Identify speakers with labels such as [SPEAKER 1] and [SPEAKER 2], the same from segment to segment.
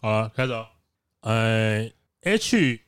[SPEAKER 1] 好了，开始哦。呃，H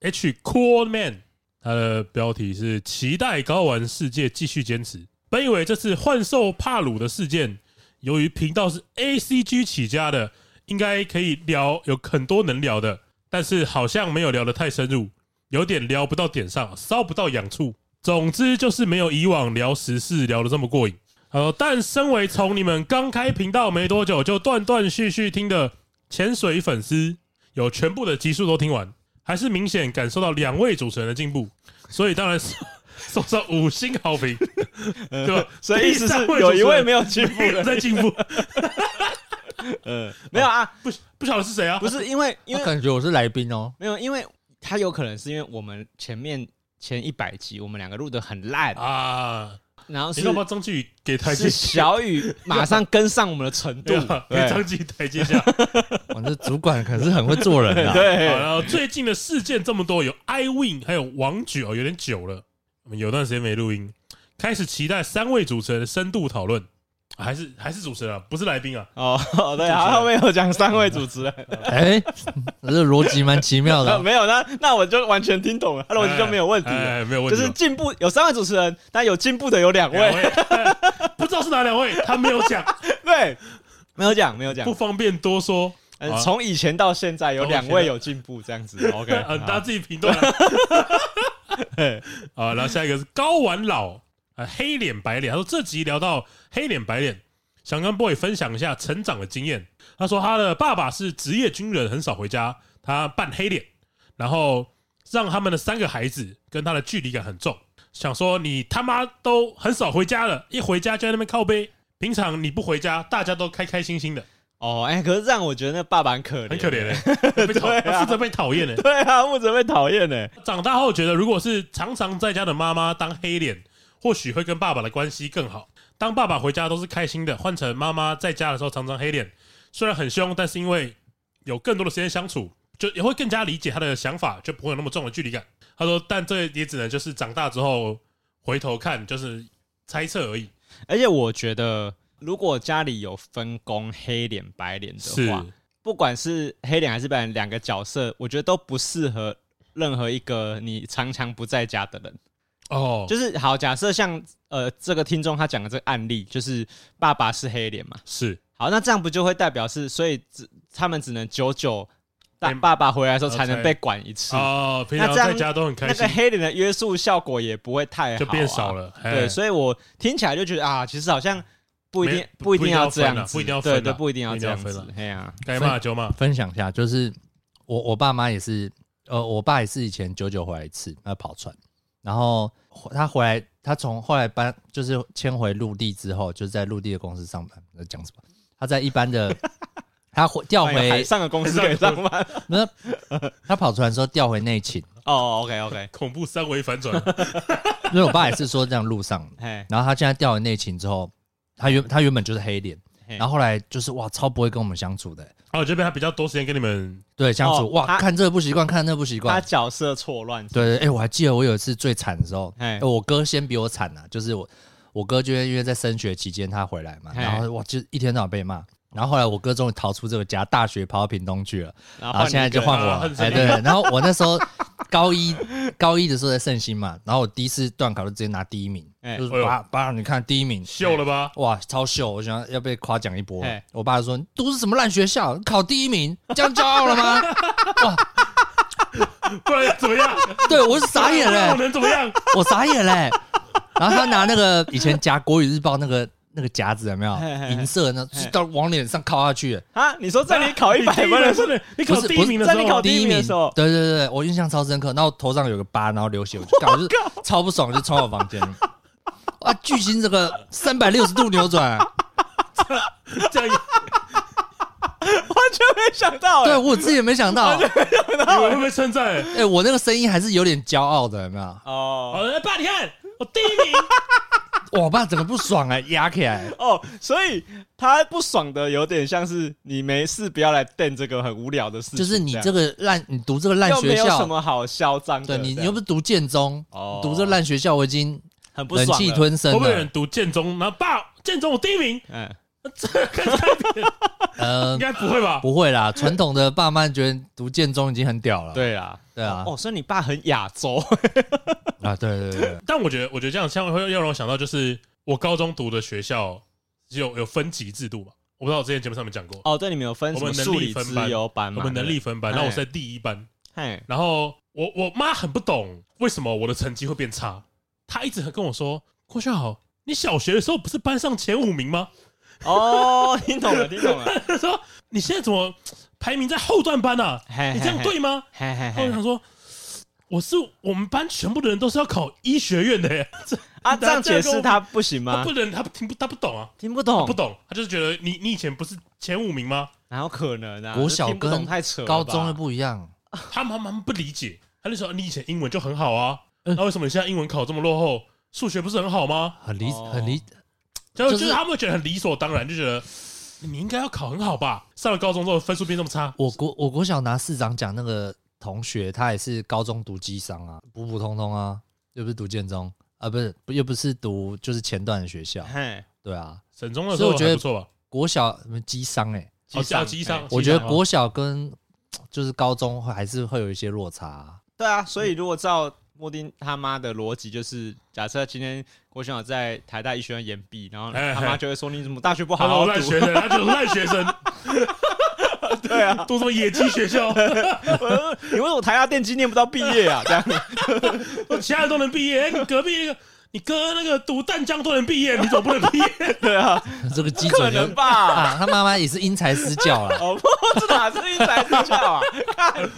[SPEAKER 1] H Cool Man，它的标题是“期待高玩世界继续坚持”。本以为这次幻兽帕鲁的事件，由于频道是 A C G 起家的，应该可以聊有很多能聊的，但是好像没有聊得太深入，有点聊不到点上，烧不到痒处。总之就是没有以往聊时事聊得这么过瘾。呃，但身为从你们刚开频道没多久就断断续续听的潜水粉丝，有全部的集数都听完，还是明显感受到两位主持人的进步，所以当然是送 上五星好评， 对 吧？
[SPEAKER 2] 所以意思是有一位没有进 步的，
[SPEAKER 1] 在进步，
[SPEAKER 2] 嗯，没有啊，
[SPEAKER 1] 不不晓得是谁啊？
[SPEAKER 2] 不是 因为因
[SPEAKER 3] 我
[SPEAKER 2] 为
[SPEAKER 3] 感觉我是来宾哦，
[SPEAKER 2] 没有，因为他有可能是因为我们前面前一百集我们两个录的很烂，
[SPEAKER 1] 啊，
[SPEAKER 2] 然后
[SPEAKER 1] 你
[SPEAKER 2] 是
[SPEAKER 1] 干嘛张继宇给台阶
[SPEAKER 2] 是
[SPEAKER 1] 下？
[SPEAKER 2] 小雨马上跟上我们的程度
[SPEAKER 1] 对啊吧，？给
[SPEAKER 2] 对
[SPEAKER 1] 张继宇台阶下。
[SPEAKER 3] 我这主管可是很会做人啊 的、
[SPEAKER 1] 好，
[SPEAKER 2] 对，
[SPEAKER 1] 然后最近的事件这么多，有 I Win，还有王举哦，有点久了，我们有段时间没录音，开始期待三位主持人的深度讨论，啊还是还是主持人啊，不是来宾啊，
[SPEAKER 2] 哦， 对，然后后面有讲三位主持人，
[SPEAKER 3] 哎、这逻辑蛮奇妙的
[SPEAKER 2] 呃
[SPEAKER 3] 啊。
[SPEAKER 2] 没有，那那我就完全听懂了，他逻辑就没有问题了。
[SPEAKER 1] 哎，哎没有问
[SPEAKER 2] 就
[SPEAKER 1] 题
[SPEAKER 2] 是
[SPEAKER 1] 哦。
[SPEAKER 2] 进步有三位主持人，但有进步的有两
[SPEAKER 1] 两
[SPEAKER 2] 位，
[SPEAKER 1] 位， 哎不知道是哪两位，他没有讲，
[SPEAKER 2] 对， 没有讲，没有讲
[SPEAKER 1] 不，方便多说，
[SPEAKER 2] 嗯
[SPEAKER 1] 好，啊
[SPEAKER 2] 从以前到现在有
[SPEAKER 1] 从以前
[SPEAKER 2] 两位有进步，这 样子，OK，
[SPEAKER 1] 呃，大家
[SPEAKER 2] 好
[SPEAKER 1] 自己评断啊。 啊，然后下一个是高玩老，啊，黑脸白脸。他说这集聊到黑脸白脸，想跟 boy 分享一下成长的经验。他说他的爸爸是职业军人，很少回家，他扮黑脸，然后让他们的三个孩子跟他的距离感很重。想说你他妈都很少回家了，一回家就在那边靠背。平常你不回家，大家都开开心心的，
[SPEAKER 2] 哦，哎，可是让我觉得那爸爸很可怜，
[SPEAKER 1] 很可怜的、欸，被讨
[SPEAKER 2] 对啊
[SPEAKER 1] 负责被讨厌的。 欸
[SPEAKER 2] 对啊，木子被讨厌呢。
[SPEAKER 1] 长大后觉得，如果是常常在家的妈妈当黑脸，或许会跟爸爸的关系更好。当爸爸回家都是开心的，换成妈妈在家的时候常常黑脸，虽然很凶，但是因为有更多的时间相处，就也会更加理解他的想法，就不会有那么重的距离感。他说，但这也只能就是长大之后回头看，就是猜测而已。
[SPEAKER 2] 而且我觉得，如果家里有分工黑脸白脸的话，不管是黑脸还是白脸，两个角色，我觉得都不适合任何一个你常常不在家的人。
[SPEAKER 1] 哦，
[SPEAKER 2] 就是好，假设像呃这个听众他讲的这个案例，就是爸爸是黑脸嘛，
[SPEAKER 1] 是
[SPEAKER 2] 好，那这样不就会代表是，所以只他们只能久久
[SPEAKER 1] 被
[SPEAKER 2] 但爸爸回来的时候
[SPEAKER 1] 呃
[SPEAKER 2] 才能
[SPEAKER 1] 才
[SPEAKER 2] 被管一次，
[SPEAKER 1] 哦，平常
[SPEAKER 2] 那这样
[SPEAKER 1] 在家都很
[SPEAKER 2] 那
[SPEAKER 1] 开心
[SPEAKER 2] 个，黑脸的约束效果也不会太好、啊
[SPEAKER 1] 就变少。了。
[SPEAKER 2] 对，
[SPEAKER 1] 嘿
[SPEAKER 2] 所以我听起来就觉得啊，其实好像不一定
[SPEAKER 1] 没
[SPEAKER 2] 不一
[SPEAKER 1] 不一定
[SPEAKER 2] 定
[SPEAKER 1] 要
[SPEAKER 2] 这
[SPEAKER 1] 分
[SPEAKER 2] 样
[SPEAKER 1] 啦
[SPEAKER 2] 子，
[SPEAKER 1] 不一定要
[SPEAKER 2] 对
[SPEAKER 1] 分啦
[SPEAKER 2] 对，不一定要这样
[SPEAKER 1] 不一定要
[SPEAKER 2] 子
[SPEAKER 1] 分，
[SPEAKER 2] 哎呀，
[SPEAKER 1] 该骂就骂。
[SPEAKER 3] 分享一下，就是我我爸妈也是，呃，我爸也是以前久久回来一次，他跑船，然后他回来，他从后来搬就是迁回陆地之后，就是在陆地的公司上班。在讲什么？他在一般的，他回调
[SPEAKER 2] 那有海
[SPEAKER 3] 回，
[SPEAKER 2] 上的公司可以上班
[SPEAKER 3] 那他跑船的时候调回内勤，
[SPEAKER 2] 哦，OK OK，
[SPEAKER 1] 恐怖三维 反转，
[SPEAKER 3] 因为我爸也是说这样路上，
[SPEAKER 2] 嘿，
[SPEAKER 3] 然后他现在调回内勤之后，他原他原本就是黑脸，
[SPEAKER 2] 嘿
[SPEAKER 3] 然后后来就是哇，超不会跟我们相处的、
[SPEAKER 1] 哦，这边他比较多时间跟你们
[SPEAKER 3] 对，相处、
[SPEAKER 2] 哦他
[SPEAKER 3] 哇，看这个不习惯，看那个不习
[SPEAKER 2] 他
[SPEAKER 3] 惯。
[SPEAKER 2] 角色错乱，
[SPEAKER 3] 对对，哎、我还记得我有一次最惨的时候，
[SPEAKER 2] 嘿
[SPEAKER 3] 哎、我哥先比我惨啊，就是我我哥就因为在升学期间他回来嘛，
[SPEAKER 2] 嘿
[SPEAKER 3] 然后哇，就一天到晚被骂。然后后来我哥终于逃出这个家，大学跑到屏东去了，
[SPEAKER 2] 然
[SPEAKER 3] 然
[SPEAKER 2] 后
[SPEAKER 3] 后现在就换我
[SPEAKER 1] 啊换
[SPEAKER 3] 了
[SPEAKER 1] 你，
[SPEAKER 3] 哎、对。然后我那时候 高一高一的时候在圣心嘛，然后我第一次段考就直接拿第一名，
[SPEAKER 2] 哎
[SPEAKER 3] 就是爸爸你看第一名，
[SPEAKER 1] 秀了吧？
[SPEAKER 3] 哇，超秀！我想要被夸奖一波
[SPEAKER 2] 嘿。
[SPEAKER 3] 我爸就说：“你读是什么烂学校，考第一名， 这样骄傲了吗
[SPEAKER 1] 不然怎么样？？”
[SPEAKER 3] 对我是 傻眼 嘞、
[SPEAKER 1] 我能怎么样？
[SPEAKER 3] 我傻眼嘞、然后他拿那个以前夹《国语日报》那个那个夹子有没有
[SPEAKER 2] 嘿嘿嘿
[SPEAKER 3] 银色的那，
[SPEAKER 2] 嘿
[SPEAKER 3] 到往脸上靠下去，
[SPEAKER 2] 啊，你说在你考一百分的时候，
[SPEAKER 1] 的，你考第一名的时
[SPEAKER 2] 在你考
[SPEAKER 1] 候，
[SPEAKER 2] 第一名的时候
[SPEAKER 3] 对对对，对我印象超深刻。然后头上有个疤，然后流血，我就干，我就超不爽，我就冲我房间。 啊，巨星这个三百六十度 扭转，
[SPEAKER 2] 哎
[SPEAKER 1] 这 样
[SPEAKER 2] 完全没想到，
[SPEAKER 3] 对
[SPEAKER 2] 哎，
[SPEAKER 3] 我自己也没 想到。
[SPEAKER 1] 你们会不会称 赞？
[SPEAKER 3] 哎、我那个声音还是有点骄傲的，有没有？
[SPEAKER 2] 哦，
[SPEAKER 1] 好了，爸，你看我第一名，
[SPEAKER 3] 哇我爸整个不爽 哎、压起来。
[SPEAKER 2] 哦，所以他不爽的有点像是你没事不要来瞪这个很无聊的事情，
[SPEAKER 3] 就是你
[SPEAKER 2] 样
[SPEAKER 3] 这个烂，你读这个烂
[SPEAKER 2] 又
[SPEAKER 3] 学
[SPEAKER 2] 没有什
[SPEAKER 3] 校，
[SPEAKER 2] 么好嚣张的，
[SPEAKER 3] 对你
[SPEAKER 2] 这样
[SPEAKER 3] 你又不是读建中，
[SPEAKER 2] 哦
[SPEAKER 3] 读这烂学校，我已经
[SPEAKER 2] 很不
[SPEAKER 3] 忍
[SPEAKER 2] 爽
[SPEAKER 3] 气
[SPEAKER 2] 了，
[SPEAKER 3] 吞声
[SPEAKER 1] 会不会有
[SPEAKER 3] 了
[SPEAKER 1] 人。读建中？然后爸，建中我第一名，
[SPEAKER 2] 嗯，
[SPEAKER 1] 这跟该
[SPEAKER 3] 呃
[SPEAKER 1] 应， 该不会吧？
[SPEAKER 3] 不会啦，传统的爸妈觉得读建中已经很屌了。
[SPEAKER 2] 对啊，
[SPEAKER 3] 对啊
[SPEAKER 2] 哦，所以你爸很亚洲，
[SPEAKER 3] 啊，对对对对，
[SPEAKER 1] 但我觉得，我觉得这样像会要让我想到，就是我高中读的学校是有有分级制度嘛？我不知道我之前节目上面讲过，
[SPEAKER 2] 哦，对，你们有分
[SPEAKER 1] 我
[SPEAKER 2] 什么
[SPEAKER 1] 们能
[SPEAKER 2] 数
[SPEAKER 1] 力
[SPEAKER 2] 理
[SPEAKER 1] 分
[SPEAKER 2] 资
[SPEAKER 1] 班
[SPEAKER 2] 优班
[SPEAKER 1] 我
[SPEAKER 2] 嘛？
[SPEAKER 1] 们能力
[SPEAKER 2] 对
[SPEAKER 1] 分班，
[SPEAKER 2] 哎
[SPEAKER 1] 然后我是在第一班，
[SPEAKER 2] 不对，嘿，
[SPEAKER 1] 然后我我妈很不懂为什么我的成绩会变差，她一直很跟我说：“郭孝豪，你小学的时候不是班上前五名吗？
[SPEAKER 2] 哦，听懂了，听懂了，
[SPEAKER 1] 她说你现在怎么排名在后段班啊？
[SPEAKER 2] 嘿
[SPEAKER 1] 你这样对，吗
[SPEAKER 2] 嘿嘿？”
[SPEAKER 1] 然后我
[SPEAKER 2] 嘿，
[SPEAKER 1] 想说。我是我们班全部的人都是要考医学院的耶，这
[SPEAKER 2] 啊，这样解释他不行
[SPEAKER 1] 他
[SPEAKER 3] 啊
[SPEAKER 2] 吗
[SPEAKER 1] 不？能，他听不，他不懂啊，
[SPEAKER 2] 听不
[SPEAKER 1] 他
[SPEAKER 2] 懂
[SPEAKER 1] 不，懂，他就是觉得你你以前不是前五名吗？
[SPEAKER 2] 哪有可能啊？
[SPEAKER 3] 国小
[SPEAKER 2] 这听不懂
[SPEAKER 3] 跟
[SPEAKER 2] 太扯了吧，
[SPEAKER 3] 高中的不一样，
[SPEAKER 1] 他们他们不理解，他就说你以前英文就很好啊，
[SPEAKER 3] 嗯
[SPEAKER 1] 那为什么你现在英文考这么落后？数学不是很好吗？
[SPEAKER 3] 很理
[SPEAKER 2] 哦
[SPEAKER 3] 很理，
[SPEAKER 1] 就
[SPEAKER 3] 就是
[SPEAKER 1] 就是他们会觉得很理所当然，就觉得你应该要考很好吧？上了高中之后分数变这么差，
[SPEAKER 3] 我国我国小拿市长奖那个同学，他也是高中读机商啊，普普通通啊，又不是读建中啊，不是不又不是读就是前段的学校，
[SPEAKER 2] 嘿，
[SPEAKER 3] 对啊，
[SPEAKER 1] 省中的时候
[SPEAKER 3] 所以我觉得
[SPEAKER 1] 还不错吧？
[SPEAKER 3] 国小什么机商哎、
[SPEAKER 1] 哦，
[SPEAKER 2] 上
[SPEAKER 1] 啊机上
[SPEAKER 2] 嘿，
[SPEAKER 3] 我
[SPEAKER 1] 机
[SPEAKER 3] 觉得
[SPEAKER 1] 上
[SPEAKER 3] 国小跟就是高中会还是会有一些落差啊、
[SPEAKER 2] 对啊，所以如果照莫丁他妈的逻辑，就是假设今天郭轩好在台大医学院延毕，然后
[SPEAKER 1] 哎
[SPEAKER 2] 他妈就会说你怎么大学不
[SPEAKER 1] 他说
[SPEAKER 2] 好
[SPEAKER 1] 我
[SPEAKER 2] 好
[SPEAKER 1] 烂
[SPEAKER 2] 读？
[SPEAKER 1] 学生，他就是烂学生，
[SPEAKER 2] 对啊，
[SPEAKER 1] 读什么野鸡学校，
[SPEAKER 2] 呃你为什么台大电机念不到毕业啊？这样，
[SPEAKER 1] 我其他人都能毕业，哎你隔壁那个。你哥那个读淡江都能毕业，你怎么不能毕业？
[SPEAKER 2] 对啊，
[SPEAKER 3] 这个基
[SPEAKER 2] 可
[SPEAKER 3] 准
[SPEAKER 2] 能
[SPEAKER 3] 就
[SPEAKER 2] 吧？
[SPEAKER 3] 啊，他妈妈也是因材施教啊啦。
[SPEAKER 2] 哦， 不，这哪是一才之教啊？ 看，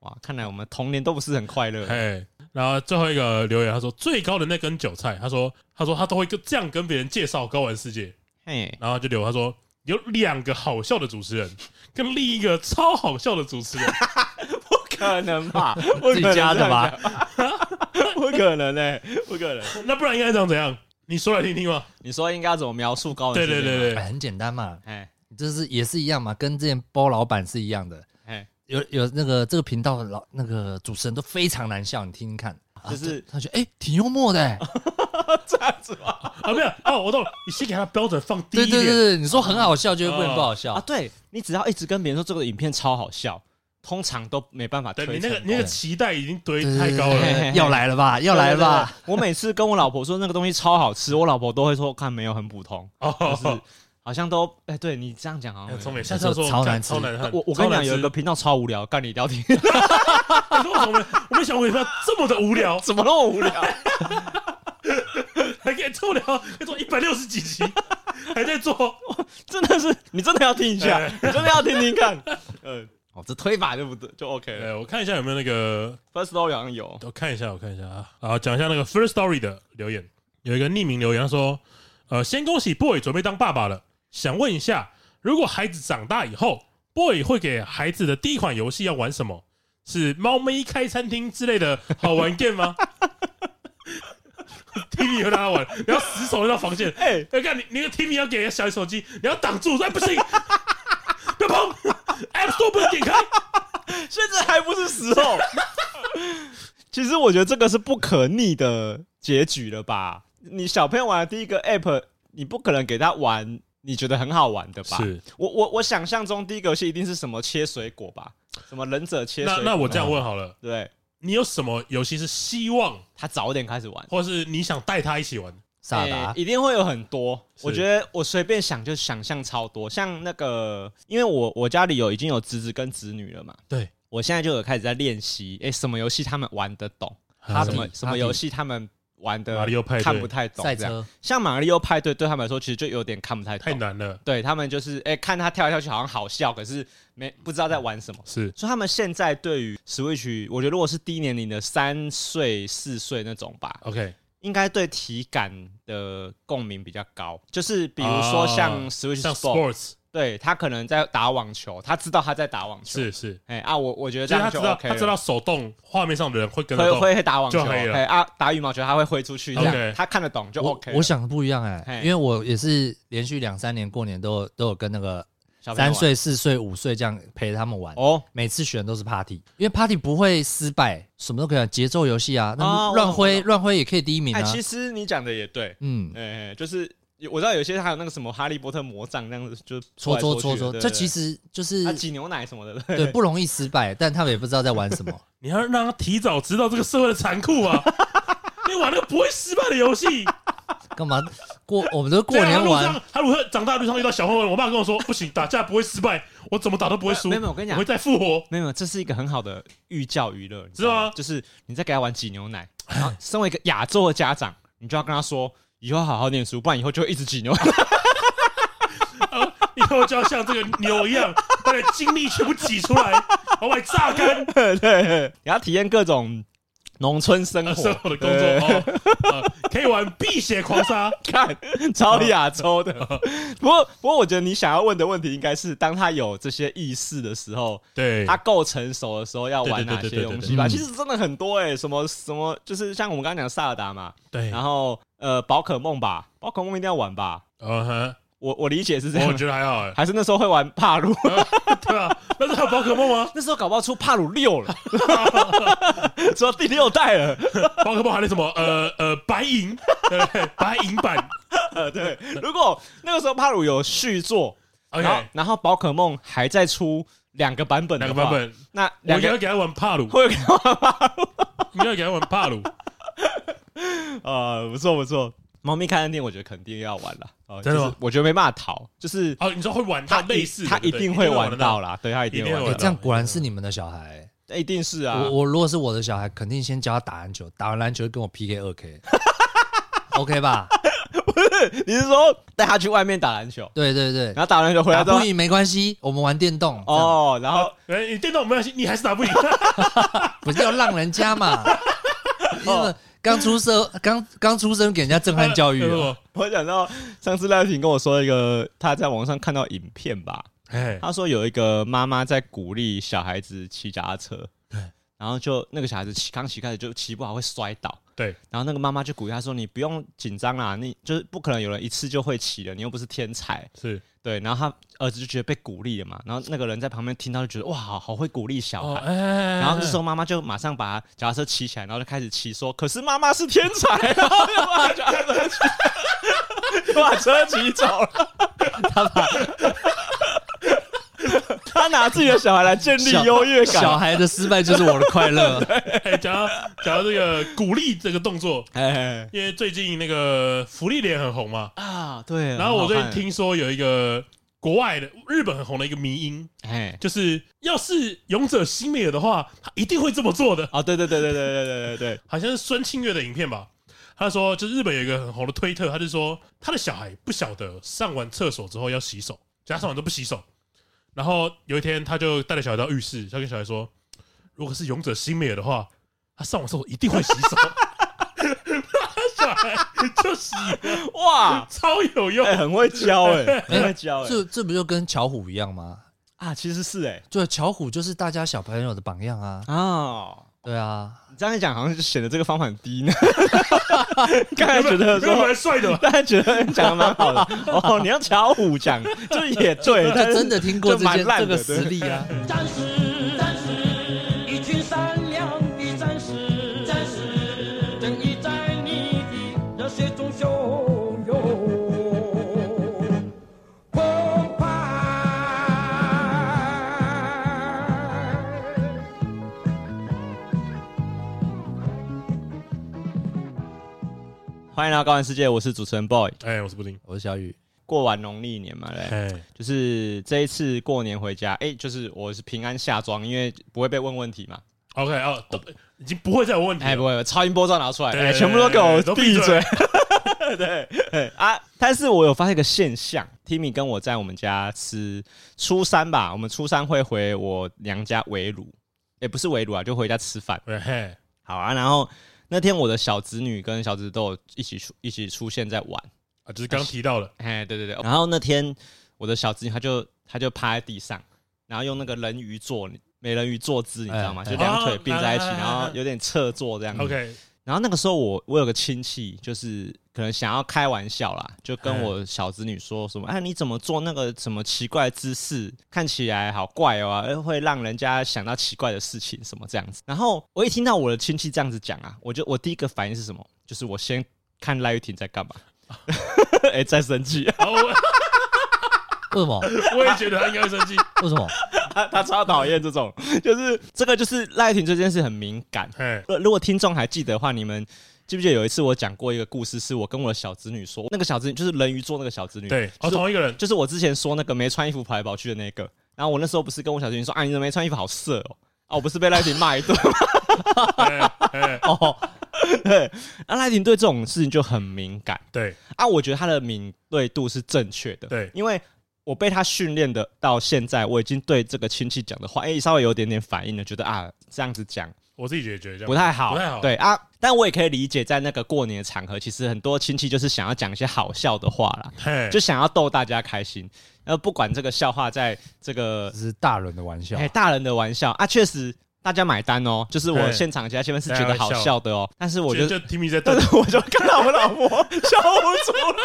[SPEAKER 2] 哇，看来我们童年都不是很快乐。
[SPEAKER 1] 哎，然后最后一个留言，他说最高的那根韭菜，他说他说他都会跟这样跟别人介绍高玩世界，
[SPEAKER 2] 嘿，
[SPEAKER 1] 然后就留他说有两个好笑的主持人，跟另一个超好笑的主持人，
[SPEAKER 2] 不可能 吧？
[SPEAKER 3] 自己加的吧？
[SPEAKER 2] 不可能呢、不可能。
[SPEAKER 1] 那不然应该长怎样？你说来听听嘛。
[SPEAKER 2] 你说应该怎么描述高
[SPEAKER 1] 对对
[SPEAKER 2] 人？
[SPEAKER 1] 对
[SPEAKER 3] 哎
[SPEAKER 1] 对，
[SPEAKER 3] 很简单嘛，
[SPEAKER 2] 哎
[SPEAKER 3] 就是也是一样嘛，跟之前包老板是一样的。
[SPEAKER 2] 哎，
[SPEAKER 3] 有有那个这个频道的老那个主持人都非常难笑，你听听看，啊
[SPEAKER 2] 就是
[SPEAKER 3] 他他觉得哎、挺幽默的、欸，
[SPEAKER 2] 这样子吧？
[SPEAKER 1] 啊没有哦，我懂了，你先给他标准放低
[SPEAKER 3] 对
[SPEAKER 1] 一
[SPEAKER 3] 对对
[SPEAKER 1] 点，
[SPEAKER 3] 对，你说很好笑就会不能
[SPEAKER 1] 哦
[SPEAKER 3] 不好笑，
[SPEAKER 2] 啊，对你只要一直跟别人说这个影片超好笑，通常都没办法
[SPEAKER 1] 对
[SPEAKER 2] 推
[SPEAKER 1] 你那个
[SPEAKER 2] 成
[SPEAKER 1] 你那个
[SPEAKER 2] 功
[SPEAKER 1] 期待已经堆
[SPEAKER 3] 对对对
[SPEAKER 1] 太高了
[SPEAKER 3] 对。对对要来了吧，要来了吧，？
[SPEAKER 2] 对对对对我每次跟我老婆说那个东西超好吃，我老婆都会说看没有很普通，
[SPEAKER 1] 哦，
[SPEAKER 2] 好像都哎，对你这样讲好像
[SPEAKER 1] 很聪
[SPEAKER 2] 没有
[SPEAKER 1] 明，下次要说
[SPEAKER 3] 超难
[SPEAKER 1] 干超
[SPEAKER 3] 吃
[SPEAKER 1] 难看。
[SPEAKER 2] 我我跟
[SPEAKER 1] 超
[SPEAKER 2] 你讲，
[SPEAKER 1] 难吃
[SPEAKER 2] 有一个频道超无聊，干你聊天
[SPEAKER 1] 你说我怎么我没想过你说这么的无聊，
[SPEAKER 2] 怎么那么无 聊？
[SPEAKER 1] 还可以这么聊，可以做一百六十几集，还在 做。
[SPEAKER 2] 真的是你真的要听一下，你真的要听听 看。嗯，哎哦，这推法就不对，就 OK 了。
[SPEAKER 1] 呃，我看一下有没有那个
[SPEAKER 2] First Story 好像有，
[SPEAKER 1] 我哦看一下，我看一下啊，好，讲一下那个 First Story 的留言，有一个匿名留言他说，呃，先恭喜 Boy 准备当爸爸了，想问一下，如果孩子长大以后，Boy 会给孩子的第一款游戏要玩什么？是猫咪开餐厅之类的好玩 game 吗？TV 和大家玩，你要死守那道防线。
[SPEAKER 2] 哎，
[SPEAKER 1] 要看你你那个 TV 要给小手机，你要挡住，哎不行，不要碰，App Store 不能点开。
[SPEAKER 2] 现在还不是时 候。其实我觉得这个是不可逆的结局了吧？你小朋友玩的第一个 app，你不可能给他玩你觉得很好玩的吧？
[SPEAKER 1] 是
[SPEAKER 2] 我我我想象中第一个游戏一定是什么切水果吧？什么忍者切水
[SPEAKER 1] 那
[SPEAKER 2] 果？
[SPEAKER 1] 那我这样问好了，
[SPEAKER 2] 对
[SPEAKER 1] 你有什么游戏是希望？
[SPEAKER 2] 他早点开始玩，
[SPEAKER 1] 或是你想带他一起玩，
[SPEAKER 3] 萨
[SPEAKER 2] 欸
[SPEAKER 3] 达
[SPEAKER 2] 一定会有很多。
[SPEAKER 1] 啊是
[SPEAKER 2] 我觉得我随便想就想象超多，像那个，因为我我家里有已经有侄子跟侄女了嘛，
[SPEAKER 1] 对
[SPEAKER 2] 我现在就有开始在练习，哎、什么游戏他们玩得懂，
[SPEAKER 1] 啊
[SPEAKER 3] 哈
[SPEAKER 2] 什
[SPEAKER 3] 比
[SPEAKER 2] 么什么游戏他们玩的
[SPEAKER 1] 马里奥派对
[SPEAKER 2] 看不太懂，
[SPEAKER 3] 赛
[SPEAKER 2] 这样
[SPEAKER 3] 车，
[SPEAKER 2] 像马里奥派对对他们来说其实就有点看不太
[SPEAKER 1] 太
[SPEAKER 2] 懂，
[SPEAKER 1] 难了，
[SPEAKER 2] 对他们就是哎、看他跳来跳去好像好笑，可是没不知道在玩什么。
[SPEAKER 1] 是
[SPEAKER 2] 所以他们现在对于 Switch，我觉得如果是低年龄的三岁四岁那种吧，
[SPEAKER 1] OK
[SPEAKER 2] 应该对体感的共鸣比较高。就是比如说像
[SPEAKER 1] 啊
[SPEAKER 2] Switch
[SPEAKER 1] 像
[SPEAKER 2] Sport，、
[SPEAKER 1] sports
[SPEAKER 2] 对他可能在打网球，他知道他在打网球，
[SPEAKER 1] 是是，
[SPEAKER 2] 哎啊，我我觉得这
[SPEAKER 1] 就是他
[SPEAKER 2] 样
[SPEAKER 1] 知
[SPEAKER 2] 就
[SPEAKER 1] 道
[SPEAKER 2] OK
[SPEAKER 1] 他
[SPEAKER 2] 了。
[SPEAKER 1] 知道手动画面上的人会跟得
[SPEAKER 2] 会
[SPEAKER 1] 动，
[SPEAKER 2] 会会打网球，
[SPEAKER 1] 就可以了
[SPEAKER 2] 哎啊，打羽毛球他会挥出去，这
[SPEAKER 1] OK
[SPEAKER 2] 样他看得懂就
[SPEAKER 3] 我
[SPEAKER 2] OK 了。
[SPEAKER 3] 我想的不一样哎、
[SPEAKER 2] 嘿
[SPEAKER 3] 因为我也是连续两三年过年都有都有跟那个
[SPEAKER 2] 小朋友
[SPEAKER 3] 三
[SPEAKER 2] 玩
[SPEAKER 3] 岁、四岁、五岁这样陪他们玩。
[SPEAKER 2] 哦，
[SPEAKER 3] 每次选都是 party，因为 party 不会失败，什么都可以玩，节奏游戏啊，
[SPEAKER 2] 啊
[SPEAKER 3] 那
[SPEAKER 2] 我
[SPEAKER 3] 乱
[SPEAKER 2] 懂我
[SPEAKER 3] 挥
[SPEAKER 2] 懂
[SPEAKER 3] 乱挥也可以第一名
[SPEAKER 2] 哎，
[SPEAKER 3] 啊。
[SPEAKER 2] 其实你讲的也对，
[SPEAKER 3] 嗯，
[SPEAKER 2] 哎，就是有我知道有些还有那个什么哈利波特魔杖这样子，就是
[SPEAKER 3] 搓
[SPEAKER 2] 来
[SPEAKER 3] 搓
[SPEAKER 2] 搓
[SPEAKER 3] 搓
[SPEAKER 2] 去的
[SPEAKER 3] 搓，
[SPEAKER 2] 对
[SPEAKER 3] 这
[SPEAKER 2] 对
[SPEAKER 3] 其实就是
[SPEAKER 2] 啊挤牛奶什么的，对
[SPEAKER 3] 对不容易失败，但他们也不知道在玩什么。
[SPEAKER 1] 你要让他提早知道这个社会的残酷啊！你玩那个不会失败的游戏，
[SPEAKER 3] 干嘛过？我们都过
[SPEAKER 1] 这样
[SPEAKER 3] 年
[SPEAKER 1] 他路
[SPEAKER 3] 玩，
[SPEAKER 1] 上，他如果长大路上遇到小混混，我爸跟我说不行，打架不会失败，我怎么打都不会输，
[SPEAKER 2] 没有没有我跟你讲
[SPEAKER 1] 我会再复活。
[SPEAKER 2] 没有，没有，这是一个很好的寓教于乐，你
[SPEAKER 1] 是吗
[SPEAKER 2] 就是你在给他玩挤 牛奶，然后身为一个亚洲的家长，你就要跟他说，以后好好念书，不然以后就会一直挤牛 奶。
[SPEAKER 1] 以后就要像这个牛一样，把你的精力全部挤出来，把外榨干。
[SPEAKER 2] 对对，你要体验各种农村生活，
[SPEAKER 1] 啊 生活的工
[SPEAKER 2] 对
[SPEAKER 1] 作哦，呃可以玩碧血狂 杀，
[SPEAKER 2] 看超亚洲 的。
[SPEAKER 1] 嗯
[SPEAKER 2] 不过，不过我觉得你想要问的问题应该是，当他有这些意识的时候，
[SPEAKER 1] 对
[SPEAKER 2] 他够成熟的时候要玩哪
[SPEAKER 1] 对对对
[SPEAKER 2] 些
[SPEAKER 1] 对对
[SPEAKER 2] 东
[SPEAKER 1] 对
[SPEAKER 2] 西吧？
[SPEAKER 3] 嗯
[SPEAKER 2] 其实真的很多哎、什么什么，就是像我们刚刚讲萨尔达嘛，
[SPEAKER 1] 对，
[SPEAKER 2] 然后呃，宝可梦吧，宝可梦一定要玩吧。
[SPEAKER 1] 嗯哼，
[SPEAKER 2] 我我理解是这
[SPEAKER 1] 我
[SPEAKER 2] 样，
[SPEAKER 1] 觉得还好哎，
[SPEAKER 2] 还是那时候会玩帕鲁，
[SPEAKER 1] 对啊，那是还有宝可梦吗？
[SPEAKER 2] 那时候搞不好出帕鲁六了，说第六代了，
[SPEAKER 1] 宝可梦还有什么？呃呃，白银， 对不对，白银 版。
[SPEAKER 2] 呃对。如果那个时候帕鲁有续作，然后
[SPEAKER 1] OK，
[SPEAKER 2] 然后宝可梦还在出两个版本，
[SPEAKER 1] 两个版，本，
[SPEAKER 2] 那
[SPEAKER 1] 我
[SPEAKER 2] 两
[SPEAKER 1] 应该
[SPEAKER 2] 个
[SPEAKER 1] 会给他玩帕鲁，
[SPEAKER 2] 会有
[SPEAKER 1] 应该会给他玩帕鲁，
[SPEAKER 2] 呃不错不错。猫咪开饭店，我觉得肯定要玩了，哦
[SPEAKER 1] 真的吗？
[SPEAKER 2] 就是我觉得没办法逃，就是
[SPEAKER 1] 哦，你知道会玩到
[SPEAKER 2] 一
[SPEAKER 1] 类似的，
[SPEAKER 2] 他
[SPEAKER 1] 对
[SPEAKER 2] 一
[SPEAKER 1] 不对
[SPEAKER 2] 定会玩
[SPEAKER 1] 得
[SPEAKER 2] 到。啦，对他一定
[SPEAKER 1] 一定会
[SPEAKER 3] 哎
[SPEAKER 1] 玩
[SPEAKER 2] 玩
[SPEAKER 1] 到
[SPEAKER 3] 这样果然是你们的小孩。
[SPEAKER 2] 到，一定是啊
[SPEAKER 3] 我。我如果是我的小孩，肯定先教他打篮球，打完篮球就跟我 PK 二 K，OK 吧？
[SPEAKER 2] 你是说带他去外面打篮球，
[SPEAKER 3] 对对对，
[SPEAKER 2] 然后打完篮球回来
[SPEAKER 3] 打
[SPEAKER 2] 之后
[SPEAKER 3] 不，赢没关系，我们玩电动哦，
[SPEAKER 2] 哦，然后
[SPEAKER 1] 哎，你电动没关系，你还是打不 赢。
[SPEAKER 3] 不是要让人家嘛？
[SPEAKER 2] 哦
[SPEAKER 3] 因为刚出社刚刚出生给人家震撼教
[SPEAKER 2] 啊
[SPEAKER 3] 育啊
[SPEAKER 1] 对
[SPEAKER 3] 了，
[SPEAKER 1] 不
[SPEAKER 2] 我想到上次赖婷跟我说一个，她在网上看到影片吧，
[SPEAKER 1] 哎，
[SPEAKER 2] 她说有一个妈妈在鼓励小孩子骑脚踏车，然后就那个小孩子骑刚骑开始就骑不好会摔倒，
[SPEAKER 1] 对，
[SPEAKER 2] 然后那个妈妈就鼓励他说：“你不用紧张啦，你就是不可能有人一次就会骑的，你又不是天才。
[SPEAKER 1] 是”
[SPEAKER 2] 对，然后他儿子就觉得被鼓励了嘛，然后那个人在旁边听到就觉得哇，好好会鼓励小孩。
[SPEAKER 1] 哎，然
[SPEAKER 2] 嗯然后这时候妈妈就马上把脚踏车骑起来，然后就开始骑，说：“可是妈妈是天才啊，就把脚踏车骑，就把车骑走了。”他把，他拿自己的小孩来建立
[SPEAKER 3] 小
[SPEAKER 2] 优越
[SPEAKER 3] 小
[SPEAKER 2] 感。
[SPEAKER 3] 孩的失败就是我的快 乐。
[SPEAKER 1] 哎，讲到讲到这个鼓励这个动作，
[SPEAKER 2] 哎
[SPEAKER 1] 因为最近那个福利脸很红嘛，
[SPEAKER 2] 啊，对。
[SPEAKER 1] 然后我
[SPEAKER 2] 很
[SPEAKER 1] 最
[SPEAKER 2] 好
[SPEAKER 1] 近
[SPEAKER 2] 看，
[SPEAKER 1] 听说有一个国外的日本很红的一个迷音，
[SPEAKER 2] 哎，
[SPEAKER 1] 就是要是勇者辛美尔的话，他一定会这么做的，
[SPEAKER 2] 哦，对对对对对对对对对，
[SPEAKER 1] 好像是孙庆月的影片吧。他说，就是日本有一个很红的推特，他就说他的小孩不晓得上完厕所之后要洗手，就他上完都不洗手。然后有一天，他就带着小孩到浴室，他跟小孩说，如果是勇者辛美尔的话，他上完厕所一定会洗手。小孩就洗了，
[SPEAKER 2] 哇，
[SPEAKER 1] 超有用
[SPEAKER 2] 哎、。很会教哎、很会
[SPEAKER 3] 哎
[SPEAKER 2] 教哎、
[SPEAKER 3] 这这不就跟巧虎一样吗？
[SPEAKER 2] 啊，其实是哎、
[SPEAKER 3] 对，巧虎就是大家小朋友的榜样啊。
[SPEAKER 2] 啊、
[SPEAKER 3] 对啊，
[SPEAKER 2] 你这样一讲，好像就显得这个方法很低呢。 刚才觉得
[SPEAKER 1] 没有
[SPEAKER 2] 说，
[SPEAKER 1] 蛮帅的吧，
[SPEAKER 2] 刚才觉得你讲的蛮 好的哦，你要巧虎讲，这也对，
[SPEAKER 3] 他
[SPEAKER 2] 但是
[SPEAKER 3] 真的听过
[SPEAKER 2] 就
[SPEAKER 3] 这
[SPEAKER 2] 蛮
[SPEAKER 3] 件
[SPEAKER 2] 烂
[SPEAKER 3] 这个
[SPEAKER 2] 的对
[SPEAKER 3] 实力啊。
[SPEAKER 4] 战士，战士，一群善良的战士，战士，正义在你的热血中汹涌澎湃。
[SPEAKER 2] 欢迎来到高玩世界，我是主持人 boy。
[SPEAKER 1] 哎，我是布丁。
[SPEAKER 3] 我是小雨，
[SPEAKER 2] 过完农历年嘛，嘞，
[SPEAKER 1] 哎，
[SPEAKER 2] 就是这一次过年回家，哎、就是我是平安下庄，因为不会被问问题嘛，
[SPEAKER 1] OK 哦，都已经不会再有问题
[SPEAKER 2] 哎、
[SPEAKER 1] 了。
[SPEAKER 2] 不会，超音波照拿出来，
[SPEAKER 1] 对
[SPEAKER 2] 哎、全部都给我
[SPEAKER 1] 都
[SPEAKER 2] 闭
[SPEAKER 1] 闭嘴。
[SPEAKER 2] 嘴 对对啊，但是我有发现一个现象，Timmy 跟我在我们家吃初三吧，我们初三会回我娘家围炉，也、不是围炉啊，就回家吃饭。
[SPEAKER 1] 哎嘿，
[SPEAKER 2] 好啊，然后那天我的小侄女跟小侄子都有一起出一起出现在玩，
[SPEAKER 1] 啊，就是刚提到的，
[SPEAKER 2] 哎，对对对，然后那天我的小侄女她就她就趴在地上，然后用那个人鱼坐，美人鱼坐姿，你知道吗？
[SPEAKER 3] 哎
[SPEAKER 2] 就两腿并在一起，
[SPEAKER 1] 哦
[SPEAKER 2] 然后有点侧坐这样子。
[SPEAKER 1] OK，
[SPEAKER 2] 然后那个时候我我有个亲戚，就是可能想要开玩笑啦，就跟我小侄女说什么：“哎，你怎么做那个什么奇怪的姿势？看起来好怪哦、啊，呃会让人家想到奇怪的事情什么这样子。”然后我一听到我的亲戚这样子讲啊，我就我第一个反应是什么？就是我先看赖玉婷在干嘛。哎，再生气，
[SPEAKER 1] 然后我
[SPEAKER 3] 为什么？
[SPEAKER 1] 我也觉得他应该会生 气。
[SPEAKER 3] 为什么？
[SPEAKER 2] 他他超讨厌这种，就是这个就是赖廷这件事很敏感。
[SPEAKER 1] 哎，
[SPEAKER 2] 如如果听众还记得的话，你们记不记得有一次我讲过一个故事，是我跟我的小侄女说，那个小侄女就是人鱼座那个小侄女，
[SPEAKER 1] 对，哦，
[SPEAKER 2] 就是
[SPEAKER 1] 同一个人，
[SPEAKER 2] 就是我之前说那个没穿衣服跑来跑去的那个，然后我那时候不是跟我小侄女说啊，你怎么没穿衣服好色哦，啊，我不是被 赖廷骂一顿吗，
[SPEAKER 1] 哎哎，
[SPEAKER 3] 哦，
[SPEAKER 2] 对，啊，赖廷对这种事情就很敏感
[SPEAKER 1] 对
[SPEAKER 2] 啊，我觉得他的敏锐度是正确的，
[SPEAKER 1] 对
[SPEAKER 2] 因为我被他训练的到现在，我已经对这个亲戚讲的话，哎、稍微有点点反应了，觉得啊这样子讲
[SPEAKER 1] 我自己也觉得这样
[SPEAKER 2] 不太好，
[SPEAKER 1] 不太好。
[SPEAKER 2] 对啊，但我也可以理解，在那个过年的场合，其实很多亲戚就是想要讲一些好笑的话啦。
[SPEAKER 1] 嘿，
[SPEAKER 2] 就想要逗大家开心，呃，不管这个笑话在这个
[SPEAKER 3] 这是大人的玩笑
[SPEAKER 2] 哎、。大人的玩笑啊，确实大家买单哦，就是我
[SPEAKER 1] 哎
[SPEAKER 2] 现场其他前面是
[SPEAKER 1] 大家
[SPEAKER 2] 觉得
[SPEAKER 1] 会
[SPEAKER 2] 好
[SPEAKER 1] 笑
[SPEAKER 2] 笑的哦，但是我觉
[SPEAKER 1] 就
[SPEAKER 2] 得，
[SPEAKER 1] 就 Timmy 在瞪
[SPEAKER 2] 但，是我就看到我老婆笑不出来，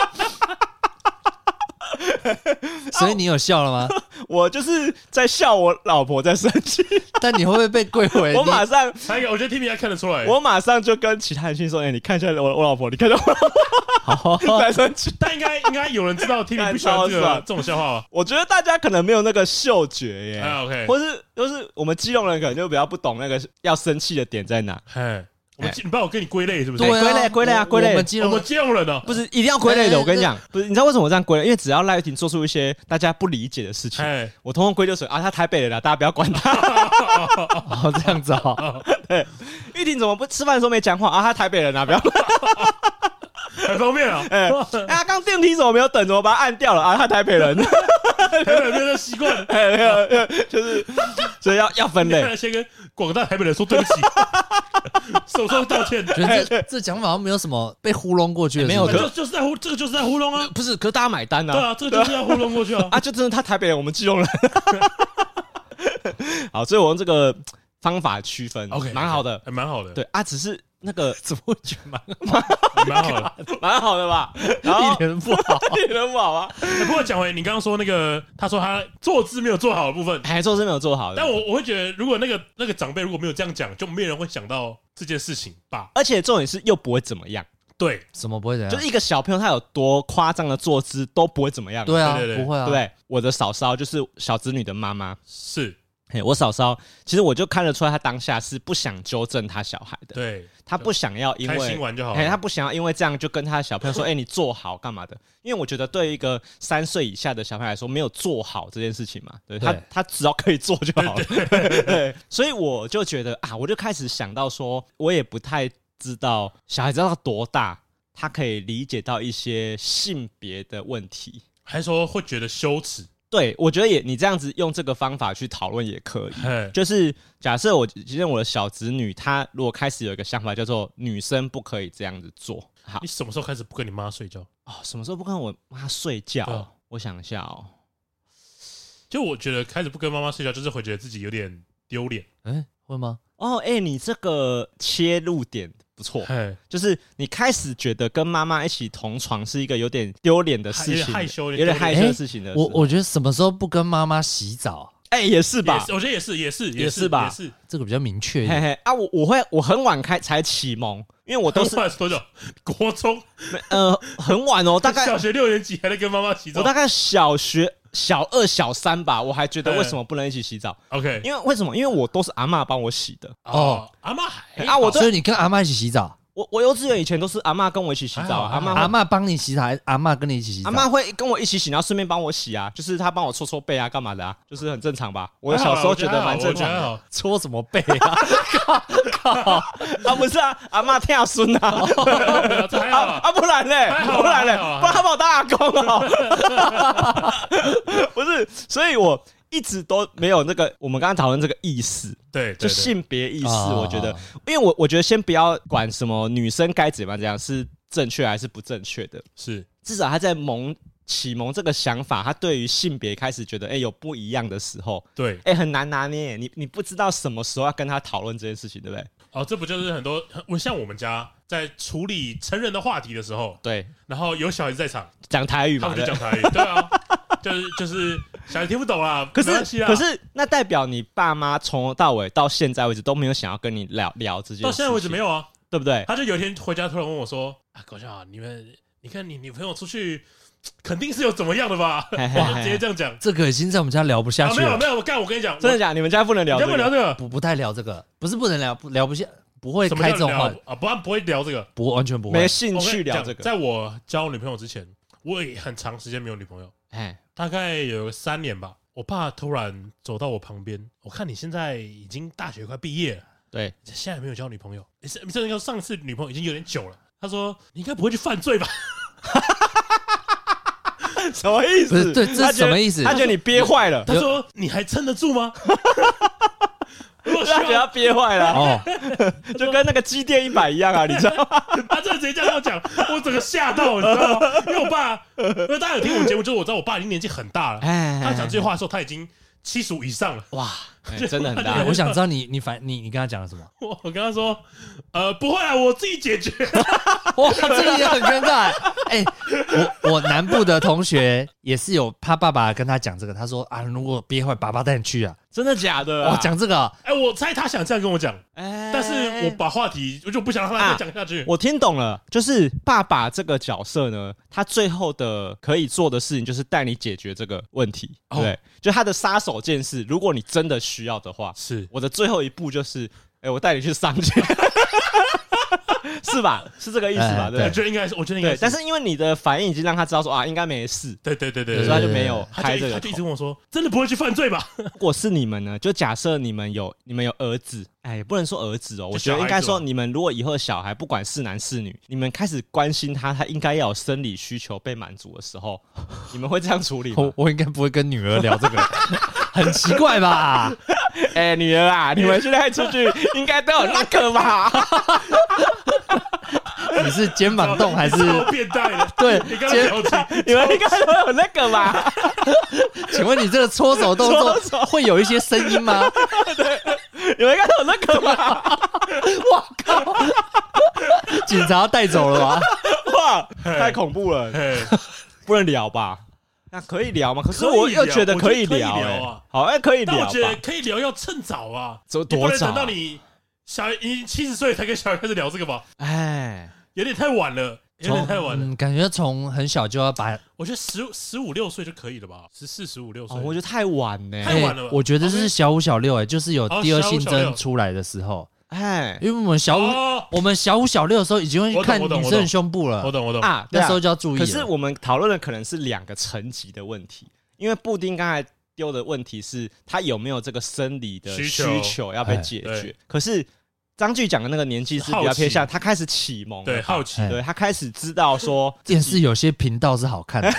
[SPEAKER 3] 所以
[SPEAKER 2] 哦
[SPEAKER 3] 你有笑了吗？
[SPEAKER 2] 我就是在笑我老婆在生 气，
[SPEAKER 3] 但你会不会被归
[SPEAKER 1] 哎
[SPEAKER 3] 为
[SPEAKER 2] 我马
[SPEAKER 3] 你？
[SPEAKER 2] 上
[SPEAKER 1] 他应该我觉得 Timmy 还看得出来，
[SPEAKER 2] 我马上就跟其他人去说，哎、你看一下我我老婆，你看一下我老 婆在生气。
[SPEAKER 1] 但应该应该有人知道 Timmy 不喜欢这
[SPEAKER 2] 超
[SPEAKER 1] 个
[SPEAKER 2] 爽
[SPEAKER 1] 这种笑话吧？
[SPEAKER 2] 我觉得大家可能没有那个嗅觉耶，
[SPEAKER 1] 哎，OK，
[SPEAKER 2] 或是就是我们基隆人可能就比较不懂那个要生气的点在哪。
[SPEAKER 1] 嘿，我们
[SPEAKER 2] 哎
[SPEAKER 1] 你帮我给你归类是不是？
[SPEAKER 3] 对啊
[SPEAKER 2] 归类归类啊
[SPEAKER 3] 我
[SPEAKER 2] 归类
[SPEAKER 3] 我们金
[SPEAKER 1] 我
[SPEAKER 3] 融
[SPEAKER 1] 们金融人哦，
[SPEAKER 2] 不是一定要归类
[SPEAKER 3] 哎
[SPEAKER 2] 的，我跟你讲，不是，你知道为什么我这样归类？因为只要赖玉婷做出一些大家不理解的事情，
[SPEAKER 1] 哎，
[SPEAKER 2] 我通通归咎成啊，他台北人啦，大家不要管 他。
[SPEAKER 3] 哦这样子哦，
[SPEAKER 2] 玉婷怎么不吃饭的时候没讲话啊？他台北人啦，不要管。
[SPEAKER 1] 很方便啊，
[SPEAKER 2] 哎，啊，刚电梯怎么没有等？怎么把它按掉了啊？他台北人，
[SPEAKER 1] 台北人的习惯，
[SPEAKER 2] 哎没有没有就是所以要要分 类。
[SPEAKER 1] 先跟广大台北人说对不起， 手上道歉，
[SPEAKER 3] 觉得这这讲法好像没有什么被糊弄过去的，
[SPEAKER 2] 哎没有
[SPEAKER 3] 是不是
[SPEAKER 1] 就就是在糊，这个就是在糊弄啊，
[SPEAKER 2] 不是，可是大家买单
[SPEAKER 1] 对
[SPEAKER 2] 呐。
[SPEAKER 1] 啊，这个就是在糊弄过去啊，
[SPEAKER 2] 啊，就真的他台北人，我们基隆人。 好，所以我用这个方法区分
[SPEAKER 1] OK，
[SPEAKER 2] 蛮好的。
[SPEAKER 1] 还蛮好的，
[SPEAKER 2] 对啊，只是那个
[SPEAKER 3] 怎么会觉得蛮
[SPEAKER 1] 蛮好的。
[SPEAKER 2] 蛮好的 吧？然后
[SPEAKER 3] 一点不好？
[SPEAKER 2] 一点都不好啊。
[SPEAKER 1] 哎不过讲回你刚刚说那个，他说他坐姿没有做好的部分，
[SPEAKER 2] 还做是没有做好的。
[SPEAKER 1] 但我我会觉得，如果那个那个长辈如果没有这样讲，就没有人会想到这件事情吧？
[SPEAKER 2] 而且重点是又不会怎么样，
[SPEAKER 1] 对，
[SPEAKER 3] 怎么不会怎
[SPEAKER 2] 就
[SPEAKER 3] 样
[SPEAKER 2] 是？一个小朋友他有多夸张的坐姿都不会怎么样，
[SPEAKER 3] 对啊
[SPEAKER 1] 对对，对
[SPEAKER 3] 不会
[SPEAKER 2] 对
[SPEAKER 3] 啊
[SPEAKER 2] 不。对？我的嫂嫂就是小子女的妈妈，
[SPEAKER 1] 是，
[SPEAKER 2] 嘿，我嫂嫂其实我就看得出来，她当下是不想纠正她小孩的，
[SPEAKER 1] 对，
[SPEAKER 2] 她不想要因
[SPEAKER 1] 开心
[SPEAKER 2] 为。
[SPEAKER 1] 玩就好
[SPEAKER 2] 哎，
[SPEAKER 1] 了。
[SPEAKER 2] 她不想要，因为这样就跟她的小朋友 说：“哎、你坐好干嘛的？”因为我觉得对于一个三岁以下的小朋友来说，没有坐好这件事情嘛，对他，
[SPEAKER 3] 对
[SPEAKER 2] 他只要可以坐就好了。 对，所以我就觉得啊，我就开始想到说，我也不太知道小孩子要到多大，他可以理解到一些性别的问题。
[SPEAKER 1] 还说会觉得羞耻，
[SPEAKER 2] 对我觉得也，你这样子用这个方法去讨论也可以。
[SPEAKER 1] 嘿，
[SPEAKER 2] 就是假设我今天我的小侄女，她如果开始有一个想法叫做女生不可以这样子做，好
[SPEAKER 1] 你什么时候开始不跟你妈睡觉？
[SPEAKER 2] 哦，什么时候不跟我妈睡觉？
[SPEAKER 1] 对啊
[SPEAKER 2] 我想一下哦，
[SPEAKER 1] 就我觉得开始不跟妈妈睡觉，就是会觉得自己有点丢脸。
[SPEAKER 3] 哎，会吗？
[SPEAKER 2] 哦，哎、你这个切入点不错，
[SPEAKER 1] 嘿，
[SPEAKER 2] 就是你开始觉得跟妈妈一起同床是一个有点丢脸的事
[SPEAKER 1] 有
[SPEAKER 2] 情
[SPEAKER 1] 点，害羞
[SPEAKER 2] 有
[SPEAKER 1] 有
[SPEAKER 2] 点
[SPEAKER 1] 点
[SPEAKER 2] 害羞的事情的时
[SPEAKER 3] 我
[SPEAKER 1] 啊
[SPEAKER 2] 候。
[SPEAKER 3] 我觉得什么时候不跟妈妈洗澡，
[SPEAKER 2] 哎、也是吧
[SPEAKER 1] 也是，我觉得也是，也是，
[SPEAKER 2] 也是
[SPEAKER 1] 是
[SPEAKER 2] 吧
[SPEAKER 1] 也是。
[SPEAKER 3] 这个比较明确一
[SPEAKER 2] 嘿
[SPEAKER 3] 点。
[SPEAKER 2] 嘿啊，我我会我很晚开才启蒙，因为我都
[SPEAKER 1] 都
[SPEAKER 2] 是
[SPEAKER 1] 是多久？国中
[SPEAKER 2] 呃很晚哦，大概
[SPEAKER 1] 小学六年级还在跟妈妈洗
[SPEAKER 2] 我
[SPEAKER 1] 澡
[SPEAKER 2] 大。概小学小二小三吧，我还觉得为什么不能一起洗澡？
[SPEAKER 1] OK，
[SPEAKER 2] 因为为什么？因为我都是阿嬷帮我洗的，
[SPEAKER 1] 哦，阿妈还
[SPEAKER 2] 啊我这
[SPEAKER 3] 所以你跟阿妈一起洗澡，
[SPEAKER 2] 我我幼稚园以前都是阿嬷跟我一起洗澡啊，
[SPEAKER 1] 还好
[SPEAKER 2] 阿
[SPEAKER 3] 阿
[SPEAKER 2] 嬷会
[SPEAKER 3] 妈帮你洗澡，还是阿妈跟你一起洗澡？
[SPEAKER 2] 阿嬷会跟我一起洗，然后顺便帮我洗啊，就是她帮我搓搓背啊，干嘛的啊，就是很正常吧？我小时候觉得蛮正常
[SPEAKER 1] 还
[SPEAKER 2] 的。
[SPEAKER 1] 好
[SPEAKER 3] 搓什么背啊？
[SPEAKER 2] 啊，不是啊，阿妈跳孙啊，
[SPEAKER 1] 啦，这还
[SPEAKER 2] 啊
[SPEAKER 1] 好啦。
[SPEAKER 2] 啊，不然嘞
[SPEAKER 1] 还，好啊
[SPEAKER 2] 不然嘞，
[SPEAKER 1] 还好啊
[SPEAKER 2] 不然他把我当阿公哦。不是，所以我一直都没有那个我们刚刚讨论这个意识，
[SPEAKER 1] 对，对
[SPEAKER 2] 就
[SPEAKER 1] 对啊
[SPEAKER 2] 性别意识，
[SPEAKER 3] 哦
[SPEAKER 2] 我觉得，因为我我觉得先不要管什么女生该怎么样，这样是正确还是不正确的，
[SPEAKER 1] 是
[SPEAKER 2] 至少他在萌启蒙这个想法，他对于性别开始觉得，哎，有不一样的时候。
[SPEAKER 1] 对。
[SPEAKER 2] 哎、很难拿捏，你你不知道什么时候要跟他讨论这件事情，对不对？
[SPEAKER 1] 哦，这不就是很多我像我们家在处理成人的话题的时候，
[SPEAKER 2] 对，
[SPEAKER 1] 然后有小孩子在场，
[SPEAKER 2] 讲台语
[SPEAKER 1] 他
[SPEAKER 2] 嘛，
[SPEAKER 1] 们
[SPEAKER 2] 对
[SPEAKER 1] 就
[SPEAKER 2] 不
[SPEAKER 1] 讲
[SPEAKER 2] 对
[SPEAKER 1] 台语，对啊， 就是就是小孩听不懂啦，
[SPEAKER 2] 可
[SPEAKER 1] 没关系啊
[SPEAKER 2] 是
[SPEAKER 1] 啦
[SPEAKER 2] 可是那代表你爸妈从头到尾到现在为止都没有想要跟你聊聊这件事情，
[SPEAKER 1] 到现在为止没
[SPEAKER 2] 有，
[SPEAKER 1] 有啊，
[SPEAKER 2] 对不对？
[SPEAKER 1] 他就有一天回家突然问我说：“啊，狗笑啊，你们你看你女朋友出去，肯定是有怎么样的吧？
[SPEAKER 2] 嘿嘿嘿
[SPEAKER 1] 我就直接这样讲。
[SPEAKER 3] 这个已经在我们家聊不下
[SPEAKER 1] 啊，
[SPEAKER 3] 去
[SPEAKER 1] 没有
[SPEAKER 3] 了
[SPEAKER 1] 没，有，我干，我跟你讲，
[SPEAKER 2] 真的
[SPEAKER 1] 的，
[SPEAKER 2] 假的？你们家不能聊、
[SPEAKER 1] 你
[SPEAKER 2] 这
[SPEAKER 1] 要
[SPEAKER 2] 个？
[SPEAKER 1] 不要聊这个？
[SPEAKER 3] 不不太聊这个，不是不能聊，不聊不下，不会
[SPEAKER 1] 什么
[SPEAKER 3] 开这
[SPEAKER 1] 叫
[SPEAKER 3] 种
[SPEAKER 1] 聊
[SPEAKER 3] 话，
[SPEAKER 1] 啊？不，不会聊这个。
[SPEAKER 3] 不完全不会
[SPEAKER 2] 没。兴
[SPEAKER 1] 我跟
[SPEAKER 2] 趣
[SPEAKER 1] 你
[SPEAKER 2] 聊
[SPEAKER 1] 讲
[SPEAKER 2] 这个。
[SPEAKER 1] 在我交女朋友之前，我也很长时间没有女朋友，
[SPEAKER 2] 哎，
[SPEAKER 1] 大概有三年吧。我爸突然走到我旁边，我看你现在已经大学快毕业了，
[SPEAKER 2] 对，
[SPEAKER 1] 现在没有交女朋友，你是这个上次女朋友已经有点久了。他说：“你应该不会去犯罪吧
[SPEAKER 2] 什么意思？
[SPEAKER 3] 不是对这是
[SPEAKER 2] 他觉得
[SPEAKER 3] 什么意思
[SPEAKER 2] 他觉得你憋坏？”了，
[SPEAKER 1] 他说：“你还撑得住吗？” 我
[SPEAKER 2] 他觉得他憋坏了，
[SPEAKER 3] 哦，
[SPEAKER 2] 就跟那个机电一百一样啊，你知道吗？
[SPEAKER 1] 他真的直接这样跟我讲，我整个吓到，你知道吗？因为我爸，因为大家有听我们节目，就是我知道我爸已经年纪很大了，
[SPEAKER 2] 哎
[SPEAKER 1] 他讲这句话的时候，他已经七十五以上了。
[SPEAKER 2] 哇，哎真的很
[SPEAKER 1] 他
[SPEAKER 2] 大
[SPEAKER 1] 觉得
[SPEAKER 3] 啊我想知道你你反你你跟他讲了什 么？
[SPEAKER 1] 我我跟他说，呃，不会啊，我自己解决。
[SPEAKER 3] 哇，这个也很尴尬。哎、我我南部的同学也是有他爸爸跟他讲这个，他说啊，如果憋坏，爸爸带你去啊。
[SPEAKER 2] 真的假的
[SPEAKER 3] 哇
[SPEAKER 2] 啊？，
[SPEAKER 3] 讲这个啊
[SPEAKER 1] 哎，我猜他想这样跟我讲，
[SPEAKER 2] 哎，
[SPEAKER 1] 但是我把话题，我就不想让他再讲下去。
[SPEAKER 2] 啊我听懂了，就是爸爸这个角色呢，他最后的可以做的事情就是带你解决这个问题，
[SPEAKER 1] 哦
[SPEAKER 2] 对，就他的杀手锏是，如果你真的需要的话，
[SPEAKER 1] 是
[SPEAKER 2] 我的最后一步就是，哎、我带你去上街， 是吧？是这个意思吧？
[SPEAKER 3] 哎
[SPEAKER 2] 对
[SPEAKER 1] 我
[SPEAKER 2] 不对
[SPEAKER 1] 觉得应该是，我觉得应该
[SPEAKER 2] 对，但是因为你的反应已经让他知道说啊，应该没事，
[SPEAKER 1] 对对对对
[SPEAKER 2] 所以
[SPEAKER 1] 对
[SPEAKER 2] 他
[SPEAKER 1] 对，
[SPEAKER 2] 就没有
[SPEAKER 1] 他
[SPEAKER 2] 开
[SPEAKER 1] 就
[SPEAKER 2] 这
[SPEAKER 1] 一
[SPEAKER 2] 个
[SPEAKER 1] 他就一直
[SPEAKER 2] 头。
[SPEAKER 1] 问我说：“真的不会去犯罪吧
[SPEAKER 2] 如果是你们呢，就假设你们有你们有儿子，哎，也不能说儿子哦，我觉
[SPEAKER 1] 小
[SPEAKER 2] 得
[SPEAKER 1] 孩
[SPEAKER 2] 应该
[SPEAKER 1] 子
[SPEAKER 2] 说
[SPEAKER 1] 哦
[SPEAKER 2] 你们如果以后的小孩不管是男是女，你们开始关心他，他应该要有生理需求被满足的时候，你们会这样处理吗
[SPEAKER 3] 我？我应该不会跟女儿 聊这个，很奇怪吧？
[SPEAKER 2] 哎、女儿啊，你们现在出去应该都有那个吧？
[SPEAKER 3] 你是肩 膀动还是？？
[SPEAKER 1] 超变态的
[SPEAKER 3] 对
[SPEAKER 1] 你刚
[SPEAKER 3] 接
[SPEAKER 1] 刚表情，
[SPEAKER 2] 你们应该都有那个吧？
[SPEAKER 3] 请问你这个搓手动作
[SPEAKER 2] 搓手
[SPEAKER 3] 会有一些声音吗？
[SPEAKER 2] 你们应该都有那个吧？
[SPEAKER 3] 哇靠！警察带走了吗？
[SPEAKER 2] 哇，太恐怖了，
[SPEAKER 1] 嘿
[SPEAKER 2] 不能聊吧？那可以聊吗？可是
[SPEAKER 1] 可以
[SPEAKER 2] 我又
[SPEAKER 1] 聊
[SPEAKER 2] 觉得
[SPEAKER 1] 我
[SPEAKER 2] 可
[SPEAKER 1] 觉得
[SPEAKER 2] 以
[SPEAKER 1] 可以
[SPEAKER 2] 聊、
[SPEAKER 1] 聊
[SPEAKER 2] 哎
[SPEAKER 1] 啊
[SPEAKER 2] 好，哎、可以
[SPEAKER 1] 但我
[SPEAKER 2] 聊
[SPEAKER 1] 觉得
[SPEAKER 2] 吧？
[SPEAKER 1] 可以聊要趁早啊，
[SPEAKER 2] 走
[SPEAKER 1] 你不
[SPEAKER 2] 多
[SPEAKER 1] 能
[SPEAKER 2] 早、
[SPEAKER 1] 等到
[SPEAKER 2] 啊？
[SPEAKER 1] 你小你七十岁才跟小孩开始聊这个吧，
[SPEAKER 2] 哎，
[SPEAKER 1] 有点太晚了， 有点太晚了。
[SPEAKER 3] 嗯，感觉从很小就要把
[SPEAKER 1] 我觉得十十五六岁就可以了吧，十四十五六岁
[SPEAKER 2] 哦，。我觉得太晚呢、
[SPEAKER 1] 太晚了吧
[SPEAKER 3] 哎我觉得这是小五小六哎、就是有
[SPEAKER 1] 哦
[SPEAKER 3] 第二
[SPEAKER 1] 小五
[SPEAKER 3] 性
[SPEAKER 1] 小
[SPEAKER 3] 征
[SPEAKER 1] 六
[SPEAKER 3] 出来的时候，
[SPEAKER 2] 哎
[SPEAKER 3] 因为我们小五、
[SPEAKER 1] 哦，
[SPEAKER 3] 我们小五小六的时候已经会
[SPEAKER 1] 我懂
[SPEAKER 3] 看
[SPEAKER 1] 我懂
[SPEAKER 3] 女
[SPEAKER 1] 我
[SPEAKER 3] 生
[SPEAKER 1] 懂
[SPEAKER 3] 胸部
[SPEAKER 1] 我
[SPEAKER 3] 了，
[SPEAKER 1] 懂我懂，
[SPEAKER 2] 啊，对
[SPEAKER 3] 那
[SPEAKER 2] 啊
[SPEAKER 3] 时候就要注意
[SPEAKER 2] 可
[SPEAKER 3] 了。
[SPEAKER 2] 是我们讨论的可能是两个层级的问题，因为布丁刚才丢的问题是他有没有这个生理的
[SPEAKER 1] 需求
[SPEAKER 2] 需求要被
[SPEAKER 3] 哎
[SPEAKER 2] 解
[SPEAKER 1] 对
[SPEAKER 2] 决，可是张炬讲的那个年纪是比较
[SPEAKER 1] 好奇
[SPEAKER 2] 偏向他开始启蒙了吧，
[SPEAKER 1] 对，好奇
[SPEAKER 3] 哎
[SPEAKER 2] 对他开始知道说
[SPEAKER 3] 电视有些频道是好看 的，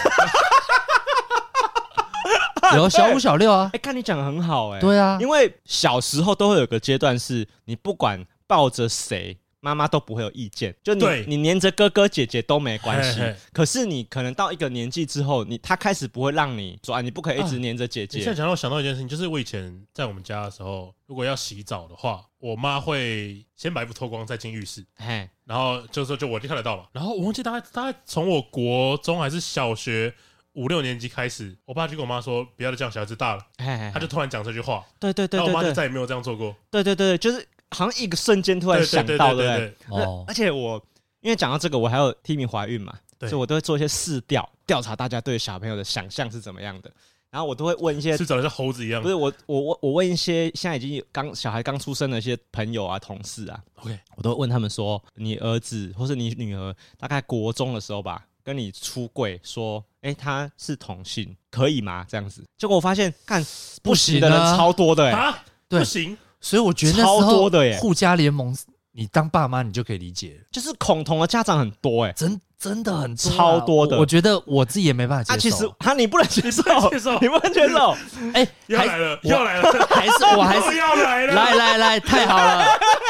[SPEAKER 3] 有小五小六啊
[SPEAKER 2] 哎、，看你讲的很好、哎，
[SPEAKER 3] 对啊
[SPEAKER 2] 因为小时候都会有个阶段是，你不管抱着谁，妈妈都不会有意见，就你
[SPEAKER 1] 对
[SPEAKER 2] 你黏着哥哥姐姐都没关系
[SPEAKER 1] 嘿嘿。
[SPEAKER 2] 可是你可能到一个年纪之后，你他开始不会让你说啊，你不可以一直黏着姐
[SPEAKER 1] 你
[SPEAKER 2] 姐
[SPEAKER 1] 现在。讲到我想到一件事情，就是我以前在我们家的时候，如果要洗澡的话，我妈会先把衣服脱光再进浴室，
[SPEAKER 2] 哎、
[SPEAKER 1] 然后就是就我就看得到嘛。然后我忘记大概大概从我国中还是小学五六年级开始，我爸就跟我妈说不要再这样，小孩子大了，
[SPEAKER 2] 哎，
[SPEAKER 1] 他就突然讲这句话，
[SPEAKER 2] 对对对
[SPEAKER 1] 然后我妈就
[SPEAKER 2] 对对
[SPEAKER 1] 再也没有这样做过。
[SPEAKER 2] 对对对，就是好像一个瞬间突然
[SPEAKER 1] 对
[SPEAKER 2] 想
[SPEAKER 1] 对对
[SPEAKER 2] 到，
[SPEAKER 1] 对
[SPEAKER 2] 对不对？
[SPEAKER 1] 对
[SPEAKER 2] 那
[SPEAKER 3] 哦
[SPEAKER 2] 而，且我因为讲到这个，我还有替你怀孕嘛，
[SPEAKER 1] 对
[SPEAKER 2] 所以我都会做一些试调，调查大家对小朋友的想象是怎么样的。然后我都会问一些
[SPEAKER 1] 对，是长得像猴子
[SPEAKER 3] 嗯
[SPEAKER 1] 一样
[SPEAKER 2] 不。是我，我我我问一些现在已经有刚小孩刚出生的一些朋友啊、同事啊，
[SPEAKER 1] OK，
[SPEAKER 2] 我都会问他们说，你儿子或是你女儿大概国中的时候吧，跟你出柜说，哎、他是同性，可以吗？这样子，结果我发现，看
[SPEAKER 3] 不
[SPEAKER 2] 不
[SPEAKER 3] 行
[SPEAKER 2] 行
[SPEAKER 3] 啊
[SPEAKER 2] 的人超多的、欸，
[SPEAKER 1] 啊，
[SPEAKER 3] 对
[SPEAKER 1] 不行，
[SPEAKER 3] 所以我觉得那时
[SPEAKER 2] 超
[SPEAKER 3] 候
[SPEAKER 2] 多的耶
[SPEAKER 3] 互加联盟，你当爸妈你就可以理解了，
[SPEAKER 2] 就是恐同的家长很多、欸，哎、
[SPEAKER 3] 真真的很啊
[SPEAKER 2] 超多的
[SPEAKER 3] 我我觉得我自己也没办法
[SPEAKER 2] 啊，其
[SPEAKER 3] 接受
[SPEAKER 2] 实。 啊，你不能接受，
[SPEAKER 1] 能接受
[SPEAKER 2] 你不能接受，
[SPEAKER 3] 哎、
[SPEAKER 1] 要来
[SPEAKER 3] 还
[SPEAKER 1] 了，
[SPEAKER 3] 我
[SPEAKER 1] 要来了，
[SPEAKER 3] 还是我还
[SPEAKER 1] 又
[SPEAKER 3] 是
[SPEAKER 1] 要来了，
[SPEAKER 3] 来来来，太好了，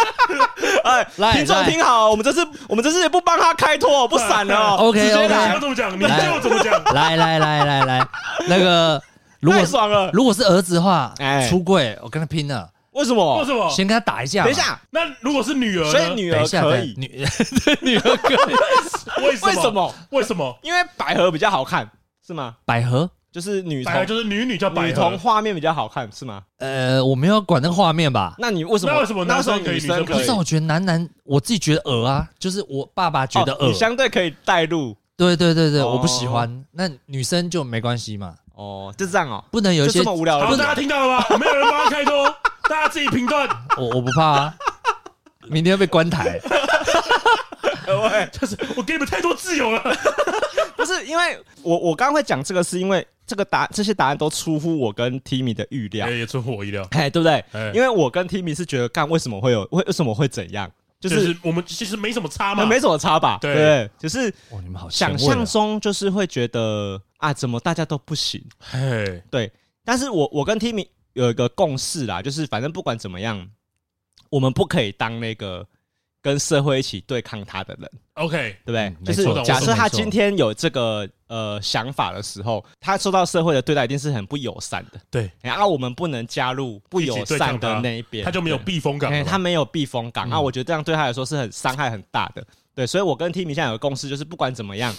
[SPEAKER 2] 哎，
[SPEAKER 3] 来
[SPEAKER 2] 听众
[SPEAKER 3] 来
[SPEAKER 2] 听好，我们这次我们这次也不帮他开 脱，不闪了哦
[SPEAKER 3] OK，
[SPEAKER 2] 直接
[SPEAKER 3] OK
[SPEAKER 1] 你
[SPEAKER 2] 来
[SPEAKER 1] 要，这么讲，你就怎么 讲。
[SPEAKER 3] 来来来来来，那个如果
[SPEAKER 2] 太
[SPEAKER 3] 是
[SPEAKER 2] 爽了，
[SPEAKER 3] 如果是儿子的话，
[SPEAKER 2] 哎
[SPEAKER 3] 出柜我跟他拼了，
[SPEAKER 2] 为什么
[SPEAKER 1] 为？什么？
[SPEAKER 3] 先跟他打一架。
[SPEAKER 2] 等一，下，
[SPEAKER 1] 那如果是女儿呢，
[SPEAKER 2] 哦所以女
[SPEAKER 3] 等
[SPEAKER 2] 儿
[SPEAKER 3] 一下，
[SPEAKER 2] 可
[SPEAKER 3] 等
[SPEAKER 2] 以，
[SPEAKER 3] 女 对女儿可以。
[SPEAKER 1] 为什么？
[SPEAKER 2] 为什？么？
[SPEAKER 1] 为什么？
[SPEAKER 2] 因为百合比较好看，是吗？
[SPEAKER 3] 百合，
[SPEAKER 2] 就是女
[SPEAKER 1] 百合
[SPEAKER 2] 童
[SPEAKER 1] 就是女女叫百
[SPEAKER 2] 女童
[SPEAKER 1] 合，
[SPEAKER 2] 画面比较好看，是吗？
[SPEAKER 3] 呃，我没有管那个画面吧。
[SPEAKER 2] 那你为什么？
[SPEAKER 1] 那为什么
[SPEAKER 2] 那为什么
[SPEAKER 1] 男生可以女
[SPEAKER 2] 女生
[SPEAKER 1] 生
[SPEAKER 3] 不
[SPEAKER 2] 可
[SPEAKER 1] 对
[SPEAKER 2] 以
[SPEAKER 3] 是，？我觉得男男，我自己觉得恶啊，就是我爸爸觉得
[SPEAKER 2] 哦
[SPEAKER 3] 恶
[SPEAKER 2] 你，相对可以带入
[SPEAKER 3] 对对对对，
[SPEAKER 2] 哦
[SPEAKER 3] 我不喜欢。那女生就没关系嘛，
[SPEAKER 2] 哦，就这样哦，
[SPEAKER 3] 不能有一
[SPEAKER 2] 就
[SPEAKER 3] 些
[SPEAKER 2] 这么无聊的
[SPEAKER 1] 好，
[SPEAKER 2] 理由，
[SPEAKER 1] 大家听到了 吧？没有人帮他开脱，大家自己评断。
[SPEAKER 3] 我我不怕啊，明天要被关 台。
[SPEAKER 2] 喂，
[SPEAKER 1] 就是我给你们太多自由了。
[SPEAKER 2] 不是因为我我刚刚会讲这个，是因为这个答这些答案都出乎我跟 Timmy 的预料
[SPEAKER 1] 哎，，也出乎我意料，
[SPEAKER 2] 哎，对不对？
[SPEAKER 1] 哎
[SPEAKER 2] 因为我跟 Timmy 是觉得，干为什么会有为为什么会怎样，就
[SPEAKER 1] 就是是我们其实没什么差嘛，
[SPEAKER 2] 那没什么差吧？
[SPEAKER 1] 对
[SPEAKER 2] 对，只是
[SPEAKER 3] 哇，你们好前卫
[SPEAKER 2] 想
[SPEAKER 3] 啊
[SPEAKER 2] 象中就是会觉得啊，怎么大家都不行？
[SPEAKER 1] 嘿，
[SPEAKER 2] 但是我我跟 Timmy 有一个共识啦，就是反正不管怎么样，我们不可以当那个跟社会一起对抗他的人，
[SPEAKER 1] OK，
[SPEAKER 2] 对不对？
[SPEAKER 3] 嗯
[SPEAKER 2] 就
[SPEAKER 1] 没错
[SPEAKER 2] 是假设他
[SPEAKER 3] 没错
[SPEAKER 2] 今天有这个呃想法的时候，他受到社会的对待一定是很不友善的。
[SPEAKER 1] 对，
[SPEAKER 2] 然后我们不能加入不友善的那一边，
[SPEAKER 1] 他就没有避风港
[SPEAKER 2] 哎
[SPEAKER 1] 了嗯嘛。
[SPEAKER 2] 他没有避风港。啊那、我觉得这样对他来说是很伤害很大的。对，所以我跟 Timmy 现在有个共识，就是不管怎么样，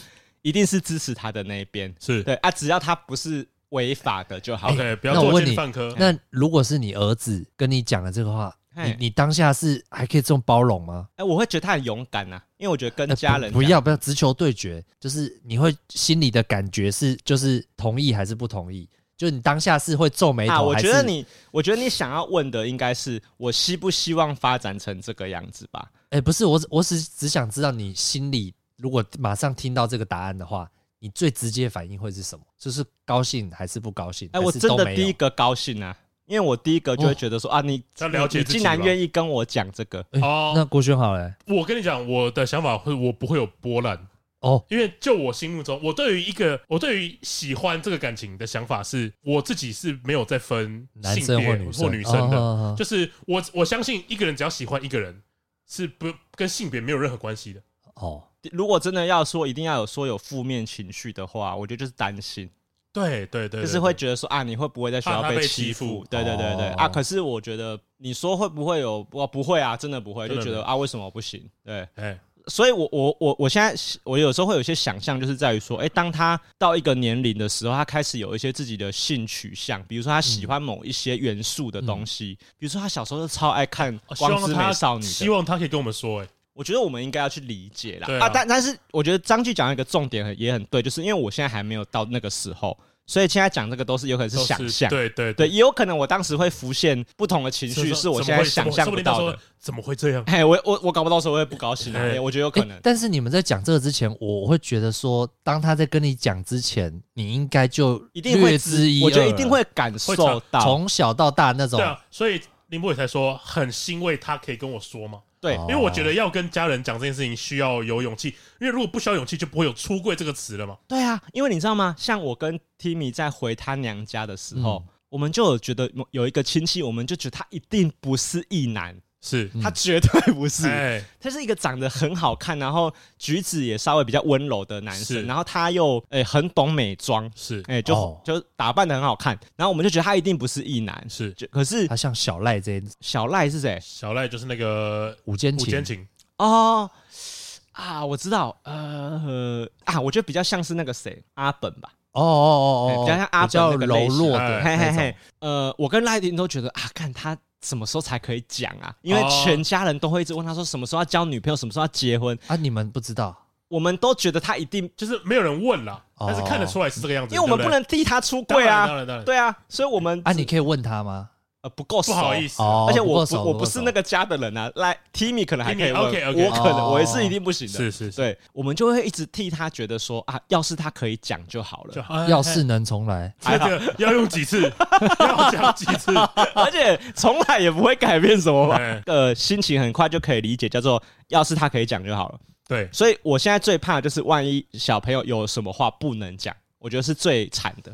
[SPEAKER 2] 一定是支持他的那一边。
[SPEAKER 1] 是
[SPEAKER 2] 对哎啊，只要他不是违法的就好。
[SPEAKER 1] OK，不要
[SPEAKER 3] 那我
[SPEAKER 1] 作
[SPEAKER 3] 问
[SPEAKER 1] 奸
[SPEAKER 3] 你
[SPEAKER 1] 犯科。
[SPEAKER 3] 那如果是你儿子跟你讲的这个话，
[SPEAKER 2] 嗯嘿
[SPEAKER 3] 你你当下是还可以这种包容吗？
[SPEAKER 2] 哎、我会觉得他很勇敢呐、因为我觉得跟
[SPEAKER 3] 呃
[SPEAKER 2] 家
[SPEAKER 3] 不
[SPEAKER 2] 人
[SPEAKER 3] 不
[SPEAKER 2] 讲啊
[SPEAKER 3] 要不要直球对决，就是你会心里的感觉是就是同意还是不同意？就你当下是会皱眉头，
[SPEAKER 2] 啊，我
[SPEAKER 3] 还
[SPEAKER 2] 觉得
[SPEAKER 3] 是
[SPEAKER 2] 你，我觉得你想要问的应该是我希不希望发展成这个样子吧？
[SPEAKER 3] 哎、不是我只我只只想知道你心里如果马上听到这个答案的话，你最直接的反应会是什么？就是高兴还是不高兴？
[SPEAKER 2] 哎、
[SPEAKER 3] 还
[SPEAKER 2] 我
[SPEAKER 3] 是
[SPEAKER 2] 真
[SPEAKER 3] 都
[SPEAKER 2] 的
[SPEAKER 3] 没
[SPEAKER 2] 第
[SPEAKER 3] 有哦
[SPEAKER 2] 一个高兴啊，因为我第一个就会觉得说、啊，你
[SPEAKER 1] 要了解
[SPEAKER 2] 你
[SPEAKER 1] 自
[SPEAKER 2] 竟
[SPEAKER 1] 己
[SPEAKER 2] 然
[SPEAKER 1] 吧
[SPEAKER 2] 愿意跟我讲这个，
[SPEAKER 3] 哎
[SPEAKER 1] 哦
[SPEAKER 3] 那郭轩好了、
[SPEAKER 1] 我跟你讲，我的想法会，我不会有波澜，
[SPEAKER 3] 哦，
[SPEAKER 1] 因为就我心目中，我对于一个，我对于喜欢这个感情的想法是，我自己是没有在分
[SPEAKER 3] 男
[SPEAKER 1] 性
[SPEAKER 3] 生
[SPEAKER 1] 别
[SPEAKER 3] 或女
[SPEAKER 1] 或
[SPEAKER 3] 生
[SPEAKER 1] 女生
[SPEAKER 3] 哦
[SPEAKER 1] 的，
[SPEAKER 3] 哦哦
[SPEAKER 1] 就是我我相信一个人只要喜欢一个人，是不跟性别没有任何关系的。
[SPEAKER 3] 哦，
[SPEAKER 2] 如果真的要说一定要有说有负面情绪的话，我觉得就是担心，
[SPEAKER 1] 对对对，
[SPEAKER 2] 就是会觉得说啊，你会不会在学校
[SPEAKER 1] 怕他被欺
[SPEAKER 2] 欺
[SPEAKER 1] 负
[SPEAKER 2] 对对对对
[SPEAKER 3] 哦
[SPEAKER 2] 啊！可是我觉得你说会不会有？我不会啊，真的不会，
[SPEAKER 1] 真
[SPEAKER 2] 就
[SPEAKER 1] 的
[SPEAKER 2] 觉
[SPEAKER 1] 没
[SPEAKER 2] 得
[SPEAKER 1] 有
[SPEAKER 2] 啊，为什么不行？对，
[SPEAKER 1] 得哎，
[SPEAKER 2] 所以我我我我现在我有时候会有一些想象，就是在于说，哎，当他到一个年龄的时候，他开始有一些自己的性取向，比如说他
[SPEAKER 1] 嗯
[SPEAKER 2] 喜欢某一些元素的东西，比如说他小时候就超爱看
[SPEAKER 1] 哦
[SPEAKER 2] 《
[SPEAKER 1] 希望
[SPEAKER 2] 光之
[SPEAKER 1] 他
[SPEAKER 2] 美少女》的
[SPEAKER 1] 希望他可以跟我们说，哎，
[SPEAKER 2] 我觉得我们应该要去理解啦。
[SPEAKER 1] 对啊
[SPEAKER 2] 啊但但是我觉得张继讲到一个重点很也很对，就是因为我现在还没有到那个时候，所以现在讲这个都是有可能是
[SPEAKER 1] 都
[SPEAKER 2] 想象，
[SPEAKER 1] 对对
[SPEAKER 2] 对，也有可能我当时会浮现不同的情绪，是我现在想象不到的。。
[SPEAKER 1] 怎么会这样？
[SPEAKER 2] 哎，我我我搞不到时候会不高兴啊，
[SPEAKER 1] 哎
[SPEAKER 2] 哎我觉得有可
[SPEAKER 3] 哎、
[SPEAKER 2] 能。
[SPEAKER 3] 但是你们在讲这个之前，我会觉得说，当他在跟你讲之前，你应该就
[SPEAKER 2] 一定会
[SPEAKER 3] 略知一二
[SPEAKER 2] 我觉得一定会感
[SPEAKER 1] 会察
[SPEAKER 2] 受到，
[SPEAKER 3] 从小到大那种
[SPEAKER 1] 对，啊，所以林博伟才说很欣慰他可以跟我说嘛，
[SPEAKER 2] 对，
[SPEAKER 3] 哦
[SPEAKER 1] 因为我觉得要跟家人讲这件事情需要有勇气，因为如果不需要勇气就不会有出柜这个词了嘛。
[SPEAKER 2] 对啊，因为你知道吗？像我跟 Timmy 在回他娘家的时候，
[SPEAKER 3] 嗯
[SPEAKER 2] 我们就有觉得有一个亲戚，我们就觉得他一定不是异男，
[SPEAKER 1] 是，
[SPEAKER 3] 嗯
[SPEAKER 2] 他绝对不是。
[SPEAKER 1] 嗯哎，
[SPEAKER 2] 他是一个长得很好看，然后举止也稍微比较温柔的男
[SPEAKER 1] 是
[SPEAKER 2] 生，然后他又诶、很懂美妆，
[SPEAKER 1] 是
[SPEAKER 2] 诶、就、
[SPEAKER 3] 哦
[SPEAKER 2] 就打扮的很好看，然后我们就觉得他一定不是异男，
[SPEAKER 1] 是，
[SPEAKER 2] 就可是
[SPEAKER 3] 他像小赖这
[SPEAKER 2] 小赖是谁？
[SPEAKER 1] 小赖就是那个
[SPEAKER 3] 五间
[SPEAKER 1] 五
[SPEAKER 3] 情
[SPEAKER 1] 间情，
[SPEAKER 2] 哦啊，我知道，呃啊，我觉得比较像是那个谁阿本吧，
[SPEAKER 3] 哦哦哦哦，
[SPEAKER 2] 哎比较像阿
[SPEAKER 3] 比较
[SPEAKER 2] 本那个类
[SPEAKER 3] 柔
[SPEAKER 2] 型
[SPEAKER 3] 弱
[SPEAKER 1] 哎
[SPEAKER 3] 的
[SPEAKER 2] 嘿嘿
[SPEAKER 3] 那
[SPEAKER 2] 嘿
[SPEAKER 3] 种，，
[SPEAKER 2] 呃，我跟赖丁都觉得啊，看他什么时候才可以讲啊，因为
[SPEAKER 1] 哦
[SPEAKER 2] 全家人都会一直问他说什么时候要交女朋友，什么时候要结婚，
[SPEAKER 3] 啊，你们不知道
[SPEAKER 2] 我们都觉得他一定，
[SPEAKER 1] 就是没有人问啦，
[SPEAKER 3] 哦
[SPEAKER 1] 但是看得出来是这个样子，
[SPEAKER 2] 因为我们
[SPEAKER 1] 对
[SPEAKER 2] 不
[SPEAKER 1] 不对
[SPEAKER 2] 能替他出柜啊
[SPEAKER 1] 当。然当然当然，
[SPEAKER 2] 对啊，所以我们
[SPEAKER 3] 啊，你可以问他吗？
[SPEAKER 2] 呃不够熟
[SPEAKER 1] 不好意，思啊，
[SPEAKER 3] 哦，
[SPEAKER 2] 而且
[SPEAKER 3] 不
[SPEAKER 2] 我不
[SPEAKER 3] 够熟
[SPEAKER 2] 我不是那，
[SPEAKER 3] 够熟
[SPEAKER 2] 个家的人啊，来 Timmy 可能还可以
[SPEAKER 1] Timmy，
[SPEAKER 2] 问
[SPEAKER 1] 哦 OK，OK
[SPEAKER 2] 我可能
[SPEAKER 3] 哦
[SPEAKER 2] 我也是一定不行的。
[SPEAKER 1] 是是是，
[SPEAKER 2] 对，我们就会一直替他觉得说啊，要是他可以讲就好
[SPEAKER 1] 就
[SPEAKER 2] 了。
[SPEAKER 1] 哎
[SPEAKER 3] 哦要是能重来，
[SPEAKER 1] 哎这个要用几 次，要讲几次，
[SPEAKER 2] 而且从来也不会改变 什么吧，
[SPEAKER 1] 哎，
[SPEAKER 2] 呃，心情很快就可以理解，叫做要是他可以讲就好了。
[SPEAKER 1] 对，
[SPEAKER 2] 所以我现在最怕的就是万一小朋友有什么话不能讲，我觉得是最惨的。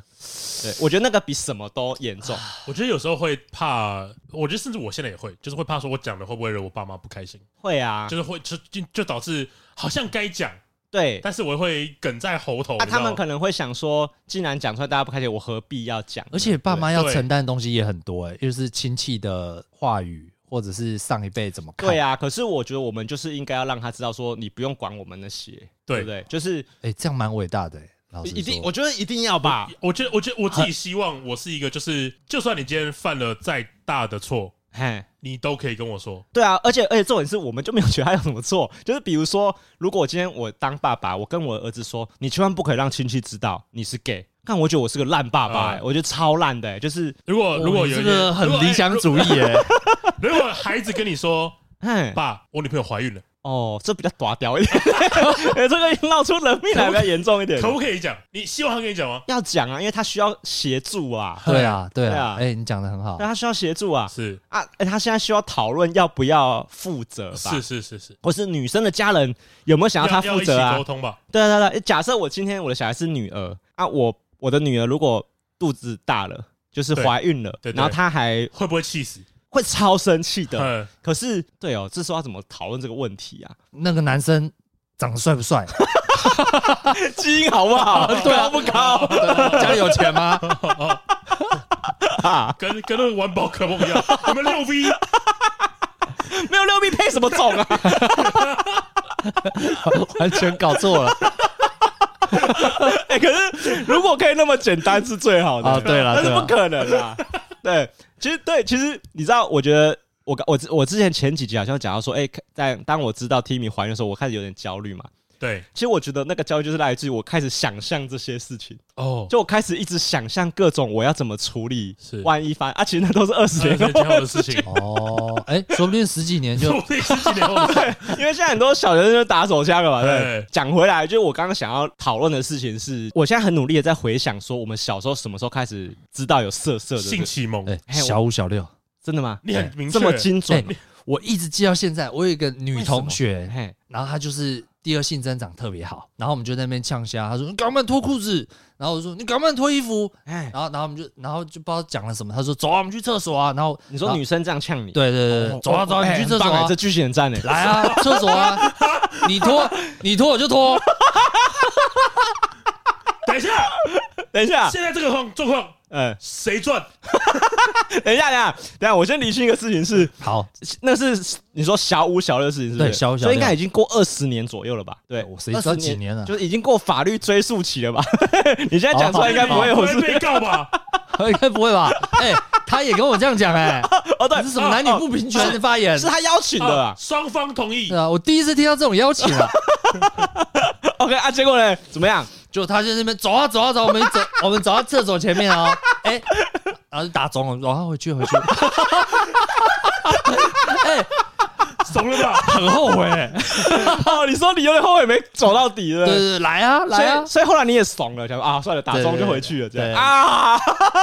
[SPEAKER 2] 对，我觉得那个比什么都严重。
[SPEAKER 1] 我觉得有时候会怕，我觉得甚至我现在也会，就是会怕说我讲的会不会惹我爸妈不开心，
[SPEAKER 2] 会啊
[SPEAKER 1] 就，是会就就就导致好像该讲，
[SPEAKER 2] 对，
[SPEAKER 1] 但是我会梗在喉头。你
[SPEAKER 2] 啊，
[SPEAKER 1] 知道
[SPEAKER 2] 他
[SPEAKER 1] 吗
[SPEAKER 2] 们可能会想说，既然讲出来大家不开心，我何必要讲呢？
[SPEAKER 3] 而且爸妈
[SPEAKER 1] 对
[SPEAKER 3] 要
[SPEAKER 1] 对
[SPEAKER 3] 承担的东西也很多，哎，就是亲戚的话语，或者是上一辈怎么看，
[SPEAKER 2] 对啊，可是我觉得我们就是应该要让他知道说，你不用管我们那些，对
[SPEAKER 1] 对
[SPEAKER 2] 不对？就是
[SPEAKER 3] 哎，这样蛮伟大的，哎老师
[SPEAKER 2] 一定，我觉得一定要吧。
[SPEAKER 1] 我觉得，我觉得我自己希望我是一个，就是就算你今天犯了再大的错，
[SPEAKER 2] 嘿，
[SPEAKER 1] 你都可以跟我说。
[SPEAKER 2] 对啊，而且而且重点是，我们就没有觉得他有什么错。就是比如说，如果我今天我当爸爸，我跟我儿子说，你千万不可以让亲戚知道你是 gay。但我觉得我是个烂爸爸、欸，
[SPEAKER 1] 嗯
[SPEAKER 2] 我觉得超烂的、欸，就是，
[SPEAKER 1] 如果如果有
[SPEAKER 3] 这
[SPEAKER 1] 一天
[SPEAKER 3] 个
[SPEAKER 2] 哎
[SPEAKER 3] 很理，想
[SPEAKER 1] 如
[SPEAKER 3] 主义哎耶，
[SPEAKER 1] 果 如果孩子跟你说
[SPEAKER 2] 嘿，
[SPEAKER 1] 爸，我女朋友怀孕了，
[SPEAKER 2] 哦，这比较寡屌一点， 欸、这个闹出人命来比较严重一 点。
[SPEAKER 1] 可不可以讲？你希望他跟你讲吗？
[SPEAKER 2] 要讲啊，因为他需要协助 啊，
[SPEAKER 3] 对啊，对
[SPEAKER 2] 对
[SPEAKER 3] 啊
[SPEAKER 2] 啊，
[SPEAKER 3] 哎，你讲的很好
[SPEAKER 2] 对，他需要协助啊
[SPEAKER 1] 是
[SPEAKER 2] 啊！欸他现在需要讨论要不要负责吧？
[SPEAKER 1] 是是是是，
[SPEAKER 2] 或是女生的家人有没有想
[SPEAKER 1] 要
[SPEAKER 2] 要她
[SPEAKER 1] 要
[SPEAKER 2] 负
[SPEAKER 1] 一起
[SPEAKER 2] 责啊
[SPEAKER 1] 沟？通吧。
[SPEAKER 2] 对啊对啊对啊，欸假设我今天我的小孩是女儿啊，我我的女儿如果肚子大了，就是怀孕了，
[SPEAKER 1] 对对对
[SPEAKER 2] 然后她还
[SPEAKER 1] 会不会气死？
[SPEAKER 2] 会超生气的。
[SPEAKER 1] 嗯，
[SPEAKER 2] 可是，对哦，这时候要怎么讨论这个问题啊？
[SPEAKER 3] 那个男生长得帅不帅？
[SPEAKER 2] 基因好不 好？
[SPEAKER 1] 啊
[SPEAKER 2] 高不高？
[SPEAKER 3] 家里有钱吗？
[SPEAKER 2] 啊，
[SPEAKER 1] 跟跟那个玩宝可梦一 样，我们六 V
[SPEAKER 2] 没有六 B 配什么种啊？
[SPEAKER 3] 完全搞错了
[SPEAKER 2] 哎、可是如果可以那么简单是最好的
[SPEAKER 3] 啊！对了，
[SPEAKER 2] 但是
[SPEAKER 3] 对了
[SPEAKER 2] 不，可能啊。对，其实对，其实你知道，我觉得我刚我之我之前前几集好像讲到说，哎、在当我知道 Timmy 怀孕的时候，我开始有点焦虑嘛。
[SPEAKER 1] 对
[SPEAKER 2] 其实我觉得那个焦虑就是来自于我开始想象这些事情，
[SPEAKER 1] 哦，
[SPEAKER 2] 就我开始一直想象各种我要怎么处理，
[SPEAKER 1] 是
[SPEAKER 2] 万一发啊，其实那都是二十年
[SPEAKER 1] 这
[SPEAKER 2] 后
[SPEAKER 1] 前后的事 情，
[SPEAKER 3] 哦， 哎，说不定十几年就
[SPEAKER 1] 说不定是几年后 的事。
[SPEAKER 2] 因为现在很多小学生就打手枪了嘛。对
[SPEAKER 1] 对，
[SPEAKER 2] 讲回来，就是我刚刚想要讨论的事情是，我现在很努力的在回想说，我们小时候什么时候开始知道有色色的这
[SPEAKER 1] 性
[SPEAKER 2] 个？
[SPEAKER 1] 启蒙，
[SPEAKER 3] 哎
[SPEAKER 2] 嘿我
[SPEAKER 3] 小五小六，
[SPEAKER 2] 真的吗？
[SPEAKER 1] 你很明确
[SPEAKER 2] 这么精准
[SPEAKER 3] 哎？我一直记到现在。我有一个女同学，
[SPEAKER 2] 嘿，
[SPEAKER 3] 然后她就是第二性增长特别好，然后我们就在那边呛虾，她说你赶快脱裤子，然后我说你赶快脱衣服，
[SPEAKER 2] 哎，
[SPEAKER 3] 然后然后我们就然后就不知道讲了什么，她说走啊，我们去厕所啊，然后
[SPEAKER 2] 你说女生这样呛你，
[SPEAKER 3] 对对对
[SPEAKER 2] 哦，
[SPEAKER 3] 对，走啊走啊，
[SPEAKER 2] 哎
[SPEAKER 3] 你去
[SPEAKER 2] 很
[SPEAKER 3] 厕所
[SPEAKER 2] 棒哎
[SPEAKER 3] 啊
[SPEAKER 2] 这，剧情很赞诶。
[SPEAKER 3] 来 啊，厕所啊，你脱你脱我就脱，
[SPEAKER 1] 等一下，
[SPEAKER 2] 等一下，
[SPEAKER 1] 现在这个状状况
[SPEAKER 2] 呃，
[SPEAKER 1] 谁赚？
[SPEAKER 2] 等一下，等一下，等一下，我先理清一个事情是，
[SPEAKER 3] 好，
[SPEAKER 2] 那是你说小五小六的事情是不是？
[SPEAKER 3] 对小五小六
[SPEAKER 2] 这应该已经过二十年左右了吧？对，
[SPEAKER 3] 我谁知道几年啊
[SPEAKER 2] 20就是已经过法律追溯期了吧？ 你现在讲出
[SPEAKER 3] 哦
[SPEAKER 2] 来应该不会有
[SPEAKER 1] 不会
[SPEAKER 2] 事
[SPEAKER 1] 被告吧？
[SPEAKER 3] 应该不会吧？哎，她也跟我这样讲哎，
[SPEAKER 2] 哦，对
[SPEAKER 3] 你，是什么男女不平权的发言
[SPEAKER 2] 是？他邀请的
[SPEAKER 1] 啊
[SPEAKER 2] 啊。
[SPEAKER 1] 双方同意
[SPEAKER 3] 对，啊，我第一次听到这种邀请 啊，
[SPEAKER 2] OK 啊，结果呢？怎么样？
[SPEAKER 3] 就他就在那边走啊走啊走，我们 走，我们走到厕所前面哦，哎，然后就打中了，然哦后回去回去，哎，
[SPEAKER 1] 怂了吧？
[SPEAKER 3] 很后 悔，
[SPEAKER 2] 哦，你说你有点后悔没走到底
[SPEAKER 3] 对对
[SPEAKER 2] 了。
[SPEAKER 3] 对，来啊
[SPEAKER 2] 所
[SPEAKER 3] 来啊
[SPEAKER 2] 以，，所以后来你也怂了，想说啊，算了，打中就回去了，这
[SPEAKER 3] 对
[SPEAKER 2] 样
[SPEAKER 3] 对
[SPEAKER 2] 啊，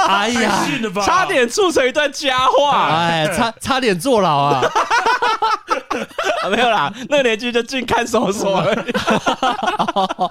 [SPEAKER 3] 哎呀
[SPEAKER 1] 太，逊了吧？
[SPEAKER 2] 差点促成一段佳话。
[SPEAKER 3] 哎，差差点坐牢啊，
[SPEAKER 2] 啊 没有啦，那个年纪就进看守所而已，哦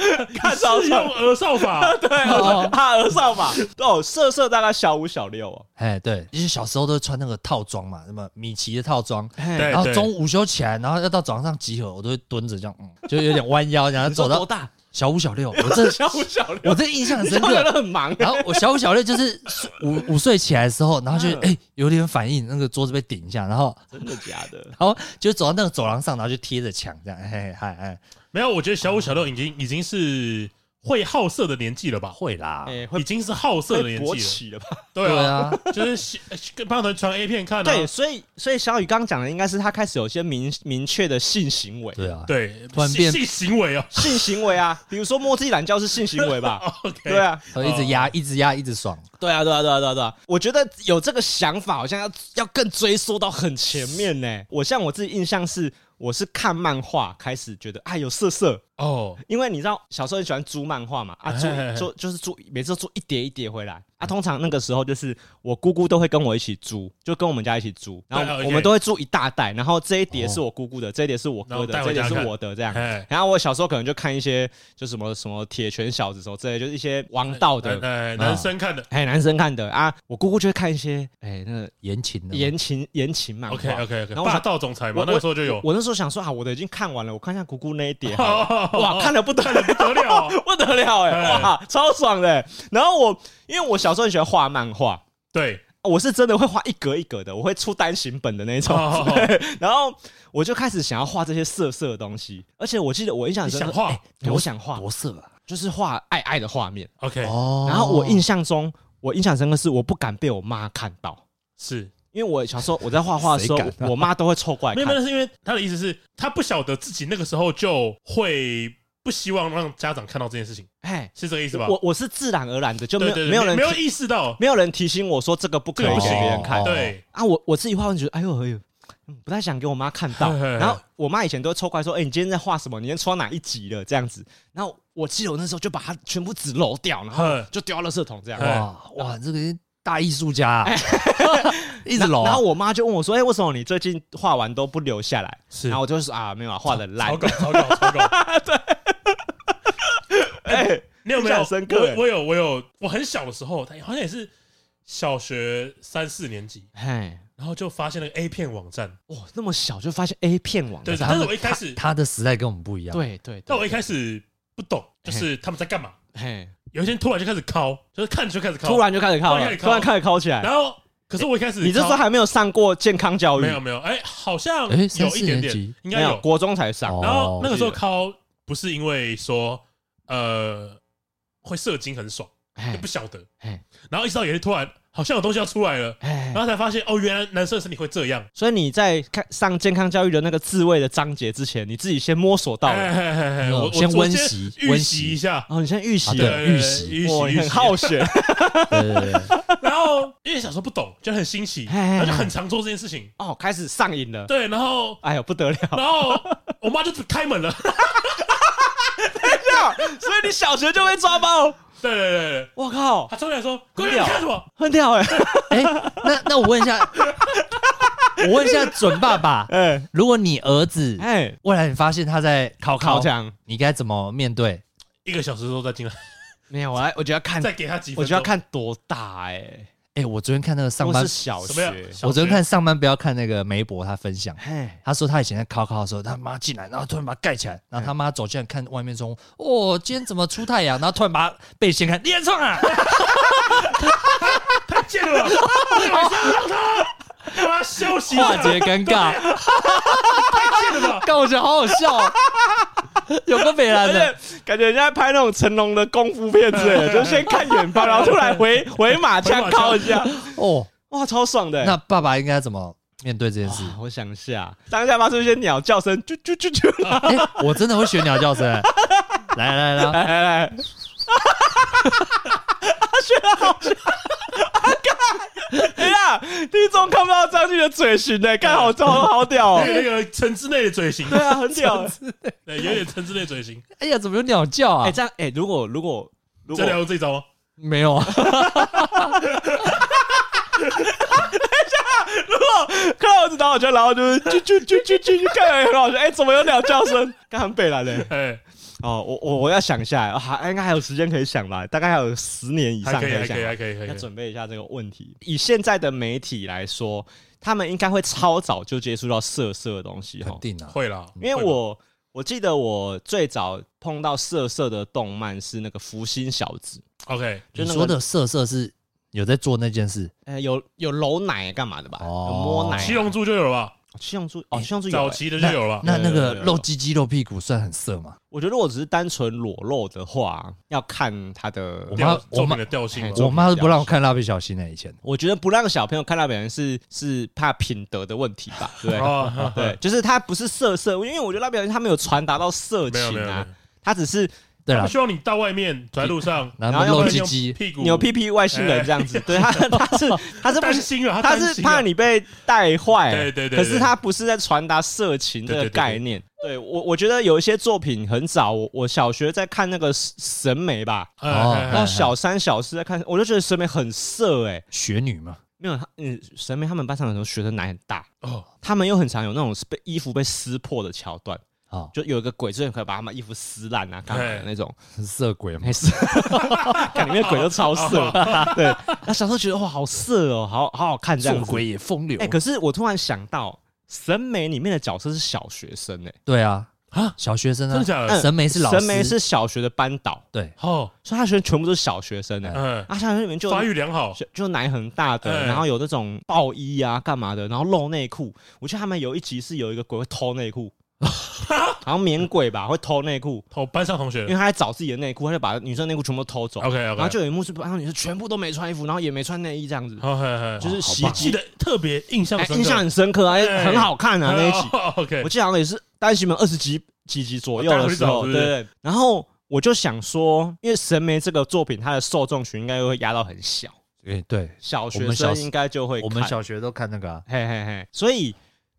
[SPEAKER 2] 看守
[SPEAKER 1] 是
[SPEAKER 2] 所
[SPEAKER 1] 用儿少法，
[SPEAKER 2] 对，
[SPEAKER 3] 哦
[SPEAKER 2] 他儿少吧？哦，色色大概小五小六 哦。
[SPEAKER 3] 哎，对，因为小时候都穿那个套装嘛，什么米奇的套装，
[SPEAKER 1] 对
[SPEAKER 3] 然后中午午休起来，然后要到早上集合，我都会蹲着这样，嗯，就有点弯腰，然后走到
[SPEAKER 2] 大？
[SPEAKER 3] 小五小六，我 这
[SPEAKER 2] 小五小六，
[SPEAKER 3] 我这印象很
[SPEAKER 2] 你小
[SPEAKER 3] 深
[SPEAKER 2] 五小
[SPEAKER 3] 刻。
[SPEAKER 2] 六很忙
[SPEAKER 3] 然后我小五小六就是五五岁起来的时候，然后就
[SPEAKER 2] 嗯
[SPEAKER 3] 哎、有点反应，那个桌子被顶一下，然后
[SPEAKER 2] 真的假的？
[SPEAKER 3] 然后就走到那个走廊上，然后就贴着墙这样，嘿嘿嗨哎，
[SPEAKER 1] 没有，我觉得小五小六已经已经是会好色的年纪了吧？
[SPEAKER 3] 会啦，
[SPEAKER 2] 哎，
[SPEAKER 1] 已
[SPEAKER 2] 会
[SPEAKER 1] 经是好色的
[SPEAKER 2] 会
[SPEAKER 1] 年
[SPEAKER 2] 勃
[SPEAKER 1] 纪了，
[SPEAKER 2] 起了吧？
[SPEAKER 1] 对
[SPEAKER 3] 对
[SPEAKER 1] 啊，
[SPEAKER 3] 啊，
[SPEAKER 1] 就是跟胖团传 A 片看啊，
[SPEAKER 3] 嗯
[SPEAKER 2] 对，所以所以小雨刚刚讲的应该是他开始有一些明明确的性行为，
[SPEAKER 3] 对啊，
[SPEAKER 1] 对，
[SPEAKER 3] 突然变
[SPEAKER 1] 性性行为哦
[SPEAKER 2] 性行为啊， 比如说摸自己懒觉是性行为 吧？
[SPEAKER 3] 哦
[SPEAKER 1] ，OK，
[SPEAKER 2] 对，啊，
[SPEAKER 3] 然后一直压，一直压，一直爽，
[SPEAKER 2] 对啊，对啊，对啊，对啊，对啊！我觉得有这个想法，好像要要更追溯到很前面呢。我像我自己印象是，我是看漫画开始觉得啊有色色，
[SPEAKER 1] 哦，
[SPEAKER 2] 因为你知道小时候很喜欢租漫画嘛，啊租
[SPEAKER 1] 哎哎哎
[SPEAKER 2] 就就是租，每次都租一叠一叠回来啊。通常那个时候就是我姑姑都会跟我一起租，就跟我们家一起租，然后
[SPEAKER 1] 对啊
[SPEAKER 2] 我们
[SPEAKER 1] OK
[SPEAKER 2] 都会租一大袋，然后这一叠是我姑姑的，这一叠是我哥的，
[SPEAKER 1] 然后带
[SPEAKER 2] 这一
[SPEAKER 1] 回
[SPEAKER 2] 叠
[SPEAKER 1] 家
[SPEAKER 2] 是
[SPEAKER 1] 看
[SPEAKER 2] 我的，这样。
[SPEAKER 1] 哎，
[SPEAKER 2] 然后我小时候可能就看一些就什么什么铁拳小子什么之类，就是一些王道的，
[SPEAKER 1] 哎，男生看的
[SPEAKER 2] 哎，男生看的啊，我姑姑就会看一些哎那个
[SPEAKER 3] 言情的嘛，
[SPEAKER 2] 言情言情漫画。
[SPEAKER 1] ，OK OK OK，
[SPEAKER 2] 然后我
[SPEAKER 1] 霸
[SPEAKER 2] 想
[SPEAKER 1] 道总裁嘛
[SPEAKER 2] 我，
[SPEAKER 1] 那个时候就有，哦
[SPEAKER 2] 我那时候想说啊，我的已经看完了，我看一下姑姑那一点好 了，哇，
[SPEAKER 1] 哇
[SPEAKER 2] 看的不得
[SPEAKER 1] 看的不得了哦，
[SPEAKER 2] 不得了哎、
[SPEAKER 1] 哎
[SPEAKER 2] 哇，超爽的欸、然后我因为我小时候很喜欢画漫画。
[SPEAKER 1] 对，
[SPEAKER 2] 我是真的会画一格一格的，我会出单行本的那一种
[SPEAKER 1] 哦
[SPEAKER 2] 对然后我就开始想要画这些色色的东西，而且我记得我印象很
[SPEAKER 1] 你
[SPEAKER 2] 深
[SPEAKER 1] 想
[SPEAKER 2] 刻，
[SPEAKER 1] 画
[SPEAKER 2] 我想画
[SPEAKER 3] 多色啊，
[SPEAKER 2] 就是画爱爱的画面。
[SPEAKER 1] ，OK，
[SPEAKER 3] 哦
[SPEAKER 2] 然后我印象中，我印象深刻是我不敢被我妈看到，
[SPEAKER 1] 是
[SPEAKER 2] 因为我小时候我在画画的时候
[SPEAKER 3] 谁敢，啊
[SPEAKER 2] 我妈都会凑过来
[SPEAKER 1] 没有，没有
[SPEAKER 2] 看。
[SPEAKER 1] 那是因为他的意思是，他不晓得自己那个时候就会不希望让家长看到这件事情，
[SPEAKER 2] 哎，
[SPEAKER 1] 是这个意思吧？
[SPEAKER 2] 我我是自然而然的，就没
[SPEAKER 1] 对
[SPEAKER 2] 有
[SPEAKER 1] 对对
[SPEAKER 2] 没有人
[SPEAKER 1] 没有
[SPEAKER 2] 提
[SPEAKER 1] 意识到，
[SPEAKER 2] 没有人提醒我说这个不可
[SPEAKER 1] 这个
[SPEAKER 2] 以
[SPEAKER 1] 不
[SPEAKER 2] 给
[SPEAKER 1] 行
[SPEAKER 2] 别人看
[SPEAKER 3] 哦
[SPEAKER 1] 对，
[SPEAKER 2] 啊。我我自己画完觉得哎呦哎呦，嗯不太想给我妈看到。
[SPEAKER 1] 嘿嘿嘿
[SPEAKER 2] 然后我妈以前都会凑过来说：“哎，你今天在画什么？你今天抽到哪一集了？”这样子。然后我记得我那时候就把它全部纸揉掉，然后
[SPEAKER 1] 嘿
[SPEAKER 2] 就丢到垃圾桶这样。
[SPEAKER 1] 嘿
[SPEAKER 3] 哇哇，这个是大艺术家啊， 一直
[SPEAKER 2] 然
[SPEAKER 3] 搂
[SPEAKER 2] 后
[SPEAKER 3] 啊
[SPEAKER 2] 哎然后我妈就问我说：“哎、为什么你最近画完都不留下来？”
[SPEAKER 1] 是
[SPEAKER 2] 然后我就说：“啊，没有啊，画的烂
[SPEAKER 1] 草。稿，草稿，草稿。对，哎，你有没有
[SPEAKER 2] 印象深刻哎
[SPEAKER 1] 我我有，我有，我很小的时候，好像也是小学三四年级”，
[SPEAKER 2] 哎，
[SPEAKER 1] 然后就发现了个 A 片网站。
[SPEAKER 2] 哇，那么小就发现 A 片网
[SPEAKER 1] 对，
[SPEAKER 2] 站，
[SPEAKER 1] 但是我一开始，
[SPEAKER 3] 他的时代跟我们不一样。，
[SPEAKER 2] 对对
[SPEAKER 1] 但我
[SPEAKER 2] 对，
[SPEAKER 1] 一开始不懂，就是他们在干嘛。
[SPEAKER 2] 嘿，
[SPEAKER 1] 有一天突然就开始敲，就是看就开始敲，
[SPEAKER 2] 突。然就开始靠
[SPEAKER 1] 突然开
[SPEAKER 2] 了，
[SPEAKER 1] 始靠
[SPEAKER 2] 突然开始靠起来。
[SPEAKER 1] 然后，可是我一开始
[SPEAKER 2] 你这时候
[SPEAKER 1] 敲
[SPEAKER 2] 还没有上过健康教育，
[SPEAKER 1] 没有没有，哎，好像
[SPEAKER 3] 哎三
[SPEAKER 1] 有
[SPEAKER 3] 四
[SPEAKER 1] 一点
[SPEAKER 3] 年
[SPEAKER 1] 点
[SPEAKER 3] 级，
[SPEAKER 1] 应
[SPEAKER 2] 没
[SPEAKER 1] 该有。
[SPEAKER 2] 国中才上。
[SPEAKER 3] 哦
[SPEAKER 1] 然后那个时候
[SPEAKER 2] 我记
[SPEAKER 1] 敲不是因为说呃会射精很爽，
[SPEAKER 2] 哎
[SPEAKER 1] 就不晓得
[SPEAKER 2] 嘿。
[SPEAKER 1] 然后一直到有一天突然好像有东西要出来了，
[SPEAKER 2] 哎
[SPEAKER 1] 然，后才发现哦，原来男生的身体会这样。
[SPEAKER 2] 所以你在看上健康教育的那个自慰的章节之前，你自己先摸索到了，
[SPEAKER 1] 哎嘿嘿嘿
[SPEAKER 3] 嗯
[SPEAKER 1] 我我
[SPEAKER 3] 先
[SPEAKER 1] 我
[SPEAKER 3] 温习
[SPEAKER 1] 先预
[SPEAKER 3] 温
[SPEAKER 1] 习
[SPEAKER 3] 习
[SPEAKER 1] 一下。
[SPEAKER 2] 哦，你先预习
[SPEAKER 3] 啊
[SPEAKER 1] 对
[SPEAKER 2] 了，
[SPEAKER 1] 对
[SPEAKER 3] 预
[SPEAKER 1] 对
[SPEAKER 3] 习
[SPEAKER 1] 预习，
[SPEAKER 2] 哇，
[SPEAKER 1] 预
[SPEAKER 2] 你很
[SPEAKER 1] 习
[SPEAKER 2] 好学，
[SPEAKER 3] 对对对，
[SPEAKER 1] 然后因为小时候不懂，就很新奇，
[SPEAKER 2] 嘿嘿嘿
[SPEAKER 1] 然后就很常做这件事情。
[SPEAKER 2] 哦，开始上瘾了，
[SPEAKER 1] 对，然后
[SPEAKER 2] 哎呦不得了，
[SPEAKER 1] 然后我妈就开门了。
[SPEAKER 2] 啊所以你小学就被抓包，
[SPEAKER 1] 对对对对，
[SPEAKER 2] 我靠，
[SPEAKER 1] 她冲进来说：“姑娘，你看什么
[SPEAKER 2] 很屌哎、
[SPEAKER 3] 哎，那那我问 一下，我问一下准爸爸，
[SPEAKER 2] 哎
[SPEAKER 3] 如果你儿子
[SPEAKER 2] 哎，
[SPEAKER 3] 未来你发现他在考
[SPEAKER 2] 靠
[SPEAKER 3] 考，
[SPEAKER 2] 墙
[SPEAKER 3] 你该怎么面对？？”
[SPEAKER 1] 一个小时之后再进来，
[SPEAKER 2] 没有，我来，我觉得要看，
[SPEAKER 1] 再给她几分钟。
[SPEAKER 2] 我觉得要看多大哎、
[SPEAKER 3] 哎，我昨天看那个上
[SPEAKER 2] 如果
[SPEAKER 3] 班
[SPEAKER 2] 是，小
[SPEAKER 1] 什么样
[SPEAKER 2] 学，？
[SPEAKER 1] 小
[SPEAKER 3] 我昨天
[SPEAKER 1] 学
[SPEAKER 3] 看上班不要看那个梅博他分享。
[SPEAKER 2] 哎，
[SPEAKER 3] 他说他以前在考考的时候，他妈进来，然后突然把他盖起来，
[SPEAKER 2] 嗯
[SPEAKER 3] 然后他妈走进来看外面说：“哦，今天怎么出太阳？”然后突然把被掀开，脸上 啊！
[SPEAKER 1] 太贱了，你晚上让他让他休息一下
[SPEAKER 3] 化解尴尬，
[SPEAKER 1] 太贱了吧？
[SPEAKER 3] 但我觉得好好笑 哦，有个北兰
[SPEAKER 1] 哎
[SPEAKER 2] 而
[SPEAKER 3] 的，
[SPEAKER 2] 且感觉人家在拍那种成龙的功夫片之类的，就先看远方，然后突然回回马
[SPEAKER 1] 哎回
[SPEAKER 2] 枪
[SPEAKER 1] 马枪
[SPEAKER 2] 敲一下，
[SPEAKER 3] 哦，
[SPEAKER 2] 哇，超爽的欸、
[SPEAKER 3] 那爸爸应该怎么面对这件事？
[SPEAKER 2] 哇我想一下，啊当下发出一些鸟叫声，啾啾啾啾，来
[SPEAKER 3] 哎，我真的会学鸟叫 声，哎来来
[SPEAKER 2] 来
[SPEAKER 3] 来来，
[SPEAKER 2] 啊来，啊哎呀，听众看不到张俊的嘴型呢，看好超好屌哦
[SPEAKER 1] 那，个那个城之内的嘴型，
[SPEAKER 2] 对啊，很屌欸。
[SPEAKER 1] 对，有点城之内嘴型。
[SPEAKER 3] 哎呀，怎么有鸟叫
[SPEAKER 2] 哎，
[SPEAKER 3] 啊？
[SPEAKER 2] 这样哎，如果如果如
[SPEAKER 1] 真的
[SPEAKER 2] 果
[SPEAKER 1] 用这招吗？
[SPEAKER 3] 没有啊，
[SPEAKER 2] 看到我子打我圈，然后就是啾啾啾啾啾，看起来很好笑。哎、怎么有鸟叫声？刚很北蓝嘞、
[SPEAKER 1] 哎，
[SPEAKER 2] 哦，我我我要想一下，还、应该还有时间可以想吧，大概还有十年以上
[SPEAKER 1] 还可以，
[SPEAKER 2] 以
[SPEAKER 1] 还
[SPEAKER 2] 想
[SPEAKER 1] 可以，。还可以，还
[SPEAKER 2] 要
[SPEAKER 1] 可以。
[SPEAKER 2] 准备一下这个问题。以现在的媒体来说，他们应该会超早就接触到色色的东西哈
[SPEAKER 3] 肯，定啊，
[SPEAKER 1] 会啦，
[SPEAKER 2] 因为
[SPEAKER 1] 会
[SPEAKER 2] 我我记得我最早碰到色色的动漫是那个《福星小子》，
[SPEAKER 1] OK，
[SPEAKER 2] 就
[SPEAKER 3] 你
[SPEAKER 2] 那个
[SPEAKER 3] 说的色色是有在做那件事，
[SPEAKER 2] 呃，有有揉奶干嘛的吧？
[SPEAKER 3] 哦
[SPEAKER 2] 有摸奶啊、
[SPEAKER 1] 七龙珠就有了吧？
[SPEAKER 2] 七龙珠哦，七龙珠有
[SPEAKER 1] 早
[SPEAKER 2] 欸
[SPEAKER 1] 期的就有了吧？
[SPEAKER 3] 那那
[SPEAKER 2] 有有
[SPEAKER 3] 个
[SPEAKER 2] 有有
[SPEAKER 3] 露鸡鸡露屁股算很色吗？
[SPEAKER 2] 我觉得如果只是单纯裸露的话，要看他的。
[SPEAKER 3] 我
[SPEAKER 1] 调
[SPEAKER 3] 妈
[SPEAKER 1] 作
[SPEAKER 3] 我
[SPEAKER 1] 品
[SPEAKER 3] 妈
[SPEAKER 1] 的调性
[SPEAKER 2] 哎
[SPEAKER 1] 嘛
[SPEAKER 2] 作。
[SPEAKER 3] 我妈都
[SPEAKER 2] 比较
[SPEAKER 3] 不让我看蜡笔小新呢，欸以前
[SPEAKER 2] 我觉得不让小朋友看到别人是是怕品德的问题吧，对不对。
[SPEAKER 1] 哦，
[SPEAKER 2] 对，就是他不是色色，因为我觉得那表人他没有传达到色
[SPEAKER 1] 没有没
[SPEAKER 2] 情
[SPEAKER 1] 有没有
[SPEAKER 2] 啊，，他只是
[SPEAKER 3] 对
[SPEAKER 1] 他
[SPEAKER 3] 啦
[SPEAKER 1] 希，望你到外面走在路上，
[SPEAKER 3] 然
[SPEAKER 2] 然
[SPEAKER 3] 后
[SPEAKER 2] 后
[SPEAKER 3] 露
[SPEAKER 1] 不然
[SPEAKER 3] 鸡
[SPEAKER 1] 用
[SPEAKER 3] 鸡，
[SPEAKER 1] 屁股哎
[SPEAKER 2] 牛屁屁外星人这样子，对 他他是他是不
[SPEAKER 1] 担
[SPEAKER 2] 是
[SPEAKER 1] 心啊，
[SPEAKER 2] 他
[SPEAKER 1] 担
[SPEAKER 2] 是
[SPEAKER 1] 心啊
[SPEAKER 2] 怕你被带坏，
[SPEAKER 1] 对对对对
[SPEAKER 2] 可是他不是在传达色情这
[SPEAKER 1] 对
[SPEAKER 2] 个
[SPEAKER 1] 对对对
[SPEAKER 2] 概念。对我我觉得有一些作品很早，我我小学在看那个神美吧，
[SPEAKER 1] 哎
[SPEAKER 3] 哦
[SPEAKER 1] 哎哎
[SPEAKER 2] 到小三小四在看，我就觉得神美很色哎、
[SPEAKER 3] 雪女嘛，
[SPEAKER 2] 没有，他嗯，神明他们班上有时候学生奶很大，
[SPEAKER 1] 哦，
[SPEAKER 2] 他们又很常有那种被衣服被撕破的桥段，
[SPEAKER 3] 哦，
[SPEAKER 2] 就有一个鬼最后可以把他们衣服撕烂啊，干嘛
[SPEAKER 1] 哎
[SPEAKER 2] 的那种，
[SPEAKER 3] 色鬼嘛
[SPEAKER 2] 没， 事，看里面鬼都超色，对，那小时候觉得哇好色哦，好好好看这
[SPEAKER 3] 做
[SPEAKER 2] 样子，
[SPEAKER 3] 鬼也风流啊
[SPEAKER 2] 哎、。可是我突然想到，审美里面的角色是小学生哎、
[SPEAKER 3] 对啊，
[SPEAKER 1] 啊，
[SPEAKER 3] 小学生
[SPEAKER 1] 真的
[SPEAKER 3] 啊，
[SPEAKER 1] 假
[SPEAKER 2] 嗯
[SPEAKER 1] 的？
[SPEAKER 3] 神媒是老师，
[SPEAKER 2] 审美是小学的班导，
[SPEAKER 3] 对，
[SPEAKER 1] 哦，
[SPEAKER 2] 所以他学生全部都是小学生哎、
[SPEAKER 1] 嗯，
[SPEAKER 2] 啊，小学里面就有
[SPEAKER 1] 发育良好，
[SPEAKER 2] 就就奶很大的，
[SPEAKER 1] 哎
[SPEAKER 2] 然后有那种暴衣啊，干嘛的，然后露内裤。我记得他们有一集是有一个鬼会偷内裤，好像免鬼吧，会偷内裤，
[SPEAKER 1] 偷班上同学
[SPEAKER 2] 因为他在找自己的内裤，他就把女生内裤全部偷走。
[SPEAKER 1] ，OK
[SPEAKER 2] 然后
[SPEAKER 1] OK，
[SPEAKER 2] 就有一幕是班上女生全部都没穿衣服，然后也没穿内衣这样子，
[SPEAKER 1] 好，嘿嘿
[SPEAKER 2] 就是袭
[SPEAKER 1] 我记
[SPEAKER 2] 击，
[SPEAKER 1] 得特别印象
[SPEAKER 2] 哎，
[SPEAKER 1] 深刻，
[SPEAKER 2] 印象很深刻，哎，
[SPEAKER 1] 哎哦
[SPEAKER 2] 很好看啊那一集。
[SPEAKER 1] OK，
[SPEAKER 2] 我记得好像也是单行本二十集几集左右的时候，
[SPEAKER 1] 我
[SPEAKER 2] 对
[SPEAKER 1] 哦待会去找是不是
[SPEAKER 2] 对。然后我就想说，因为神眉这个作品，它的受众群应该会压到很小，
[SPEAKER 3] 对哎对，
[SPEAKER 2] 小
[SPEAKER 3] 我
[SPEAKER 2] 学
[SPEAKER 3] 们小
[SPEAKER 2] 生应该就会
[SPEAKER 3] 我们
[SPEAKER 2] 看
[SPEAKER 3] 小学都看那个啊，
[SPEAKER 2] 嘿嘿嘿，所以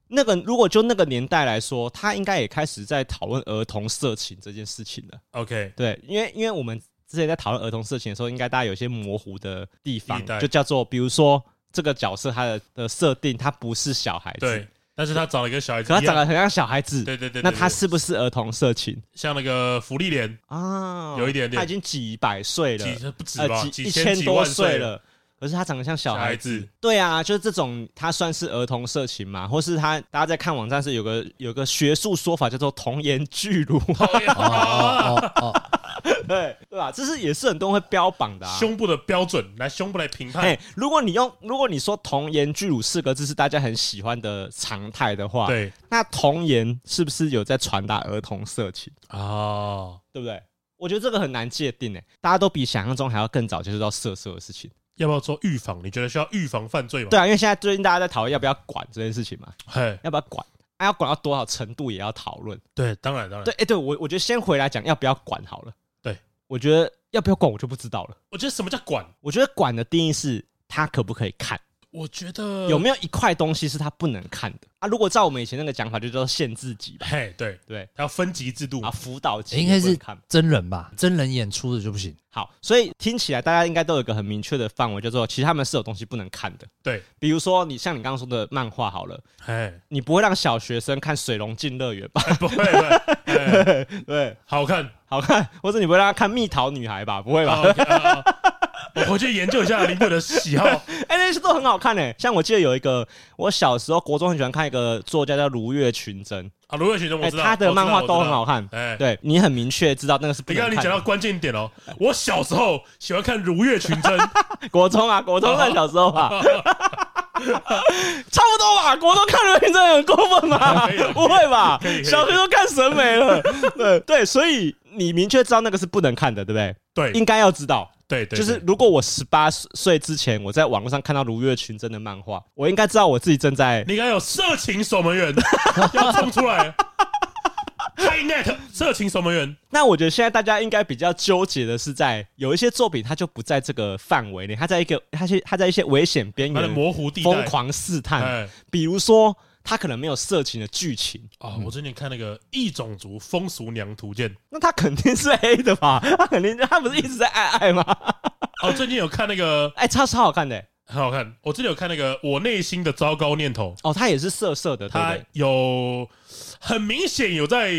[SPEAKER 2] 那个如果就那个年代来说，他应该也开始在讨论儿童色情这件事情了。
[SPEAKER 1] OK，
[SPEAKER 2] 对，因为因为我们之前在讨论儿童色情的时候，应该大家有一些模糊的地方
[SPEAKER 1] 地带，
[SPEAKER 2] 就叫做比如说这个角色他的的设定，他不是小孩子，
[SPEAKER 1] 对，但是他找了一个小孩子一
[SPEAKER 2] 可他
[SPEAKER 1] 样，
[SPEAKER 2] 长得很像小孩子，
[SPEAKER 1] 对对对，对
[SPEAKER 2] 那
[SPEAKER 1] 对
[SPEAKER 2] 他是不是儿童色情
[SPEAKER 1] 像那个福利莲，
[SPEAKER 2] 啊？
[SPEAKER 1] 有一点点
[SPEAKER 2] 他已经几百岁了，
[SPEAKER 1] 几不止吧，
[SPEAKER 2] 呃
[SPEAKER 1] 几
[SPEAKER 2] 一
[SPEAKER 1] 千
[SPEAKER 2] 千
[SPEAKER 1] 几
[SPEAKER 2] 多
[SPEAKER 1] 万
[SPEAKER 2] 岁
[SPEAKER 1] 了，
[SPEAKER 2] 了。可是他长得像小
[SPEAKER 1] 小
[SPEAKER 2] 孩
[SPEAKER 1] 孩
[SPEAKER 2] 子，
[SPEAKER 1] 子，
[SPEAKER 2] 对啊，就是这种，它算是儿童色情嘛，或是他大家在看网站是有个有个学术说法叫做童颜巨乳，
[SPEAKER 3] 哦哦哦哦，
[SPEAKER 2] 对对吧？这是也是很多人会标榜的、啊。
[SPEAKER 1] 胸部的标准来胸部来评判
[SPEAKER 2] 哎、，如果你用如果你说童颜巨乳四个字是大家很喜欢的常态的话，，
[SPEAKER 1] 对
[SPEAKER 2] 那童颜是不是有在传达儿童色情？
[SPEAKER 1] 啊，
[SPEAKER 2] 对不对？我觉得这个很难界定诶、欸大家都比想象中还要更早接触到色色的事情。
[SPEAKER 1] 要不要做预防？你觉得需要预防犯罪吗？
[SPEAKER 2] 对啊，因为现在最近大家在讨论要不要管这件事情嘛，
[SPEAKER 1] 嘿，
[SPEAKER 2] 要不要管？啊，要管到多少程度也要讨论。
[SPEAKER 1] 对，当然当然，
[SPEAKER 2] 对，哎、对我我觉得先回来讲要不要管好了。
[SPEAKER 1] 对，
[SPEAKER 2] 我觉得要不要管我就不知道了。
[SPEAKER 1] 我觉得什么叫管？
[SPEAKER 2] 我觉得管的定义是他可不可以看，
[SPEAKER 1] 我觉得
[SPEAKER 2] 有
[SPEAKER 1] 有？
[SPEAKER 2] 没有一块东西是他不能看的啊？如果照我们以前那个讲法，就叫做限制级吧，
[SPEAKER 1] 嘿，对，
[SPEAKER 2] 对
[SPEAKER 1] 它要分级制度
[SPEAKER 2] 啊，辅导级
[SPEAKER 3] 应该
[SPEAKER 2] 也不能
[SPEAKER 3] 是
[SPEAKER 2] 看。
[SPEAKER 3] 真人吧，真人演出的就不行。
[SPEAKER 2] 好，所以听起来大家应该都有一个很明确的范围，叫做其实他们是有东西不能看的，
[SPEAKER 1] 对，
[SPEAKER 2] 比如说你像你刚刚说的漫画好了，
[SPEAKER 1] 嘿，哎
[SPEAKER 2] 你不会让小学生看《水龙镜乐园》 吧？
[SPEAKER 1] 不会不 会，嘿
[SPEAKER 2] 对，
[SPEAKER 1] 好看，
[SPEAKER 2] 好看，或者你不会让他看《蜜桃女孩》吧？不 会吧？
[SPEAKER 1] 啊，OK，啊啊 我回去研究一下林顿的喜好，
[SPEAKER 2] 哎、那些都很好看诶、像我记得有一个，我小时候国中很喜欢看一个作家叫如月群真，
[SPEAKER 1] 啊，卢伟群众
[SPEAKER 2] 哎、
[SPEAKER 1] 我知道，
[SPEAKER 2] 他的
[SPEAKER 1] 我知道
[SPEAKER 2] 漫画都很。好看
[SPEAKER 1] 我。知道哎，
[SPEAKER 2] 对你很明确知道那个是不
[SPEAKER 1] 你刚
[SPEAKER 2] 能
[SPEAKER 1] 刚
[SPEAKER 2] 看
[SPEAKER 1] 你
[SPEAKER 2] 的。
[SPEAKER 1] 讲到关键点哦，我小时候喜欢看《如月群真》，
[SPEAKER 2] 国中啊，国中看小时候吧，啊差不多吧。国中看如月群真很过分 吧
[SPEAKER 1] 可以啊？
[SPEAKER 2] 不会吧
[SPEAKER 1] 可以可以？
[SPEAKER 2] 小学都看审美了，对对，所以你明确知道那个是不能看的，对不对？
[SPEAKER 1] 对
[SPEAKER 2] 应该要知道。
[SPEAKER 1] 对对，
[SPEAKER 2] 就是
[SPEAKER 1] 对
[SPEAKER 2] 如果我十八岁之前，我在网络上看到如月群真的漫画，我应该知道我自己正在
[SPEAKER 1] 你应该有色情守门 员要冲出来，HiNet 色情守门员，
[SPEAKER 2] 那我觉得现在大家应该比较纠结的是在，有一些作品它就不在这个范围内，它在一个它是它在一些危险边
[SPEAKER 1] 他的
[SPEAKER 2] 缘
[SPEAKER 1] 模糊地带，
[SPEAKER 2] 嗯疯狂试探，
[SPEAKER 1] 哎，
[SPEAKER 2] 比如说它可能没有色情的剧情，
[SPEAKER 1] 哦，我最近看那个《异种族风俗娘图鉴》，
[SPEAKER 2] 那它肯定是黑的吧？ 它肯定它不是一直在爱爱吗？
[SPEAKER 1] 哦，最近有看那个
[SPEAKER 2] 哎，超超好看的、
[SPEAKER 1] 很好看，我最近有看那个《我内心的糟糕念头》，
[SPEAKER 2] 哦，它也是色色的，对不
[SPEAKER 1] 它
[SPEAKER 2] 对？
[SPEAKER 1] 有很明显有在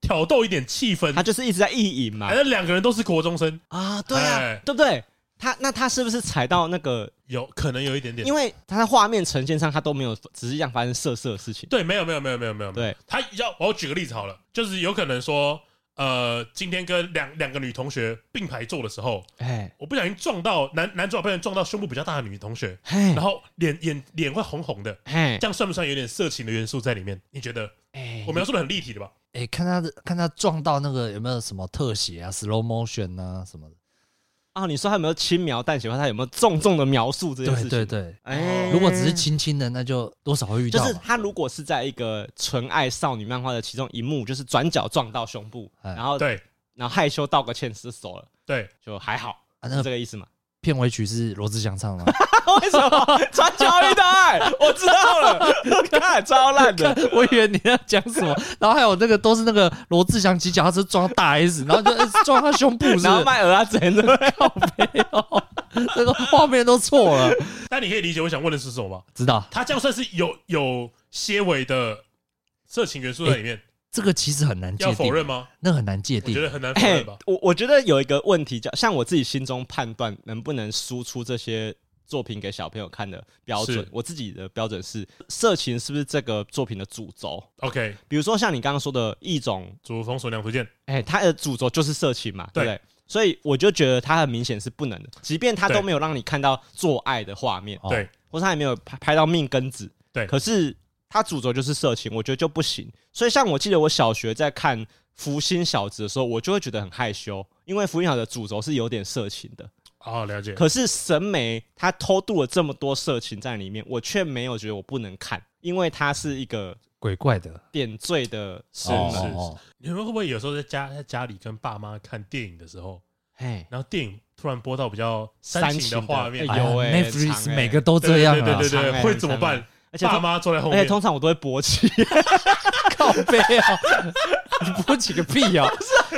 [SPEAKER 1] 挑逗一点气氛
[SPEAKER 2] 它，就是一直在意淫嘛
[SPEAKER 1] 反，正两个人都是国中生，
[SPEAKER 2] 啊，对啊
[SPEAKER 1] 哎，
[SPEAKER 2] 对不对？它那它是不是踩到那个？
[SPEAKER 1] 有可能有一点点
[SPEAKER 2] 因，为它在画面呈现上，它都没有，只是一样发生色色的事情。
[SPEAKER 1] 对，没有没有没有没有没有，没有
[SPEAKER 2] 对，
[SPEAKER 1] 他要我举个例子好了，就是有可能说，呃，今天跟两两个女同学并排坐的时候，
[SPEAKER 2] 哎
[SPEAKER 1] 我不小心撞到男男主角，不小心撞到胸部比较大的女同学，
[SPEAKER 2] 嘿
[SPEAKER 1] 然后脸眼脸会红红的，
[SPEAKER 2] 嘿
[SPEAKER 1] 这样算不算有点色情的元素在里面？你觉得
[SPEAKER 2] 哎
[SPEAKER 1] 我描述的很立体的吧？
[SPEAKER 3] 哎，看他的看他撞到那个有没有什么特写啊，slow motion 啊什么的。
[SPEAKER 2] 啊，你说他有没有轻描淡写，或他有没有重重的描述这件事
[SPEAKER 3] 对
[SPEAKER 2] 情？
[SPEAKER 3] 对对，
[SPEAKER 2] 哎
[SPEAKER 3] 如果只是轻轻的，那就多少会遇到
[SPEAKER 2] 就
[SPEAKER 3] 嘛。
[SPEAKER 2] 是他如果是在一个纯爱少女漫画的其中一幕，就是转角撞到胸部，
[SPEAKER 3] 哎
[SPEAKER 2] 然后
[SPEAKER 1] 对
[SPEAKER 2] 然后害羞道个歉失手了，
[SPEAKER 1] 对，
[SPEAKER 2] 就还好，
[SPEAKER 3] 啊，那
[SPEAKER 2] 是
[SPEAKER 3] 个
[SPEAKER 2] 这个意思吗？
[SPEAKER 3] 片尾曲是罗志祥唱的吗，
[SPEAKER 2] 为什么转角遇到爱？我知道 了，看超烂的，
[SPEAKER 3] 我以为你要讲什么，然后还有那个都是那个罗志祥骑脚踏车撞大 S，然后就呃撞他胸部，是
[SPEAKER 2] 然
[SPEAKER 3] 不
[SPEAKER 2] 后
[SPEAKER 3] 是？
[SPEAKER 2] 卖鹅啊真的，
[SPEAKER 3] 那个画面都错了，
[SPEAKER 1] 但你可以理解我想问的是什么吗？
[SPEAKER 3] 知道
[SPEAKER 1] 他这样算是有有些微的色情元素在里面，
[SPEAKER 3] 这个其实很难界
[SPEAKER 1] 要
[SPEAKER 3] 定，
[SPEAKER 1] 否认吗？
[SPEAKER 3] 那很难界
[SPEAKER 1] 我觉
[SPEAKER 3] 定
[SPEAKER 1] 得。很难否
[SPEAKER 2] 哎
[SPEAKER 1] 认吧。，
[SPEAKER 2] 我我觉得有一个问题叫，像我自己心中判断能不能输出这些作品给小朋友看的标准
[SPEAKER 1] 是，
[SPEAKER 2] 我自己的标准是色情是不是这个作品的主轴？
[SPEAKER 1] OK，
[SPEAKER 2] 比如说像你刚刚说的一种，
[SPEAKER 1] 主风俗娘图鉴，
[SPEAKER 2] 哎、它的主轴就是色情嘛，对
[SPEAKER 1] 对
[SPEAKER 2] 不对？所以我就觉得它很明显是不能的，即便它
[SPEAKER 1] 对
[SPEAKER 2] 都没有让你看到做爱的画面，
[SPEAKER 3] 哦
[SPEAKER 1] 对
[SPEAKER 2] 或是它也没有拍拍到命根子，
[SPEAKER 1] 对
[SPEAKER 2] 可是它主轴就是色情，我觉得就不行。所以像我记得我小学在看《福星小子》的时候，我就会觉得很害羞，因为《福星小子》的主轴是有点色情的。
[SPEAKER 1] 哦，了解。
[SPEAKER 2] 可是审美它偷渡了这么多色情在里面，我却没有觉得我不能看，因为它是一个
[SPEAKER 3] 鬼怪的，
[SPEAKER 2] 点缀的
[SPEAKER 1] 是
[SPEAKER 3] 哦
[SPEAKER 1] 是
[SPEAKER 3] 哦哦
[SPEAKER 1] 你们会不会有时候在家在家里跟爸妈看电影的时候，
[SPEAKER 2] 哎，
[SPEAKER 1] 然后电影突然播到比较
[SPEAKER 2] 煽
[SPEAKER 1] 煽
[SPEAKER 2] 情
[SPEAKER 1] 情的画面，
[SPEAKER 2] 哎呦
[SPEAKER 3] 哎
[SPEAKER 2] 欸很长
[SPEAKER 3] Netflix
[SPEAKER 2] 欸
[SPEAKER 3] 每个都这样
[SPEAKER 1] 对
[SPEAKER 3] 啊
[SPEAKER 1] 对，对对
[SPEAKER 2] 很长
[SPEAKER 1] 对，
[SPEAKER 2] 欸
[SPEAKER 1] 会怎么
[SPEAKER 2] 很
[SPEAKER 1] 办？
[SPEAKER 2] 而且
[SPEAKER 1] 爸
[SPEAKER 2] 通
[SPEAKER 1] 妈坐在后
[SPEAKER 2] 而且
[SPEAKER 1] 面，
[SPEAKER 2] 通常我都会勃起，
[SPEAKER 3] 靠背哦，你播几个 屁哦，
[SPEAKER 1] 啊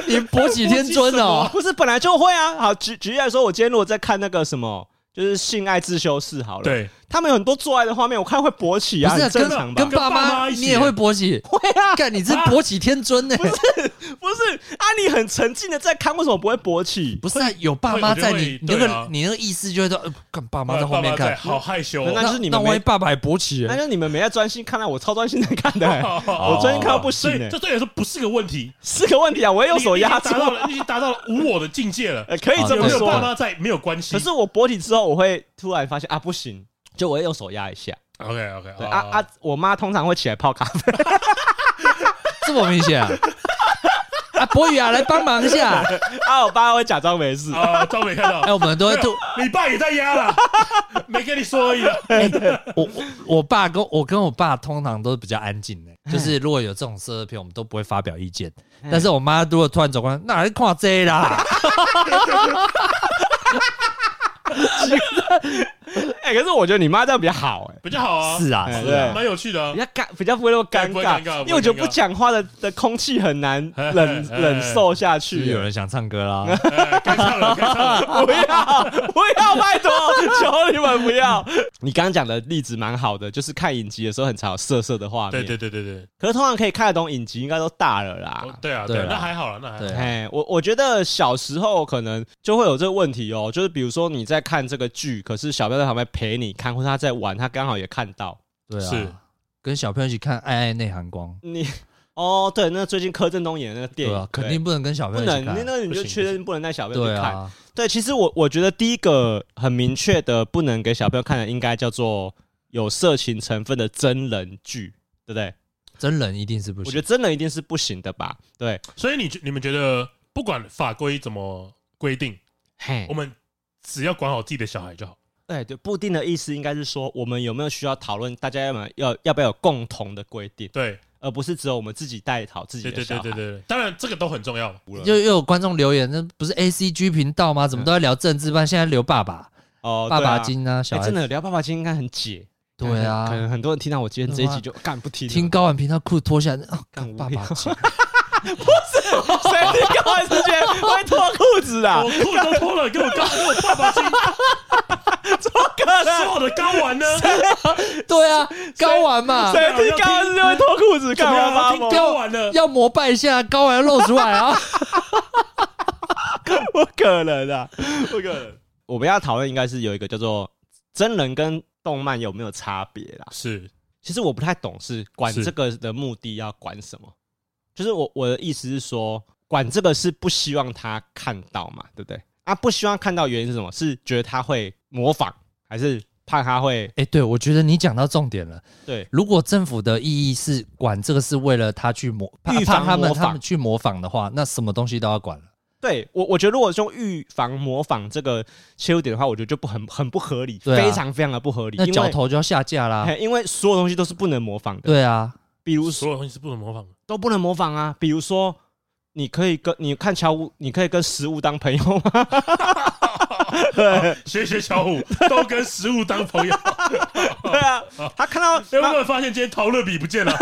[SPEAKER 3] 你播几天尊哦，
[SPEAKER 2] 不是本来就会啊。好，举举例来说，我今天如果在看那个什么，就是性爱自修室好了，，
[SPEAKER 1] 对，
[SPEAKER 2] 他们有很多做爱的画面，我看会勃起
[SPEAKER 3] 不
[SPEAKER 2] 啊，
[SPEAKER 3] 是啊
[SPEAKER 2] 很正
[SPEAKER 3] 跟
[SPEAKER 2] 常吧
[SPEAKER 3] 跟？爸
[SPEAKER 1] 跟爸
[SPEAKER 3] 妈
[SPEAKER 1] 妈一起啊
[SPEAKER 3] 你也会勃起，
[SPEAKER 2] 会啊，
[SPEAKER 3] 干你这勃起天尊呢？
[SPEAKER 2] 不是啊，你很沉浸的在看，为什么不会勃起？
[SPEAKER 3] 不是啊，有爸妈在你
[SPEAKER 1] 会我觉得会
[SPEAKER 3] 你那
[SPEAKER 1] 对
[SPEAKER 3] 个
[SPEAKER 1] 啊
[SPEAKER 3] 你那个意思就会说，呃干爸
[SPEAKER 1] 爸
[SPEAKER 3] 妈在后面
[SPEAKER 1] 爸妈在
[SPEAKER 3] 看，
[SPEAKER 1] 好害羞哦。
[SPEAKER 2] 那就是你们
[SPEAKER 3] 那万
[SPEAKER 2] 没
[SPEAKER 3] 一爸爸还勃起
[SPEAKER 2] 那
[SPEAKER 3] 了，
[SPEAKER 2] 就你们没在专心看啊，我超专心在看 的、欸，
[SPEAKER 1] 哦
[SPEAKER 2] 我专心看到不
[SPEAKER 1] 所
[SPEAKER 2] 行、
[SPEAKER 1] 以
[SPEAKER 2] 欸
[SPEAKER 1] 这，对你来说不是个问题，
[SPEAKER 2] 是个问题啊，我也有所
[SPEAKER 1] 你已经
[SPEAKER 2] 压制
[SPEAKER 1] 达。到了，你已经达到了无我的境界了。
[SPEAKER 2] 呃，可以
[SPEAKER 3] 哦
[SPEAKER 2] 这
[SPEAKER 1] 有
[SPEAKER 2] 么
[SPEAKER 1] 没有
[SPEAKER 2] 说
[SPEAKER 1] 爸
[SPEAKER 2] 啊，
[SPEAKER 1] 妈在没有关系。
[SPEAKER 2] 可是我勃起之后，我会突然发现啊，不行，就我会用手压一下。
[SPEAKER 1] OK OK
[SPEAKER 2] 对啊啊，我妈通常会起来泡咖啡，
[SPEAKER 3] 这么明显啊？啊，博宇啊，来帮忙 一下！
[SPEAKER 2] 啊，我爸会假装没事。
[SPEAKER 1] 啊，都没看到
[SPEAKER 3] 哎，。我们都会吐。
[SPEAKER 1] 你爸也在压了，没跟你说而已啊啦。
[SPEAKER 3] 哎，我我我爸跟我跟我爸通常都是比较安静的，就是如果有这种色片，我们都不会发表意见。但是我妈如果突然走过来，哪来看这 个啦？
[SPEAKER 2] 哎、可是我觉得你妈这样比较好、欸，
[SPEAKER 1] 比较好啊，
[SPEAKER 3] 是啊，
[SPEAKER 2] 哎
[SPEAKER 3] 是
[SPEAKER 2] 对
[SPEAKER 3] 啊。
[SPEAKER 1] 蛮有趣的啊
[SPEAKER 2] 比。较尴，比较不会那么尴
[SPEAKER 1] 对不会
[SPEAKER 2] 尬
[SPEAKER 1] 尴尬，
[SPEAKER 2] 因为我觉
[SPEAKER 1] 不
[SPEAKER 2] 得
[SPEAKER 1] 会尴尬
[SPEAKER 2] 不讲话的的空气很 难
[SPEAKER 1] 嘿嘿
[SPEAKER 2] 忍
[SPEAKER 1] 嘿
[SPEAKER 2] 忍受下
[SPEAKER 3] 是不是
[SPEAKER 2] 去
[SPEAKER 3] 有。人想唱歌 啦？
[SPEAKER 1] 哎该唱了，该唱了。
[SPEAKER 2] 不要，不要，拜托，求你们不要。你刚刚讲的例子蛮好的，就是看影集的时候很常有色色的画面。
[SPEAKER 1] 对对对对对，
[SPEAKER 2] 可是通常可以看得懂影集，应该都大了啦
[SPEAKER 1] 哦。对啊
[SPEAKER 3] 对
[SPEAKER 1] 对
[SPEAKER 3] 啊
[SPEAKER 1] 啊，那还好了，那还好
[SPEAKER 3] 对。
[SPEAKER 2] 哎，我我觉得小时候可能就会有这个问题哦，就是比如说你在看这个剧，可是小朋友在旁边陪你看，或者他在玩，他刚好也看到
[SPEAKER 3] 对啊，
[SPEAKER 1] 是
[SPEAKER 3] 跟小朋友一起看《爱爱内涵光》，
[SPEAKER 2] 你。哦，对，那最近柯震东演的那个电
[SPEAKER 3] 对
[SPEAKER 2] 影，
[SPEAKER 3] 啊，肯
[SPEAKER 2] 对
[SPEAKER 3] 定不能跟小
[SPEAKER 2] 不
[SPEAKER 3] 朋友一
[SPEAKER 2] 能，
[SPEAKER 3] 起
[SPEAKER 2] 那
[SPEAKER 3] 看。
[SPEAKER 2] 那你就
[SPEAKER 1] 不行
[SPEAKER 2] 确认不能带小朋友
[SPEAKER 3] 对
[SPEAKER 2] 去看。
[SPEAKER 3] 啊，
[SPEAKER 2] 对，其实我我觉得第一个很明确的不能给小朋友看的，应该叫做有色情成分的真人剧，对不对？
[SPEAKER 3] 真人一定是不
[SPEAKER 2] 我
[SPEAKER 3] 行
[SPEAKER 2] 觉。得真人一定是不行的吧？对，
[SPEAKER 1] 所以你觉你们觉得，不管法规怎么规定，
[SPEAKER 2] 嘿
[SPEAKER 1] 我，们只要管好自己的小孩就好。
[SPEAKER 2] 对对，不定的意思应该是说，我们有没有需要讨论，大家要不要要要不要有共同的规定，
[SPEAKER 1] 对
[SPEAKER 2] 而不是只有我们自己带好自己
[SPEAKER 1] 对
[SPEAKER 2] 的
[SPEAKER 1] 对
[SPEAKER 2] 小
[SPEAKER 1] 对
[SPEAKER 2] 孩。
[SPEAKER 1] 对对对，当然这个都很重要。
[SPEAKER 3] 又又有观众留言，那不是 A C G 频道吗？怎么都在聊政治？不然现在聊爸爸、
[SPEAKER 2] 嗯哦，
[SPEAKER 3] 爸
[SPEAKER 2] 对啊
[SPEAKER 3] 爸经啊，
[SPEAKER 2] 哎
[SPEAKER 3] 小孩
[SPEAKER 2] 真的聊爸爸经应该很解。
[SPEAKER 3] 对
[SPEAKER 2] 可能
[SPEAKER 3] 啊，
[SPEAKER 2] 很多人听到我今天这一集就干不听了，
[SPEAKER 3] 听高玩频道裤脱下来， 哦，
[SPEAKER 2] 干
[SPEAKER 3] 爸
[SPEAKER 2] 无聊
[SPEAKER 3] 爸 经，
[SPEAKER 2] 谁听高 玩之前会脱裤子啊
[SPEAKER 1] 我？裤子都脱哦了，给我高，给我爸爸亲，
[SPEAKER 2] 怎么可
[SPEAKER 3] 啊
[SPEAKER 2] 能？
[SPEAKER 1] 说我的睾丸呢？
[SPEAKER 3] 对啊，高玩嘛，
[SPEAKER 2] 谁听高玩之前会脱裤子？
[SPEAKER 1] 怎
[SPEAKER 2] 干
[SPEAKER 1] 么
[SPEAKER 2] 嘛
[SPEAKER 1] 样
[SPEAKER 2] 发
[SPEAKER 1] 要听
[SPEAKER 2] 疯？
[SPEAKER 1] 睾丸呢？
[SPEAKER 3] 要膜拜一下，高玩要露出来 啊！
[SPEAKER 2] 不可能啊，不可能。我们要讨论应该是有一个叫做真人跟动漫有没有差别啦。
[SPEAKER 1] 是
[SPEAKER 2] 其实我不太懂是管
[SPEAKER 1] 是
[SPEAKER 2] 这个的目的要管什么，就是我我的意思是说，管这个是不希望他看到嘛，对不对？啊，不希望看到原因是什么？是觉得他会模仿，还是怕他会
[SPEAKER 3] 哎，对，我觉得你讲到重点了。
[SPEAKER 2] 对？
[SPEAKER 3] 如果政府的意义是管这个是为了他去模，怕
[SPEAKER 2] 预防
[SPEAKER 3] 怕他们
[SPEAKER 2] 模仿
[SPEAKER 3] 他们去模仿的话，那什么东西都要管了。
[SPEAKER 2] 对我，我觉得如果是用预防模仿这个切入点的话，我觉得就不很很不合理，
[SPEAKER 3] 对啊
[SPEAKER 2] 非常非常的不合理。
[SPEAKER 3] 那
[SPEAKER 2] 因
[SPEAKER 3] 脚
[SPEAKER 2] 为、
[SPEAKER 3] 头就要下架啦。
[SPEAKER 2] 嘿因为所有东西都是不能模仿的，
[SPEAKER 3] 对啊，
[SPEAKER 2] 比如说
[SPEAKER 1] 所有东西是不能模仿的。
[SPEAKER 2] 都不能模仿啊。比如说，你可以跟你看乔舞，你可以跟食物当朋友吗？
[SPEAKER 1] 学学小虎，都跟食物当朋友。哎
[SPEAKER 2] 对啊，他看到
[SPEAKER 1] 有
[SPEAKER 2] 妈
[SPEAKER 1] 没有发现今天陶乐比不见了？